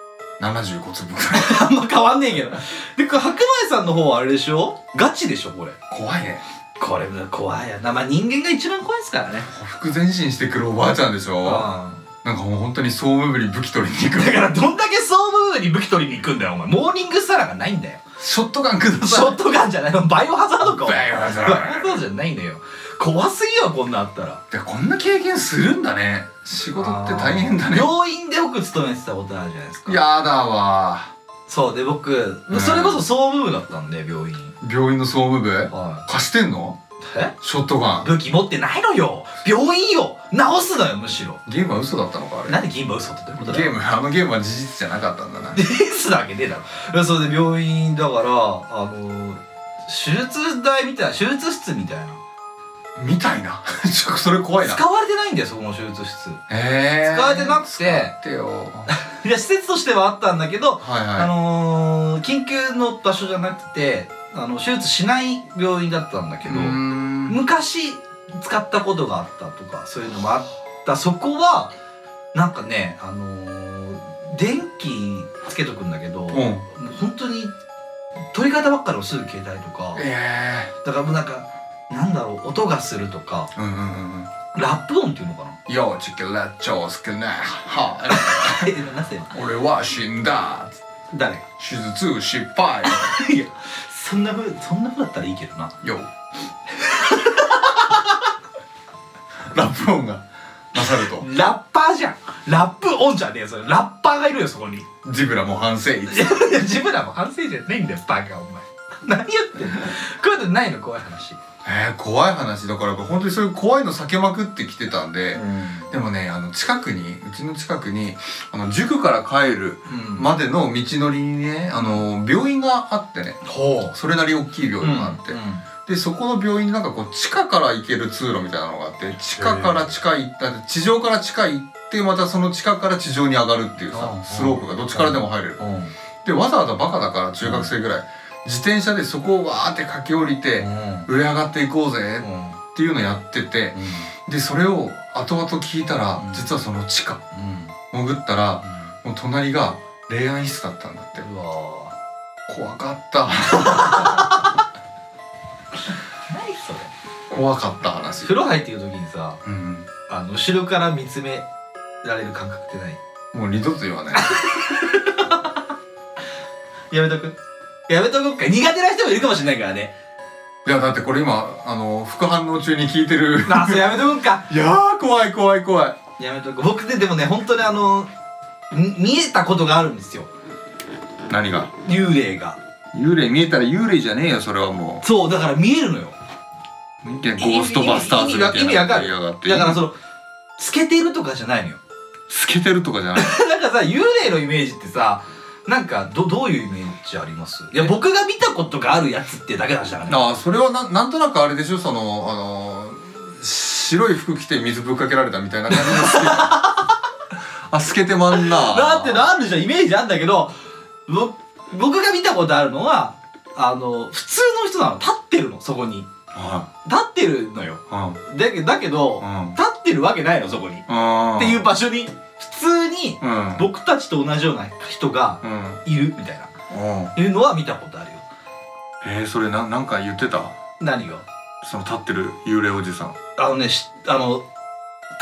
[SPEAKER 1] 75粒ぐらい
[SPEAKER 9] あんま変わんねえけどでこれ白米さんの方はあれでしょガチでしょこれ
[SPEAKER 1] 怖いね
[SPEAKER 9] これ怖いやなまあ人間が一番怖いですからね
[SPEAKER 1] ほふ前進してくるおばあちゃんでしょ
[SPEAKER 9] あ
[SPEAKER 1] なんかもう本当に総務部に武器取りに行く
[SPEAKER 3] だからどんだけ総務部に武器取りに行くんだよお前モーニングスタラがないん だよ
[SPEAKER 1] ショットガンくだ
[SPEAKER 3] シ
[SPEAKER 1] さ
[SPEAKER 3] ョットガンじゃないのバイオハザードかお前
[SPEAKER 1] バイオハザード
[SPEAKER 3] バイオハザードじゃないんだよ怖すぎよこんなんあったら
[SPEAKER 1] いでこんな経験するんだね仕事って大変だね
[SPEAKER 3] 病院で僕勤めてたことあるじゃないですか
[SPEAKER 1] やだわ
[SPEAKER 3] そうで僕、
[SPEAKER 1] ん
[SPEAKER 3] それこそ総務部だったんで病院
[SPEAKER 1] 病院の総務部
[SPEAKER 3] は
[SPEAKER 1] 貸してんの
[SPEAKER 3] いえ
[SPEAKER 1] ショットガン
[SPEAKER 3] 武器持ってないのよ病院よ治すのよむしろ
[SPEAKER 1] ゲームは嘘だったのかあれ
[SPEAKER 3] なんで銀歯嘘ってどういうことだ
[SPEAKER 1] ゲ
[SPEAKER 3] よ
[SPEAKER 1] ームあのゲームは事実じゃなかったんだな
[SPEAKER 3] デースなわけねえだろそれで病院だからあの手術台みたいな手術室みたいな
[SPEAKER 1] みたいなちょっとそれ怖いな
[SPEAKER 3] 使われてないんだよそこの手術室
[SPEAKER 1] えー、
[SPEAKER 3] 使われてなくて
[SPEAKER 1] 使ってよ
[SPEAKER 3] いや施設としてはあったんだけど、
[SPEAKER 1] はい
[SPEAKER 3] あ
[SPEAKER 1] は
[SPEAKER 3] のー緊急の場所じゃなくてあの手術しない病院だったんだけ
[SPEAKER 1] いう
[SPEAKER 3] ど、
[SPEAKER 1] ーん
[SPEAKER 3] 昔使ったことがあったとかそういうのもあったそこはなんかねあのー電気つけとくんだけど、
[SPEAKER 1] う
[SPEAKER 3] もうん本当に取り方ばっかりをする携帯とか
[SPEAKER 1] え
[SPEAKER 3] だからもうなんかなんだろう音がするとか
[SPEAKER 1] ー、うんうんうんうん
[SPEAKER 3] ラップ音っていうのか な
[SPEAKER 1] ようちけらちょうすけなは
[SPEAKER 3] えなんせ
[SPEAKER 1] い俺は死んだ
[SPEAKER 3] 誰が
[SPEAKER 1] 手術失敗
[SPEAKER 3] いやそんなふうそんなふうだったらいいけどな
[SPEAKER 1] よ ラップ音がなさると
[SPEAKER 3] ラッパーじゃんラップオンじゃねえよそれラッパーがいるよそこに
[SPEAKER 1] ジブラも反省
[SPEAKER 3] 自分らも反省じゃないんだよバカお前 何言ってんのこういうことないの怖い話
[SPEAKER 1] えー、怖い話だから本当にそういう怖いの避けまくってきてたんで、でもねあの近くにうちの近くにあの塾から帰る
[SPEAKER 3] うん
[SPEAKER 1] までの道のりにねあの病院があってね
[SPEAKER 3] ほ
[SPEAKER 1] それなり大きい病院があって、
[SPEAKER 3] うん
[SPEAKER 1] でそこの病院になんかこう地下から行ける通路みたいなのがあって地下から地下行った地上から地下行ってまたその地下から地上に上がるっていう
[SPEAKER 3] う
[SPEAKER 1] さ
[SPEAKER 3] ん
[SPEAKER 1] スロープがどっちからでも入れる
[SPEAKER 3] うんうん
[SPEAKER 1] でわざわざバカだから中学生ぐらい自転車でそこをわーって駆け下りて上上がっていこうぜっていうのやっててでそれを後々聞いたら
[SPEAKER 3] うん
[SPEAKER 1] 実はその地下潜ったらもう隣が霊安室だったんだって
[SPEAKER 3] うんうわ
[SPEAKER 1] 怖かった
[SPEAKER 3] ー何それ
[SPEAKER 1] 怖かった話
[SPEAKER 3] 風呂入ってる時にさ
[SPEAKER 1] うん
[SPEAKER 3] あの後ろから見つめられる感覚ってない
[SPEAKER 1] もう二度と言わない
[SPEAKER 3] やめとくやめとこっか苦手な人もいるかもしれないからね
[SPEAKER 1] いやだってこれ今あの副反応中に聞いてる
[SPEAKER 3] あそうやめとこっか
[SPEAKER 1] いやー怖い怖い怖い
[SPEAKER 3] やめとこう僕ねでもね本当にあのみ見えたことがあるんですよ
[SPEAKER 1] 何が
[SPEAKER 3] 幽霊が
[SPEAKER 6] 幽霊見えたら幽霊じゃねえよそれはも
[SPEAKER 3] そうだから見えるのよ
[SPEAKER 6] うゴーストバスターズみたいな
[SPEAKER 3] 意味わかる
[SPEAKER 6] やがって
[SPEAKER 3] だからその透けてるとかじゃないのよ
[SPEAKER 6] 透けてるとかじゃない
[SPEAKER 3] なんかさ幽霊のイメージってさなんかどどういうイメージありますいや僕が見たことがあるやつってだけの話だからね
[SPEAKER 1] ああそれはななんとなくあれでしょそのあのー白い服着て水ぶっかけられたみたいな感じの好き あ透けてまんな
[SPEAKER 3] だってなあるじゃんイメージあんだけどぼ僕が見たことあるのはあの普通の人なの立ってるのそこに
[SPEAKER 1] は
[SPEAKER 3] 立ってるのよ
[SPEAKER 1] いうん
[SPEAKER 3] だけだけど
[SPEAKER 1] うん
[SPEAKER 3] 立ってるわけないのそこに
[SPEAKER 1] っ
[SPEAKER 3] っていうう場所に普通に
[SPEAKER 1] うん
[SPEAKER 3] 僕たちと同じような人が
[SPEAKER 1] うんうん
[SPEAKER 3] いるみたいないうのは見たことあるよ
[SPEAKER 1] えー、それななんか言ってた
[SPEAKER 3] 何が
[SPEAKER 1] その立ってる幽霊おじさん
[SPEAKER 3] あのねしあの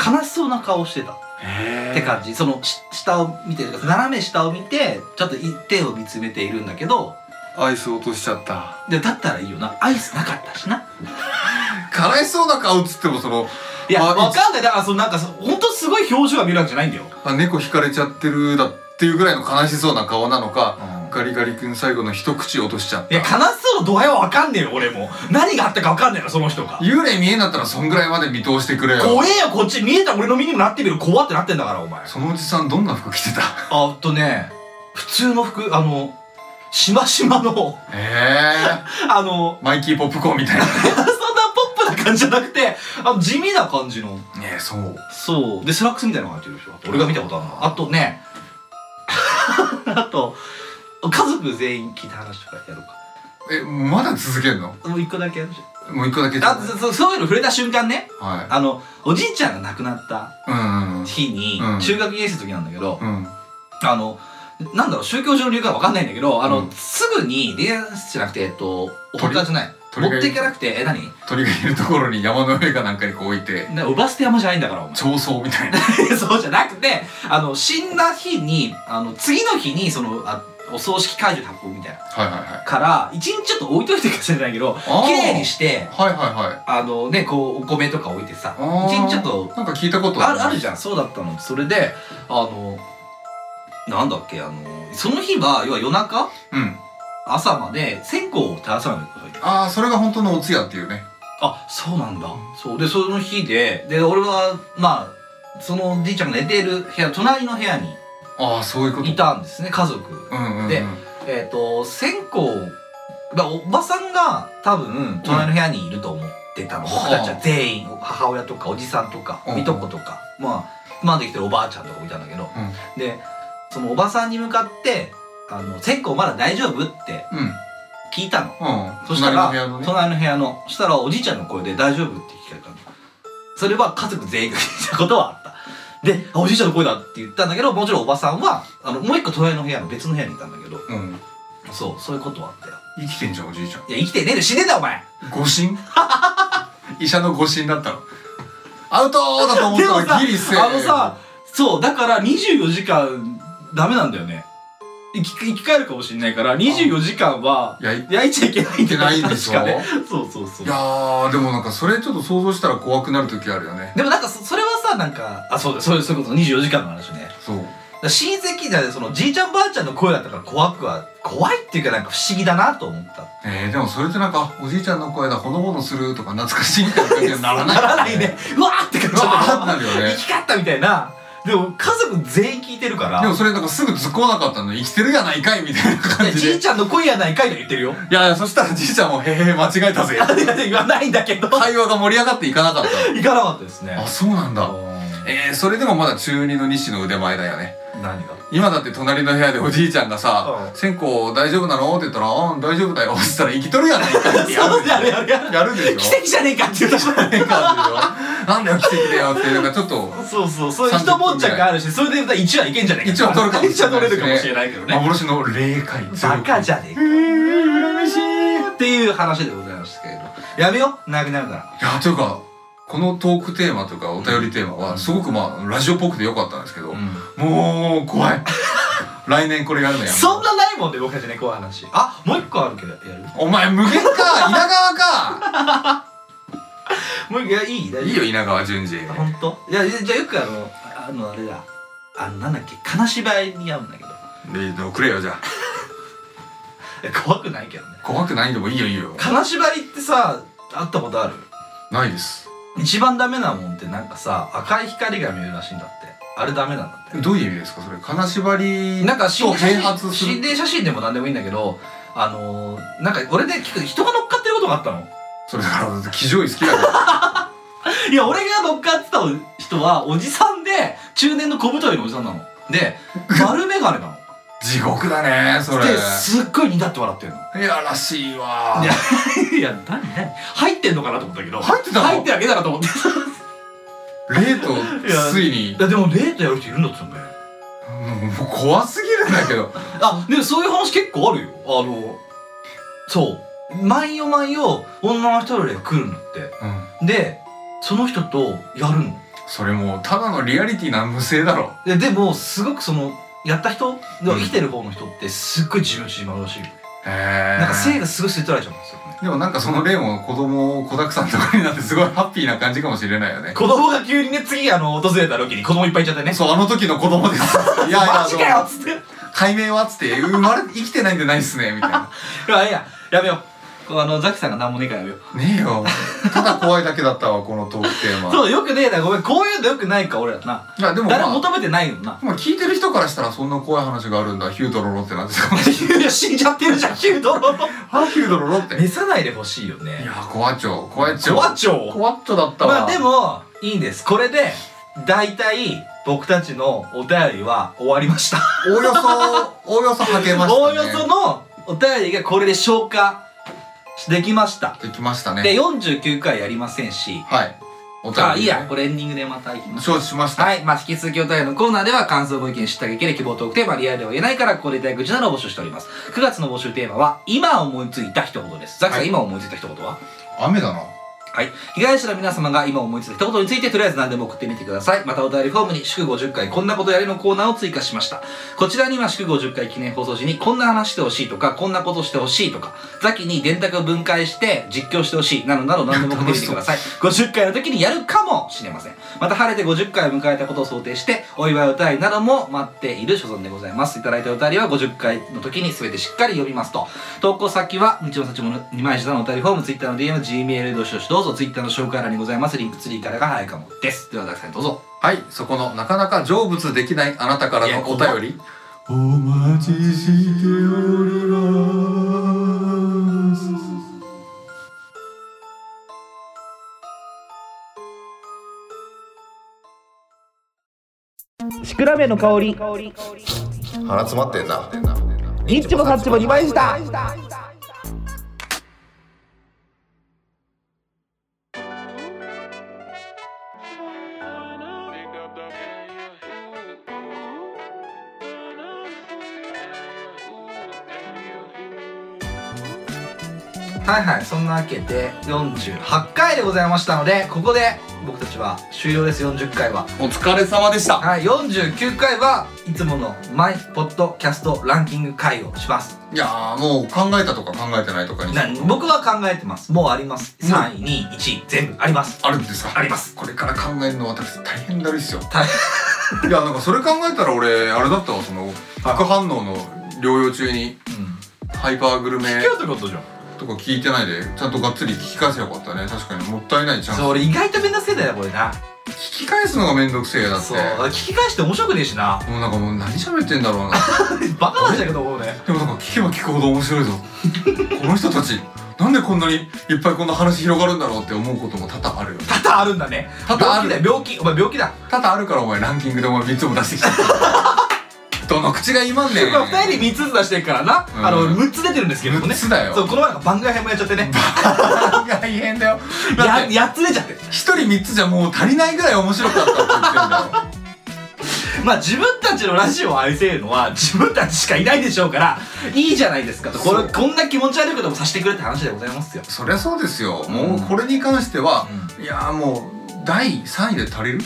[SPEAKER 3] 悲しそうな顔してた
[SPEAKER 1] へ
[SPEAKER 3] って感じそのし下を見てる斜め下を見てちょっと一点を見つめているんだけど
[SPEAKER 1] アイス落としちゃった
[SPEAKER 3] でだったらいいよなアイスなかったしな
[SPEAKER 1] 辛いそうな顔っつってもその
[SPEAKER 3] いや
[SPEAKER 1] あ
[SPEAKER 3] わかんないだからそのなんかそ本当すごい表情が見るわけじゃないんだよ、
[SPEAKER 1] あ猫引かれちゃってるだっていうぐらいの悲しそうな顔なのかガリガリ君最後の一口落としちゃった
[SPEAKER 3] いや悲しそうの度合いはわかんねえよ俺も何があったかわかんねえよその人が
[SPEAKER 1] 幽霊見えんだったらそんぐらいまで見通してくれよ
[SPEAKER 3] 怖えよこっち見えた俺の身にもなってみる怖ってなってんだからお前
[SPEAKER 1] そのおじさんどんな服着てた
[SPEAKER 3] あっとね普通の服あのしましまの
[SPEAKER 1] え え
[SPEAKER 3] あの
[SPEAKER 1] マイキーポップコーンみたいな
[SPEAKER 3] そんなポップな感じじゃなくてあの地味な感じの
[SPEAKER 1] ねえそう
[SPEAKER 3] そうでスラックスみたいなのが入ってるでしょ俺が見たことあるのあとね あと家族全員聞いた話とかやろう
[SPEAKER 1] えまだ続けんの
[SPEAKER 3] かもう一個だけやるじゃ
[SPEAKER 1] もう一個だけ
[SPEAKER 3] んあそそそういうの触れた瞬間ね
[SPEAKER 1] は
[SPEAKER 3] あのおじいちゃんが亡くなった
[SPEAKER 1] いうんうん
[SPEAKER 3] 日に、
[SPEAKER 1] うん
[SPEAKER 3] 中学2年生の時なんだけど、
[SPEAKER 1] うんうん
[SPEAKER 3] あのなんだろう宗教上の理由かわかんないんだけどあの、
[SPEAKER 1] うん
[SPEAKER 3] すぐに恋愛じゃなくてえっとお
[SPEAKER 1] 鳥
[SPEAKER 3] 墓じゃない
[SPEAKER 1] 鳥
[SPEAKER 3] 持
[SPEAKER 1] が
[SPEAKER 3] っていかなくてえ何
[SPEAKER 1] 鳥がいるところに山の上かなんかにこう置 いて
[SPEAKER 3] ねバスて山じゃないんだからお前
[SPEAKER 1] 長走みたいな
[SPEAKER 3] そうじゃなくてあの死んだ日にあの次の日にそのあお葬式会場で運ぶみたいな
[SPEAKER 1] はいはいはい
[SPEAKER 3] から一日ちょっと置いといてくださいじゃないけど
[SPEAKER 1] あー
[SPEAKER 3] 綺麗にして
[SPEAKER 1] はいはいはい
[SPEAKER 3] あのねこうお米とか置いてさ
[SPEAKER 1] あー
[SPEAKER 3] 一日ちょっと
[SPEAKER 1] なんか聞いたこと
[SPEAKER 3] あるあるじ
[SPEAKER 1] ゃん
[SPEAKER 3] ゃんそうだったのそれであのなんだっけあのその日は要は夜中
[SPEAKER 1] うん
[SPEAKER 3] 朝まで線香を垂らさないでください
[SPEAKER 1] ああそれが本当のお通夜っていうね
[SPEAKER 3] あそうなんだそうでその日でで俺はまあそのじいちゃんが寝てる部屋隣の部屋に
[SPEAKER 1] ああそういうこと
[SPEAKER 3] いたんですね家族
[SPEAKER 1] うんうんうん
[SPEAKER 3] でえっ、と線香だおばさんが多分隣の部屋にいると思ってたの、僕たちは全員母親とかおじさんとか
[SPEAKER 1] うん
[SPEAKER 3] いとことか、まあ今まで来てるおばあちゃんとかもいたんだけど、
[SPEAKER 1] うん
[SPEAKER 3] でそのおばさんに向かって「あの線香まだ大丈夫?」って
[SPEAKER 1] うんうん
[SPEAKER 3] 聞いたのそした
[SPEAKER 1] 隣の
[SPEAKER 3] ら
[SPEAKER 1] 部屋のね
[SPEAKER 3] 隣の部屋のそしたらおじいちゃんの声で「大丈夫?」って聞かれたのそれは家族全員が聞いたことはあったであ「おじいちゃんの声だ」って言ったんだけどもちろんおばさんはあのもう一個隣の部屋の別の部屋にいたんだけど
[SPEAKER 1] うん
[SPEAKER 3] そうそういうことはあったよ
[SPEAKER 1] 生きてんじゃんおじいちゃん
[SPEAKER 3] いや生きてねえで死んでんだお前
[SPEAKER 1] 誤診 医者の誤診だったのアウトーだと思ったらギリセーフ
[SPEAKER 3] あのさそうだから24時間ダメなんだよね生き生き返るかもしれないから24時間はい
[SPEAKER 1] やい
[SPEAKER 3] 焼いちゃいけないん
[SPEAKER 1] けないんでしょ
[SPEAKER 3] 確かね
[SPEAKER 1] い
[SPEAKER 3] そうそうそう
[SPEAKER 1] やーでもなんかそれちょっと想像したら怖くなる時あるよね
[SPEAKER 3] でもなんかそそれはさなんかあそうだそういうそういうこと24時間の話ねだか
[SPEAKER 1] そう
[SPEAKER 3] ら親戚じゃないそのじいちゃんばあちゃんの声だったから怖くは怖いっていうかなんか不思議だなと思った
[SPEAKER 1] えー、でもそれってなんかあおじいちゃんの声だほのぼのするとか懐かしいみたいな感じにはならない、
[SPEAKER 3] ならないねうわーって感
[SPEAKER 1] う
[SPEAKER 3] じ
[SPEAKER 1] わ
[SPEAKER 3] だった
[SPEAKER 1] ーってなるよね
[SPEAKER 3] 生き返ったみたいなでも家族全員聞いてるから
[SPEAKER 1] でもそれなんかすぐ突っ込まなかったの生きてるやないかいみたいない
[SPEAKER 3] や
[SPEAKER 1] 感じ
[SPEAKER 3] じ
[SPEAKER 1] で
[SPEAKER 3] いちゃんの声やないかいと言ってるよ
[SPEAKER 1] いやいやそしたらじいちゃんも「へへ間違えた ぜ」
[SPEAKER 3] いや言わないんだけど行か
[SPEAKER 1] 会話が盛り上がっていかなかった
[SPEAKER 3] なかったですね
[SPEAKER 1] あそうなんだ
[SPEAKER 3] うん
[SPEAKER 1] えー、それでもまだ中二の西の腕前だよね
[SPEAKER 3] 何が
[SPEAKER 1] 今だって隣の部屋でおじいちゃんがさ
[SPEAKER 3] う
[SPEAKER 1] 「線香大丈夫なの?」って言ったら「うん大丈夫だよ」っつったら「生きとるやないか」ってやる
[SPEAKER 3] そうやるやるやる
[SPEAKER 1] やるでし
[SPEAKER 3] 奇
[SPEAKER 1] ょ
[SPEAKER 3] 跡じゃねえかって言った
[SPEAKER 1] 奇跡感じよなんだよ奇跡だよってなんかちょっと
[SPEAKER 3] そうそうそういう一悶着あるしそれで1はいけんじゃねえか
[SPEAKER 1] 一話取るかもしれないしね
[SPEAKER 3] 一話取れるかもしれないけどね
[SPEAKER 1] 幻の霊界
[SPEAKER 3] バカじゃねえか
[SPEAKER 1] 羨ましいい
[SPEAKER 3] っていう話でございましたけれどやめようなくなるから
[SPEAKER 1] やというかこのトークテーマというかお便りテーマはすごくまあラジオっぽくてよかったんですけど、もう怖い来年これやるのやめよう
[SPEAKER 3] そんなないもんで僕たちねこういう話あもう一個あるけどやる
[SPEAKER 1] お前無限か稲川か
[SPEAKER 3] もう一個いやいい大
[SPEAKER 1] い
[SPEAKER 3] 丈
[SPEAKER 1] いよ稲川淳二
[SPEAKER 3] 夫本当いやじゃあよくあのあのあれだあのなんだっけ金縛りに合うんだけど
[SPEAKER 1] リードくれよじゃあ
[SPEAKER 3] いや怖くないけどね
[SPEAKER 1] 怖くないんでもいいよいいよ
[SPEAKER 3] 金縛りってさ会ったことある
[SPEAKER 1] ないです
[SPEAKER 3] 一番ダメなもんってなんかさ赤い光が見えるらしいんだってあれダメなんだっ
[SPEAKER 1] どういう意味ですかそれ金縛り
[SPEAKER 3] てなんか心
[SPEAKER 1] と
[SPEAKER 3] 霊写
[SPEAKER 1] 併
[SPEAKER 3] 真
[SPEAKER 1] 発す
[SPEAKER 3] 心
[SPEAKER 1] る
[SPEAKER 3] 霊写真でも何でもいいんだけどあのー、なんか俺で聞く人が乗っかってることがあったの
[SPEAKER 1] それだから騎乗位好きだから
[SPEAKER 3] いや俺が乗っかってた人はおじさんで中年の小太りのおじさんなので丸眼鏡な の
[SPEAKER 1] 地獄だねそれ
[SPEAKER 3] ですっごいにだって笑ってるの
[SPEAKER 1] いやらしいわ
[SPEAKER 3] いやいや何何入ってんのかなと思ったけど
[SPEAKER 1] 入ってたの
[SPEAKER 3] 入ってあげたかと思って
[SPEAKER 1] 霊とついに
[SPEAKER 3] いやでもデートやる人いるんだって言うんだよ
[SPEAKER 1] うんもう怖すぎるんだけど
[SPEAKER 3] あでもそういう話結構あるよあのそう毎夜毎夜女の人らが来るんだっ
[SPEAKER 1] うん
[SPEAKER 3] てでその人とやるの
[SPEAKER 1] それもうただのリアリティな無声だろ
[SPEAKER 3] ででもすごくそのやった人
[SPEAKER 1] うん
[SPEAKER 3] 生きてる方の人ってすっごい自分縮まるらしい、
[SPEAKER 1] へえ
[SPEAKER 3] なんか性がすごい吸い取られちゃうんですよね
[SPEAKER 1] でもなんかその例も子供を子だくさんとかになってすごいハッピーな感じかもしれないよね
[SPEAKER 3] 子供が急にね次あの訪れた時に子供いっぱいいちゃってね
[SPEAKER 1] そうあの時の子供です いやいや
[SPEAKER 3] マジかよっつって
[SPEAKER 1] 解明はっつって生まれ生きてないんでないっすねみたいな
[SPEAKER 3] いやいややめようあのザキさんが何もねえからやめよう
[SPEAKER 1] ねえよただ怖いだけだったわこのトークテーマ
[SPEAKER 3] そうよくねえなごめんこういうのよくないか俺らない
[SPEAKER 1] やでもま
[SPEAKER 3] 誰
[SPEAKER 1] あ
[SPEAKER 3] も求めてないよな
[SPEAKER 1] まあ聞いてる人からしたらそんな怖い話があるんだヒュードロロってなって たかもしれない
[SPEAKER 3] いや死んじゃっ てるじゃんヒュードロの
[SPEAKER 1] あヒュードロロってい
[SPEAKER 3] 召さないでほしいよね
[SPEAKER 1] や怖っちょ怖っちょ
[SPEAKER 3] コアチョウ
[SPEAKER 1] 怖っちょだったわ
[SPEAKER 3] まあでもいいんですこれで大体僕たちのお便りは終わりました
[SPEAKER 1] おおよそおおよそはけましたね
[SPEAKER 3] おおよそのお便りがこれで消化できました
[SPEAKER 1] できましたね
[SPEAKER 3] で49回やりませんし
[SPEAKER 1] はいお便りね
[SPEAKER 3] あ、いいや、これエンディングでまた行きます。
[SPEAKER 1] 承知しました。
[SPEAKER 3] はい、まあ、引き続きお便りのコーナーでは感想ご意見知った激励希望トークテーマリアルでは言えないからここでいただく愚痴などを募集しております9月の募集テーマは今思いついた一言ですザキさん、
[SPEAKER 1] はい
[SPEAKER 3] 今思いついた一言は
[SPEAKER 1] 雨だな。
[SPEAKER 3] はい被害者の皆様が今思いついた一言についてとりあえず何でも送ってみてくださいまたお便りフォームに祝50回こんなことやれのコーナーを追加しましたこちらには祝50回記念放送時にこんな話してほしいとかこんなことしてほしいとかザキに電卓分解して実況してほしいなどなど何でも送ってみてください50回の時にやるかもしれませんまた晴れて50回を迎えたことを想定してお祝いお便りなども待っている所存でございますいただいたお便りは50回の時に全てしっかり読みますと投稿先は道の幸もの二枚舌のお便りフォーム Twitter の DM Gmail どしどしどうぞ Twitter の紹介欄にございますリンクツリーからが早いかもですではザキさんどうぞ
[SPEAKER 1] はい、そこのなかなか成仏できないあなたからのお便り。お待ちしております。
[SPEAKER 10] シクラメンの香り
[SPEAKER 11] 鼻詰まってんな
[SPEAKER 10] ニッチもサッチも2枚した
[SPEAKER 3] はいはいそんなわけで48回でございましたのでここで僕たちは終了です40回は
[SPEAKER 1] お疲れ様でした。
[SPEAKER 3] はい49回はいつものマイポッドキャストランキング会をします
[SPEAKER 1] いやーもう考えたとか考えてないとかに
[SPEAKER 3] な僕は考えてますもうあります
[SPEAKER 1] うん
[SPEAKER 3] 3位2位1位全部あります
[SPEAKER 1] あるんですか
[SPEAKER 3] あります
[SPEAKER 1] これから考えるの私大変だりっすよ
[SPEAKER 3] 大
[SPEAKER 1] いやなんかそれ考えたら俺あれだったわその副反応の療養中にハイパーグルメ
[SPEAKER 12] ってことじゃん
[SPEAKER 1] とか聞いてないでちゃんとがっつり聞き返せばよかったね確かにもったいないチャンス
[SPEAKER 12] そう俺意外とめんどくせえんだよこれな
[SPEAKER 1] 聞き返すのがめんどくせえだって
[SPEAKER 12] そう聞き返して面白くねえしな
[SPEAKER 1] もうなんかもう何喋ってんだろうな
[SPEAKER 12] バカなんじゃけど思うね
[SPEAKER 1] でもなんか聞けば聞くほど面白いぞこの人たちなんでこんなにいっぱいこんな話広がるんだろうって思うことも多々あるよね
[SPEAKER 12] 多々あるんだね
[SPEAKER 1] 多々ある
[SPEAKER 12] 病気だよ病気お前病気だ
[SPEAKER 1] 多々あるからお前ランキングでお前3つも出してきたどの口が言いまんねん
[SPEAKER 12] まあ2人に3つずつ出してるからな、
[SPEAKER 1] うん
[SPEAKER 12] あの6つ出てるんですけどもね
[SPEAKER 1] 6つだよ
[SPEAKER 12] そうこの前なんか番外編もやっちゃ ってね
[SPEAKER 1] 大変だよだ
[SPEAKER 12] や
[SPEAKER 1] って
[SPEAKER 12] 8つ出ちゃってる
[SPEAKER 1] 一人三つじゃもう足りないぐらい面白かったって言ってんだよ
[SPEAKER 12] まあ自分たちのラジオを愛せるのは自分たちしかいないでしょうからいいじゃないですかとこ
[SPEAKER 1] そ
[SPEAKER 12] れ
[SPEAKER 1] う
[SPEAKER 12] こんな気持ち悪いこともさせてくれって話でございますよ
[SPEAKER 1] そりゃそうですよもうこれに関しては、いやーもう第3位で足り る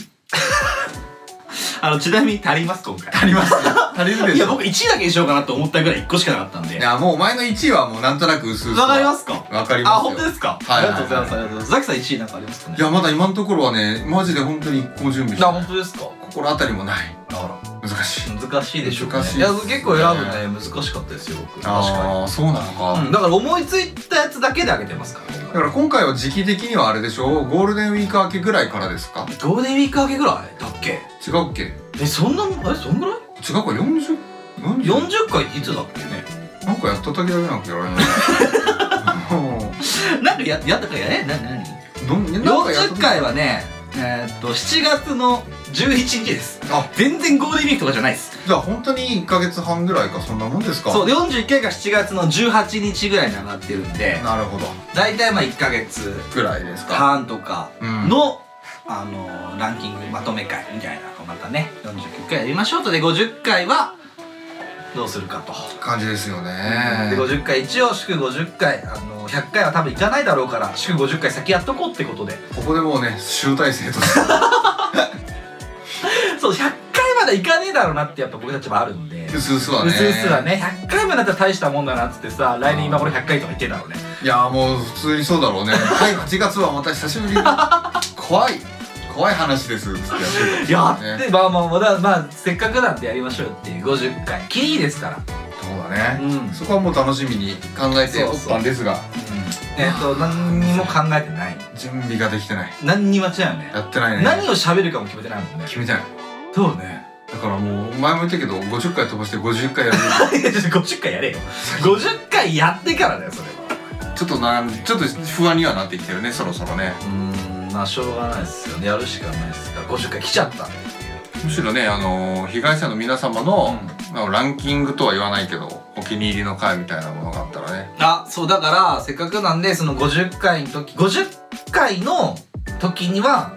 [SPEAKER 12] あのちなみに足ります今回
[SPEAKER 1] 足ります足りるで
[SPEAKER 12] い
[SPEAKER 1] し
[SPEAKER 12] や
[SPEAKER 1] ょ
[SPEAKER 12] 僕1位だけにしようかなと思ったぐらい1個しかなかったんで
[SPEAKER 1] いやもうお前の1位はもうなんとなく薄々
[SPEAKER 12] わかりますか
[SPEAKER 1] わかりますよ
[SPEAKER 12] あ本当ですか、
[SPEAKER 1] はいはい
[SPEAKER 12] ありが
[SPEAKER 1] はい
[SPEAKER 12] とうございますありがとうございますザキさん1位なんかありますかね
[SPEAKER 1] いやまだ今のところはねマジで本当に1個も準備して
[SPEAKER 12] あ
[SPEAKER 1] ない
[SPEAKER 12] 本当ですか
[SPEAKER 1] 心当たりもない
[SPEAKER 12] あ
[SPEAKER 1] 難しい
[SPEAKER 12] ら難しいでしょう、ね、
[SPEAKER 1] 難しい
[SPEAKER 12] い
[SPEAKER 1] で
[SPEAKER 12] や
[SPEAKER 1] すね
[SPEAKER 12] 結構選ぶね難しかったですよ僕確か
[SPEAKER 1] ああそうなのか、
[SPEAKER 12] に、うん、だから思いついたやつだけであげてますから
[SPEAKER 1] だから今回は時期的にはあれでしょゴールデンウィーク明けぐらいからですか
[SPEAKER 12] ゴールデンウィーク明けぐらいだっけ
[SPEAKER 1] 違うっけ違
[SPEAKER 12] えそんなえそんぐらいう
[SPEAKER 1] か 40? 40?
[SPEAKER 12] 40回っていつだっけね
[SPEAKER 1] なんかやった時だけなんかやら れないうん
[SPEAKER 3] なんかややったかやえな何
[SPEAKER 1] どんなんかやった
[SPEAKER 3] 40
[SPEAKER 1] 時
[SPEAKER 3] 回はねえーっと7月の11日です
[SPEAKER 1] あ
[SPEAKER 3] 全然ゴールデンウィークとかじゃないです
[SPEAKER 1] じゃあ本当に1ヶ月半ぐらいかそんなもんですか
[SPEAKER 3] そう41回が7月の18日ぐらいに上がってるんで
[SPEAKER 1] なるほど
[SPEAKER 3] 大体まあ1ヶ月
[SPEAKER 1] ぐらいですか
[SPEAKER 3] 半とか
[SPEAKER 1] うん
[SPEAKER 3] の、あのーランキングまとめ会みたいなのをまたね49回やりましょうとで50回はどうするかと、
[SPEAKER 1] 感じですよ
[SPEAKER 3] で
[SPEAKER 1] ね
[SPEAKER 3] 50回一応祝50回、あのー100回は多分いかないだろうから祝50回先やっとこうってことで
[SPEAKER 1] ここでもうね集大成と して
[SPEAKER 3] そう100回までいかねえだろうなってやっぱ僕たちもあるんで
[SPEAKER 1] うすうすは
[SPEAKER 3] う
[SPEAKER 1] ね
[SPEAKER 3] すうすはね100回までだったら大したもんだなっつってさ来年今頃100回とか言ってんだろうね
[SPEAKER 1] いやーもう普通にそうだろうねはい8月はまた久しぶりに怖い怖い話ですつってやってるか
[SPEAKER 3] や
[SPEAKER 1] も
[SPEAKER 3] っ、
[SPEAKER 1] してれないね
[SPEAKER 3] まあまあまあだまあせっかくなんでやりましょうよっていう50回きりですから
[SPEAKER 1] そうだね、
[SPEAKER 3] うん
[SPEAKER 1] そこはもう楽しみに考えておったんですが
[SPEAKER 3] えっと何にも考えてない
[SPEAKER 1] 準備ができてない
[SPEAKER 3] 何にも違うよね
[SPEAKER 1] やってないね
[SPEAKER 3] 何を喋るかも決めてないもんね
[SPEAKER 1] 決めてない
[SPEAKER 3] そう ね
[SPEAKER 1] だからもう前も言ったけど50回飛ばして50回やる
[SPEAKER 3] いやちょっと50回やれよ50回やってからだよそれは
[SPEAKER 1] ちょっとなちょっと不安にはなってきてるねそろそろね
[SPEAKER 3] うーんまあしょうがないですよねやるしかないですから50回来ちゃった
[SPEAKER 1] むしろねあのー被害者の皆様の、まあランキングとは言わないけどお気に入りの回みたいなものがあったらね
[SPEAKER 3] あそうだからせっかくなんでその50回の時50回の時には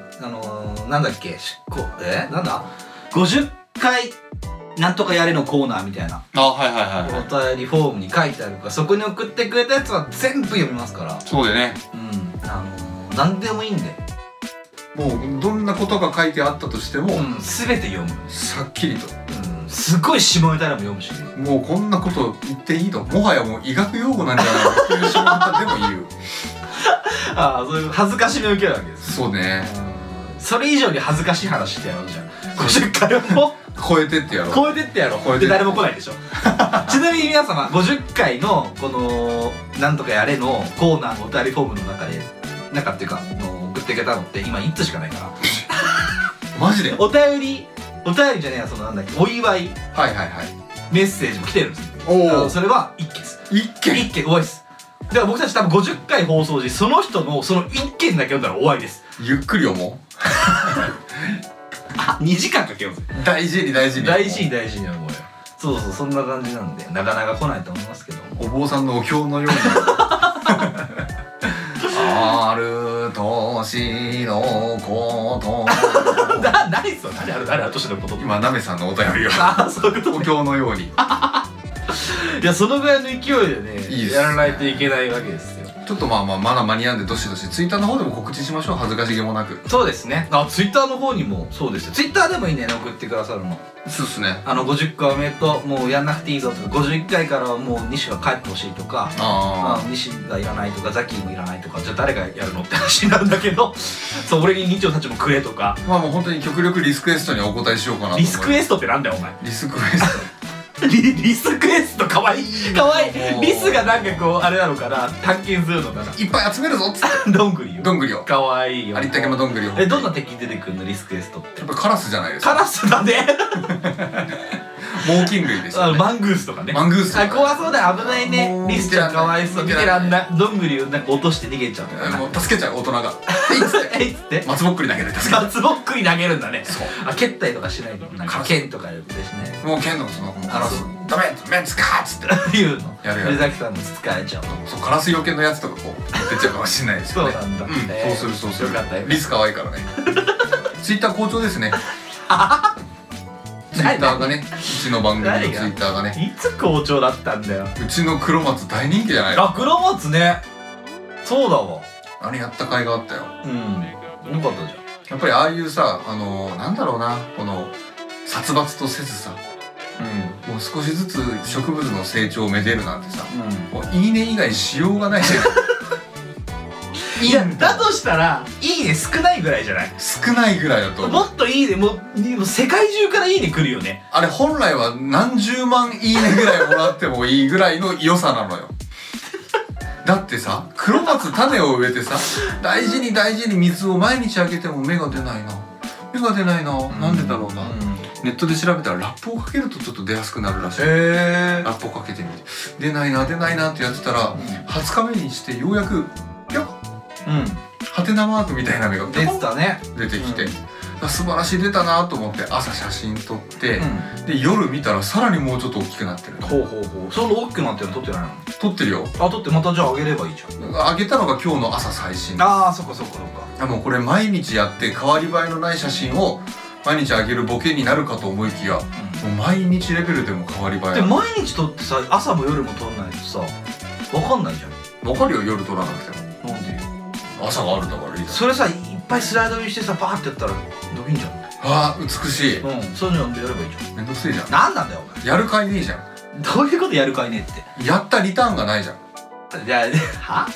[SPEAKER 3] なんだっけしこえなんだ50回なんとかやれのコーナーみたいな
[SPEAKER 6] あはいはいはいはい
[SPEAKER 3] お便りフォームに書いてあるからそこに送ってくれたやつは全部読みますから
[SPEAKER 6] そうだよね
[SPEAKER 3] うんあのー、何でもいいんで、
[SPEAKER 1] もうどんなことが書いてあったとしても、
[SPEAKER 3] うん、全て読む、
[SPEAKER 1] さっきりと
[SPEAKER 3] うん、すごい下ネタでも読むし
[SPEAKER 1] もうこんなこと言っていいともはやもう医学用語なんじゃないかっていう小学でも言う
[SPEAKER 3] ああそういう恥ずかしめを受けるわけです
[SPEAKER 1] そうね
[SPEAKER 3] それ以上に恥ずかしい話してやろうじゃん50回を
[SPEAKER 1] 超えてってやろう
[SPEAKER 3] 超えてってやろ
[SPEAKER 1] 超えて
[SPEAKER 3] うで誰も来ないで しょちなみに皆様50回のこの「なんとかやれ」のコーナーのお便りフォームの中で中っていうかの送ってくれたのって今1つしかないから
[SPEAKER 1] マジで
[SPEAKER 3] お便りお便りじゃねえやそのなんだっけお祝い
[SPEAKER 1] はいはいはい
[SPEAKER 3] メッセージも来てるんですよあ
[SPEAKER 1] お
[SPEAKER 3] の
[SPEAKER 1] お
[SPEAKER 3] それは1件です
[SPEAKER 1] 一件
[SPEAKER 3] 1件終わりですだから僕たち多分50回放送時その人のその1件だけ読んだら終わりです
[SPEAKER 1] ゆっくり読も
[SPEAKER 3] あ2時間かけようぜ
[SPEAKER 1] う大事に大事に
[SPEAKER 3] 大事に大事に思うよそうそうそんな感じなんでなかなか来ないと思いますけども
[SPEAKER 1] お坊さんのお経のようにある年のこと
[SPEAKER 3] な何それ何ある何ある年のこと
[SPEAKER 1] 今なめさんのお便りを
[SPEAKER 3] ああそういうこと
[SPEAKER 1] お経のように
[SPEAKER 3] いやそのぐらいの勢いでね
[SPEAKER 1] いいっすね
[SPEAKER 3] やらないといけないわけですよ
[SPEAKER 1] ちょっとまあまあまだ間に合うんでどしどしツイッターの方でも告知しましょう恥ずかしげもなく
[SPEAKER 3] そうですねあツイッターの方にもそうですよツイッターでもいいね送ってくださるの
[SPEAKER 1] そうっすね
[SPEAKER 3] あの50回おめでとうもうやんなくていいぞとか51回からはもう西が帰ってほしいとか
[SPEAKER 1] あ
[SPEAKER 3] あ西がいらないとかザキもいらないとかじゃあ誰がやるのって話になるんだけど そう俺に日曜たちもくれとか
[SPEAKER 1] あまあもう本当に極力リスクエストにお答えしようかなと思う
[SPEAKER 3] リスクエストってなんだよお前
[SPEAKER 1] リスクエス
[SPEAKER 3] リリスクエストかわいいかわい
[SPEAKER 1] も
[SPEAKER 3] いう リスがなんかこうあれなのかな探検するのかな
[SPEAKER 1] トいっぱい集めるぞっ つって
[SPEAKER 3] どんぐりよ
[SPEAKER 1] どんぐりを
[SPEAKER 3] かわいいよ
[SPEAKER 1] ありったけのどんぐりを
[SPEAKER 3] えどんな敵出てくるのリスクエストって
[SPEAKER 1] やっぱカラスじゃないです
[SPEAKER 3] カ
[SPEAKER 1] か
[SPEAKER 3] ラスだね
[SPEAKER 1] 猛禽類ですよ
[SPEAKER 3] あの
[SPEAKER 1] ね
[SPEAKER 3] マングースとかね
[SPEAKER 1] マングースとか
[SPEAKER 3] あ怖そうだよ危ない
[SPEAKER 1] も
[SPEAKER 3] ね
[SPEAKER 1] う
[SPEAKER 3] リスちゃんかわいそう
[SPEAKER 1] 見
[SPEAKER 3] 見
[SPEAKER 1] て
[SPEAKER 3] て
[SPEAKER 1] ら
[SPEAKER 3] ら
[SPEAKER 1] ん
[SPEAKER 3] ん
[SPEAKER 1] な
[SPEAKER 3] ないどんぐりをなんか落として逃げちゃうとかな
[SPEAKER 1] もう助けちゃう大人が「えい!」っつ っ
[SPEAKER 3] え
[SPEAKER 1] て
[SPEAKER 3] いっつって
[SPEAKER 1] 松ぼっくり投げて助け
[SPEAKER 3] 松ぼっくり投げるんだね
[SPEAKER 1] そう
[SPEAKER 3] あ蹴ったりとかしないのなんか剣とかやるですね
[SPEAKER 1] もう剣道のそのカラス
[SPEAKER 3] そう
[SPEAKER 1] 「ダメメンツか!」っつって
[SPEAKER 3] 言うの
[SPEAKER 1] やるやる
[SPEAKER 3] でザキさんもつつかれちゃう
[SPEAKER 1] そうカラスよけのやつとかこう出ちゃうかもしれないですよね
[SPEAKER 3] そうなんだ
[SPEAKER 1] んそうするそうする
[SPEAKER 3] よかったよ
[SPEAKER 1] リス可愛いからねツイッター好調です ねツイッターがねうちの番組のツイ
[SPEAKER 3] 誰が
[SPEAKER 1] ッターがね
[SPEAKER 3] いつ好調だったんだよ
[SPEAKER 1] うちの黒松大人気じゃない
[SPEAKER 3] あ黒松ねそうだわ
[SPEAKER 1] あれやった甲斐があったよ
[SPEAKER 3] うんよかったじゃん
[SPEAKER 1] やっぱりああいうさあのーなんだろうなこの殺伐とせずさもう少しずつ植物の成長をめでるなんてさ
[SPEAKER 3] うんうん
[SPEAKER 1] もういいね以外しようがないじゃん
[SPEAKER 3] いやだとしたら「いいね」少ないぐらいじゃない
[SPEAKER 1] 少ないぐらいだと思う
[SPEAKER 3] もっと「いいね」もうもう世界中から「いいね」来るよね
[SPEAKER 1] あれ本来は何十万いいねぐらいもらってもいいぐらいの良さなのよ。だってさ、黒松種を植えてさ、大事に大事に水を毎日あげても芽が出ないな。芽が出ないな。なんでだろうな。ネットで調べたらラップをかけるとちょっと出やすくなるらしい。
[SPEAKER 3] へ
[SPEAKER 1] ラップをかけてみて。出ないな、出ないなってやってたら、20日目にしてようやく、ぴょっ
[SPEAKER 3] うん
[SPEAKER 1] はてなマークみたいな芽がぴ
[SPEAKER 3] 出
[SPEAKER 1] ょ
[SPEAKER 3] て
[SPEAKER 1] ん
[SPEAKER 3] たね
[SPEAKER 1] 出てきて、
[SPEAKER 3] うん
[SPEAKER 1] あ素晴らしい出たなと思って朝写真撮って、
[SPEAKER 3] ん
[SPEAKER 1] で夜見たらさらにもうちょっと大きくなってる
[SPEAKER 3] ほうほうほうその大きくなってるの撮ってないの
[SPEAKER 1] 撮ってるよ
[SPEAKER 3] あ撮ってまたじゃああげればいいじゃん
[SPEAKER 1] あげたのが今日の朝最新
[SPEAKER 3] ああそっかそっかそっか
[SPEAKER 1] あもうこれ毎日やって変わり映えのない写真を毎日あげるボケになるかと思いきやもう毎日レベルでも変わり映え
[SPEAKER 3] で毎日撮ってさ朝も夜も撮んないとさわかんないじゃん
[SPEAKER 1] わかるよ夜撮らなくても
[SPEAKER 3] なんでよ
[SPEAKER 1] 朝があるんだからいいだ
[SPEAKER 3] それさいっぱいスライドにしてさバーってやったら伸びんじゃ
[SPEAKER 1] あー美しい
[SPEAKER 3] んうんそういうのやればいいじゃ
[SPEAKER 1] めんどくせえじゃん
[SPEAKER 3] んなんなんだよお前
[SPEAKER 1] やるかいねえじゃん
[SPEAKER 3] どういうことやるかいねって
[SPEAKER 1] やったリターンがないじゃん
[SPEAKER 3] いや、は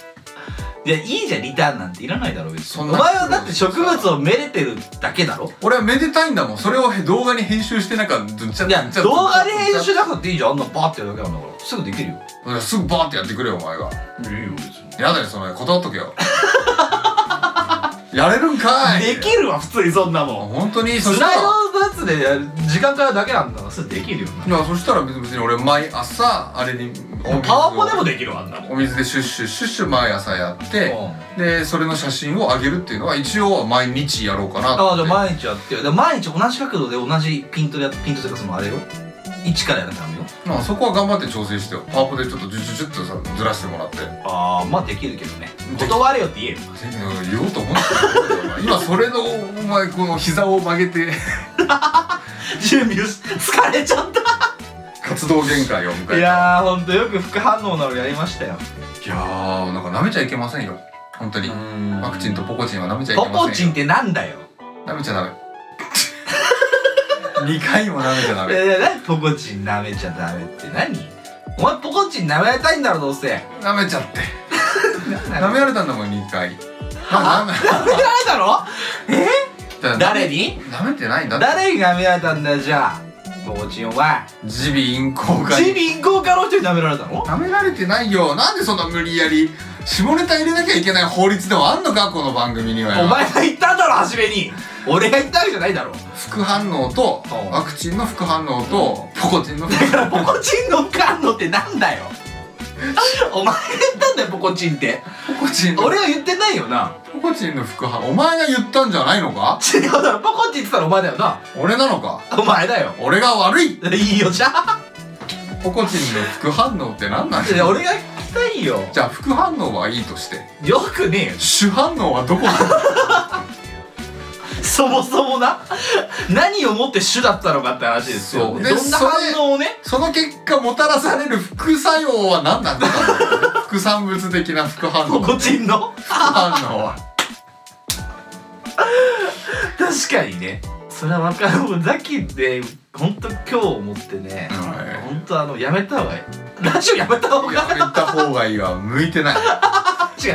[SPEAKER 3] いや、いいじゃん、リターンなんていらないだろ、別に。
[SPEAKER 1] そん
[SPEAKER 3] お
[SPEAKER 1] な
[SPEAKER 3] 前はだって植物をめでてるだけだろ
[SPEAKER 1] 俺はめでたいんだもんそれを動画に編集してなんかずっちゃ
[SPEAKER 3] いや、
[SPEAKER 1] ずっちゃ
[SPEAKER 3] 動画で編集しなくていいじゃん、あんなバーってやるだけなんだから。すぐできるよ。
[SPEAKER 1] いやすぐバーってやってくれよお前が
[SPEAKER 3] いいよ、別
[SPEAKER 1] やだよその断っとけよ やれるんかい
[SPEAKER 3] できるわ、普通にそんな
[SPEAKER 1] あ
[SPEAKER 3] もん。
[SPEAKER 1] 本当にそ
[SPEAKER 3] ス
[SPEAKER 1] した
[SPEAKER 3] ライ
[SPEAKER 1] ら
[SPEAKER 3] ドのやつでやる時間からだけなんだから、すぐできるよ
[SPEAKER 1] いやそしたら別に俺毎朝あれに
[SPEAKER 3] な。パワポでもできるわ、あんなもん。
[SPEAKER 1] お水でシュッシュッシュッシュ毎朝やって
[SPEAKER 3] うん
[SPEAKER 1] でそれの写真を上げるっていうのは一応は毎日やろうかなと
[SPEAKER 3] ああ、じ
[SPEAKER 1] 思っ
[SPEAKER 3] ゃあ
[SPEAKER 1] て
[SPEAKER 3] 毎日やってよ。で毎日同じ角度で同じピントでやって、ピントというかそのあれよ。
[SPEAKER 2] 一からやるためよ
[SPEAKER 1] まあそこは頑張って調整してよパワポでちょっとジュジュジュッとさずらしてもらって
[SPEAKER 3] ああまあできるけどね断れよって言えよ
[SPEAKER 1] うん言おうと思ってたけど今それのお前この膝を曲げて
[SPEAKER 3] 準備をし疲れちゃっ
[SPEAKER 1] 活動限界を迎え
[SPEAKER 3] た
[SPEAKER 1] た
[SPEAKER 3] いやーほんとよく副反応なのやりましたよ
[SPEAKER 1] いやーなんか舐めちゃいけませんよ本当にワクチンとポコチンは舐めちゃいけ
[SPEAKER 3] ポ
[SPEAKER 1] ませんよ
[SPEAKER 3] ポチンってなんだよ
[SPEAKER 1] 舐めちゃダメ 二回も舐めちゃダ
[SPEAKER 3] い
[SPEAKER 1] メ
[SPEAKER 3] やいや何ポコチン舐めちゃダメって何お前ポコチン舐められたいんだろどうせ
[SPEAKER 1] 舐めちゃって舐め
[SPEAKER 3] 舐められ
[SPEAKER 1] られたんだもん二回なんか舐め
[SPEAKER 3] たろ
[SPEAKER 1] だから
[SPEAKER 3] 誰に
[SPEAKER 1] 舐めてないんだって
[SPEAKER 3] 誰に舐められたんだよじゃあポコチンお前
[SPEAKER 1] 耳鼻咽喉科
[SPEAKER 3] 耳
[SPEAKER 1] に
[SPEAKER 3] 鼻咽喉科の人に舐められたの
[SPEAKER 1] 舐められてないよなんでそんな無理やり下ネタ入れなきゃいけない法律でもあんのかこの番組にはよ
[SPEAKER 3] お前が言ったんだろ初めに俺が言ったわけじゃないだろ
[SPEAKER 1] 副反応と
[SPEAKER 3] うん
[SPEAKER 1] ワクチンの副反応とポコチンの副
[SPEAKER 3] だから
[SPEAKER 1] 反
[SPEAKER 3] ポコチンの感度ってな んだよお前が言ったんだよポコチンって
[SPEAKER 1] 応ポコチンの
[SPEAKER 3] 俺は言ってないよな
[SPEAKER 1] ポコチンの副反応お前が言ったんじゃないのか
[SPEAKER 3] 違うだろポコチンって言ったらお前だよな
[SPEAKER 1] 俺なのか
[SPEAKER 3] お前だよ
[SPEAKER 1] 俺が悪い
[SPEAKER 3] いいよじゃあ
[SPEAKER 1] ポコチンの副反応って何なんだ
[SPEAKER 3] いや
[SPEAKER 1] よ
[SPEAKER 3] 俺が聞きたいよ
[SPEAKER 1] じゃあ副反応はいいとして
[SPEAKER 3] よくねえよ
[SPEAKER 1] 主反応はどこなんだ
[SPEAKER 3] そもそも な何をもって主だったのかって話ですよ、
[SPEAKER 1] そう
[SPEAKER 3] ね、
[SPEAKER 1] で
[SPEAKER 3] どんな反応をね
[SPEAKER 1] その結果もたらされる副作用は何なんだろうね副産物的な副反応
[SPEAKER 3] ポコチンの
[SPEAKER 1] 副反応は
[SPEAKER 3] 確かにねそれは分かるもうザキで本当今日思ってね、
[SPEAKER 1] はい
[SPEAKER 3] 本当あのやめた方がいいラジオやめた方が
[SPEAKER 1] やめた方がいいわ向いてない
[SPEAKER 3] 違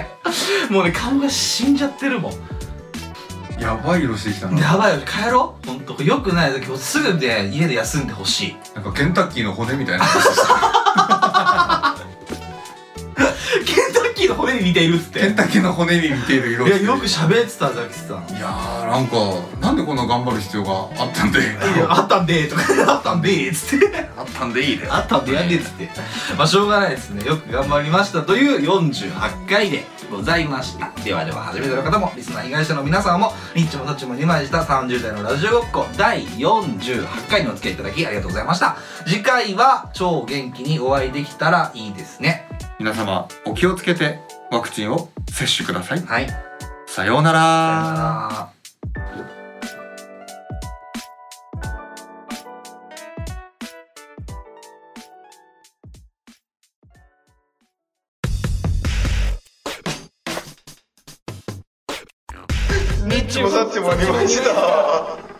[SPEAKER 3] うもうね顔が死んじゃってるもん
[SPEAKER 1] やばい色してきたな
[SPEAKER 3] やばいよ帰ろうほんとよくない今日すぐで家で休んでほ しい
[SPEAKER 1] なんかケンタッキーの骨み たいな色してきた
[SPEAKER 3] ケンタッキーの骨に似ているっつって
[SPEAKER 1] ケンタッキーの骨に似ている色
[SPEAKER 3] い
[SPEAKER 1] して
[SPEAKER 3] や
[SPEAKER 1] る
[SPEAKER 3] よく喋ってたザキさん
[SPEAKER 1] いやーなんかなんでこんな頑張る必要があったんで
[SPEAKER 3] あったんでーとかあったんでーっつって
[SPEAKER 6] あったんでいいで
[SPEAKER 3] あったんでやんでーっつってまあしょうがないですねよく頑張りましたという48回でございましたではでは初めての方もリスナー被害者の皆さんもニッチもサッチも2枚した30代のラジオごっこ第48回にお付き合いいただきありがとうございました次回は超元気にお会いできたらいいですね
[SPEAKER 6] 皆様お気をつけてワクチンを接種ください
[SPEAKER 3] はい
[SPEAKER 6] さような
[SPEAKER 3] さよ
[SPEAKER 6] ら
[SPEAKER 3] なら
[SPEAKER 4] ニッチもサッチもありました。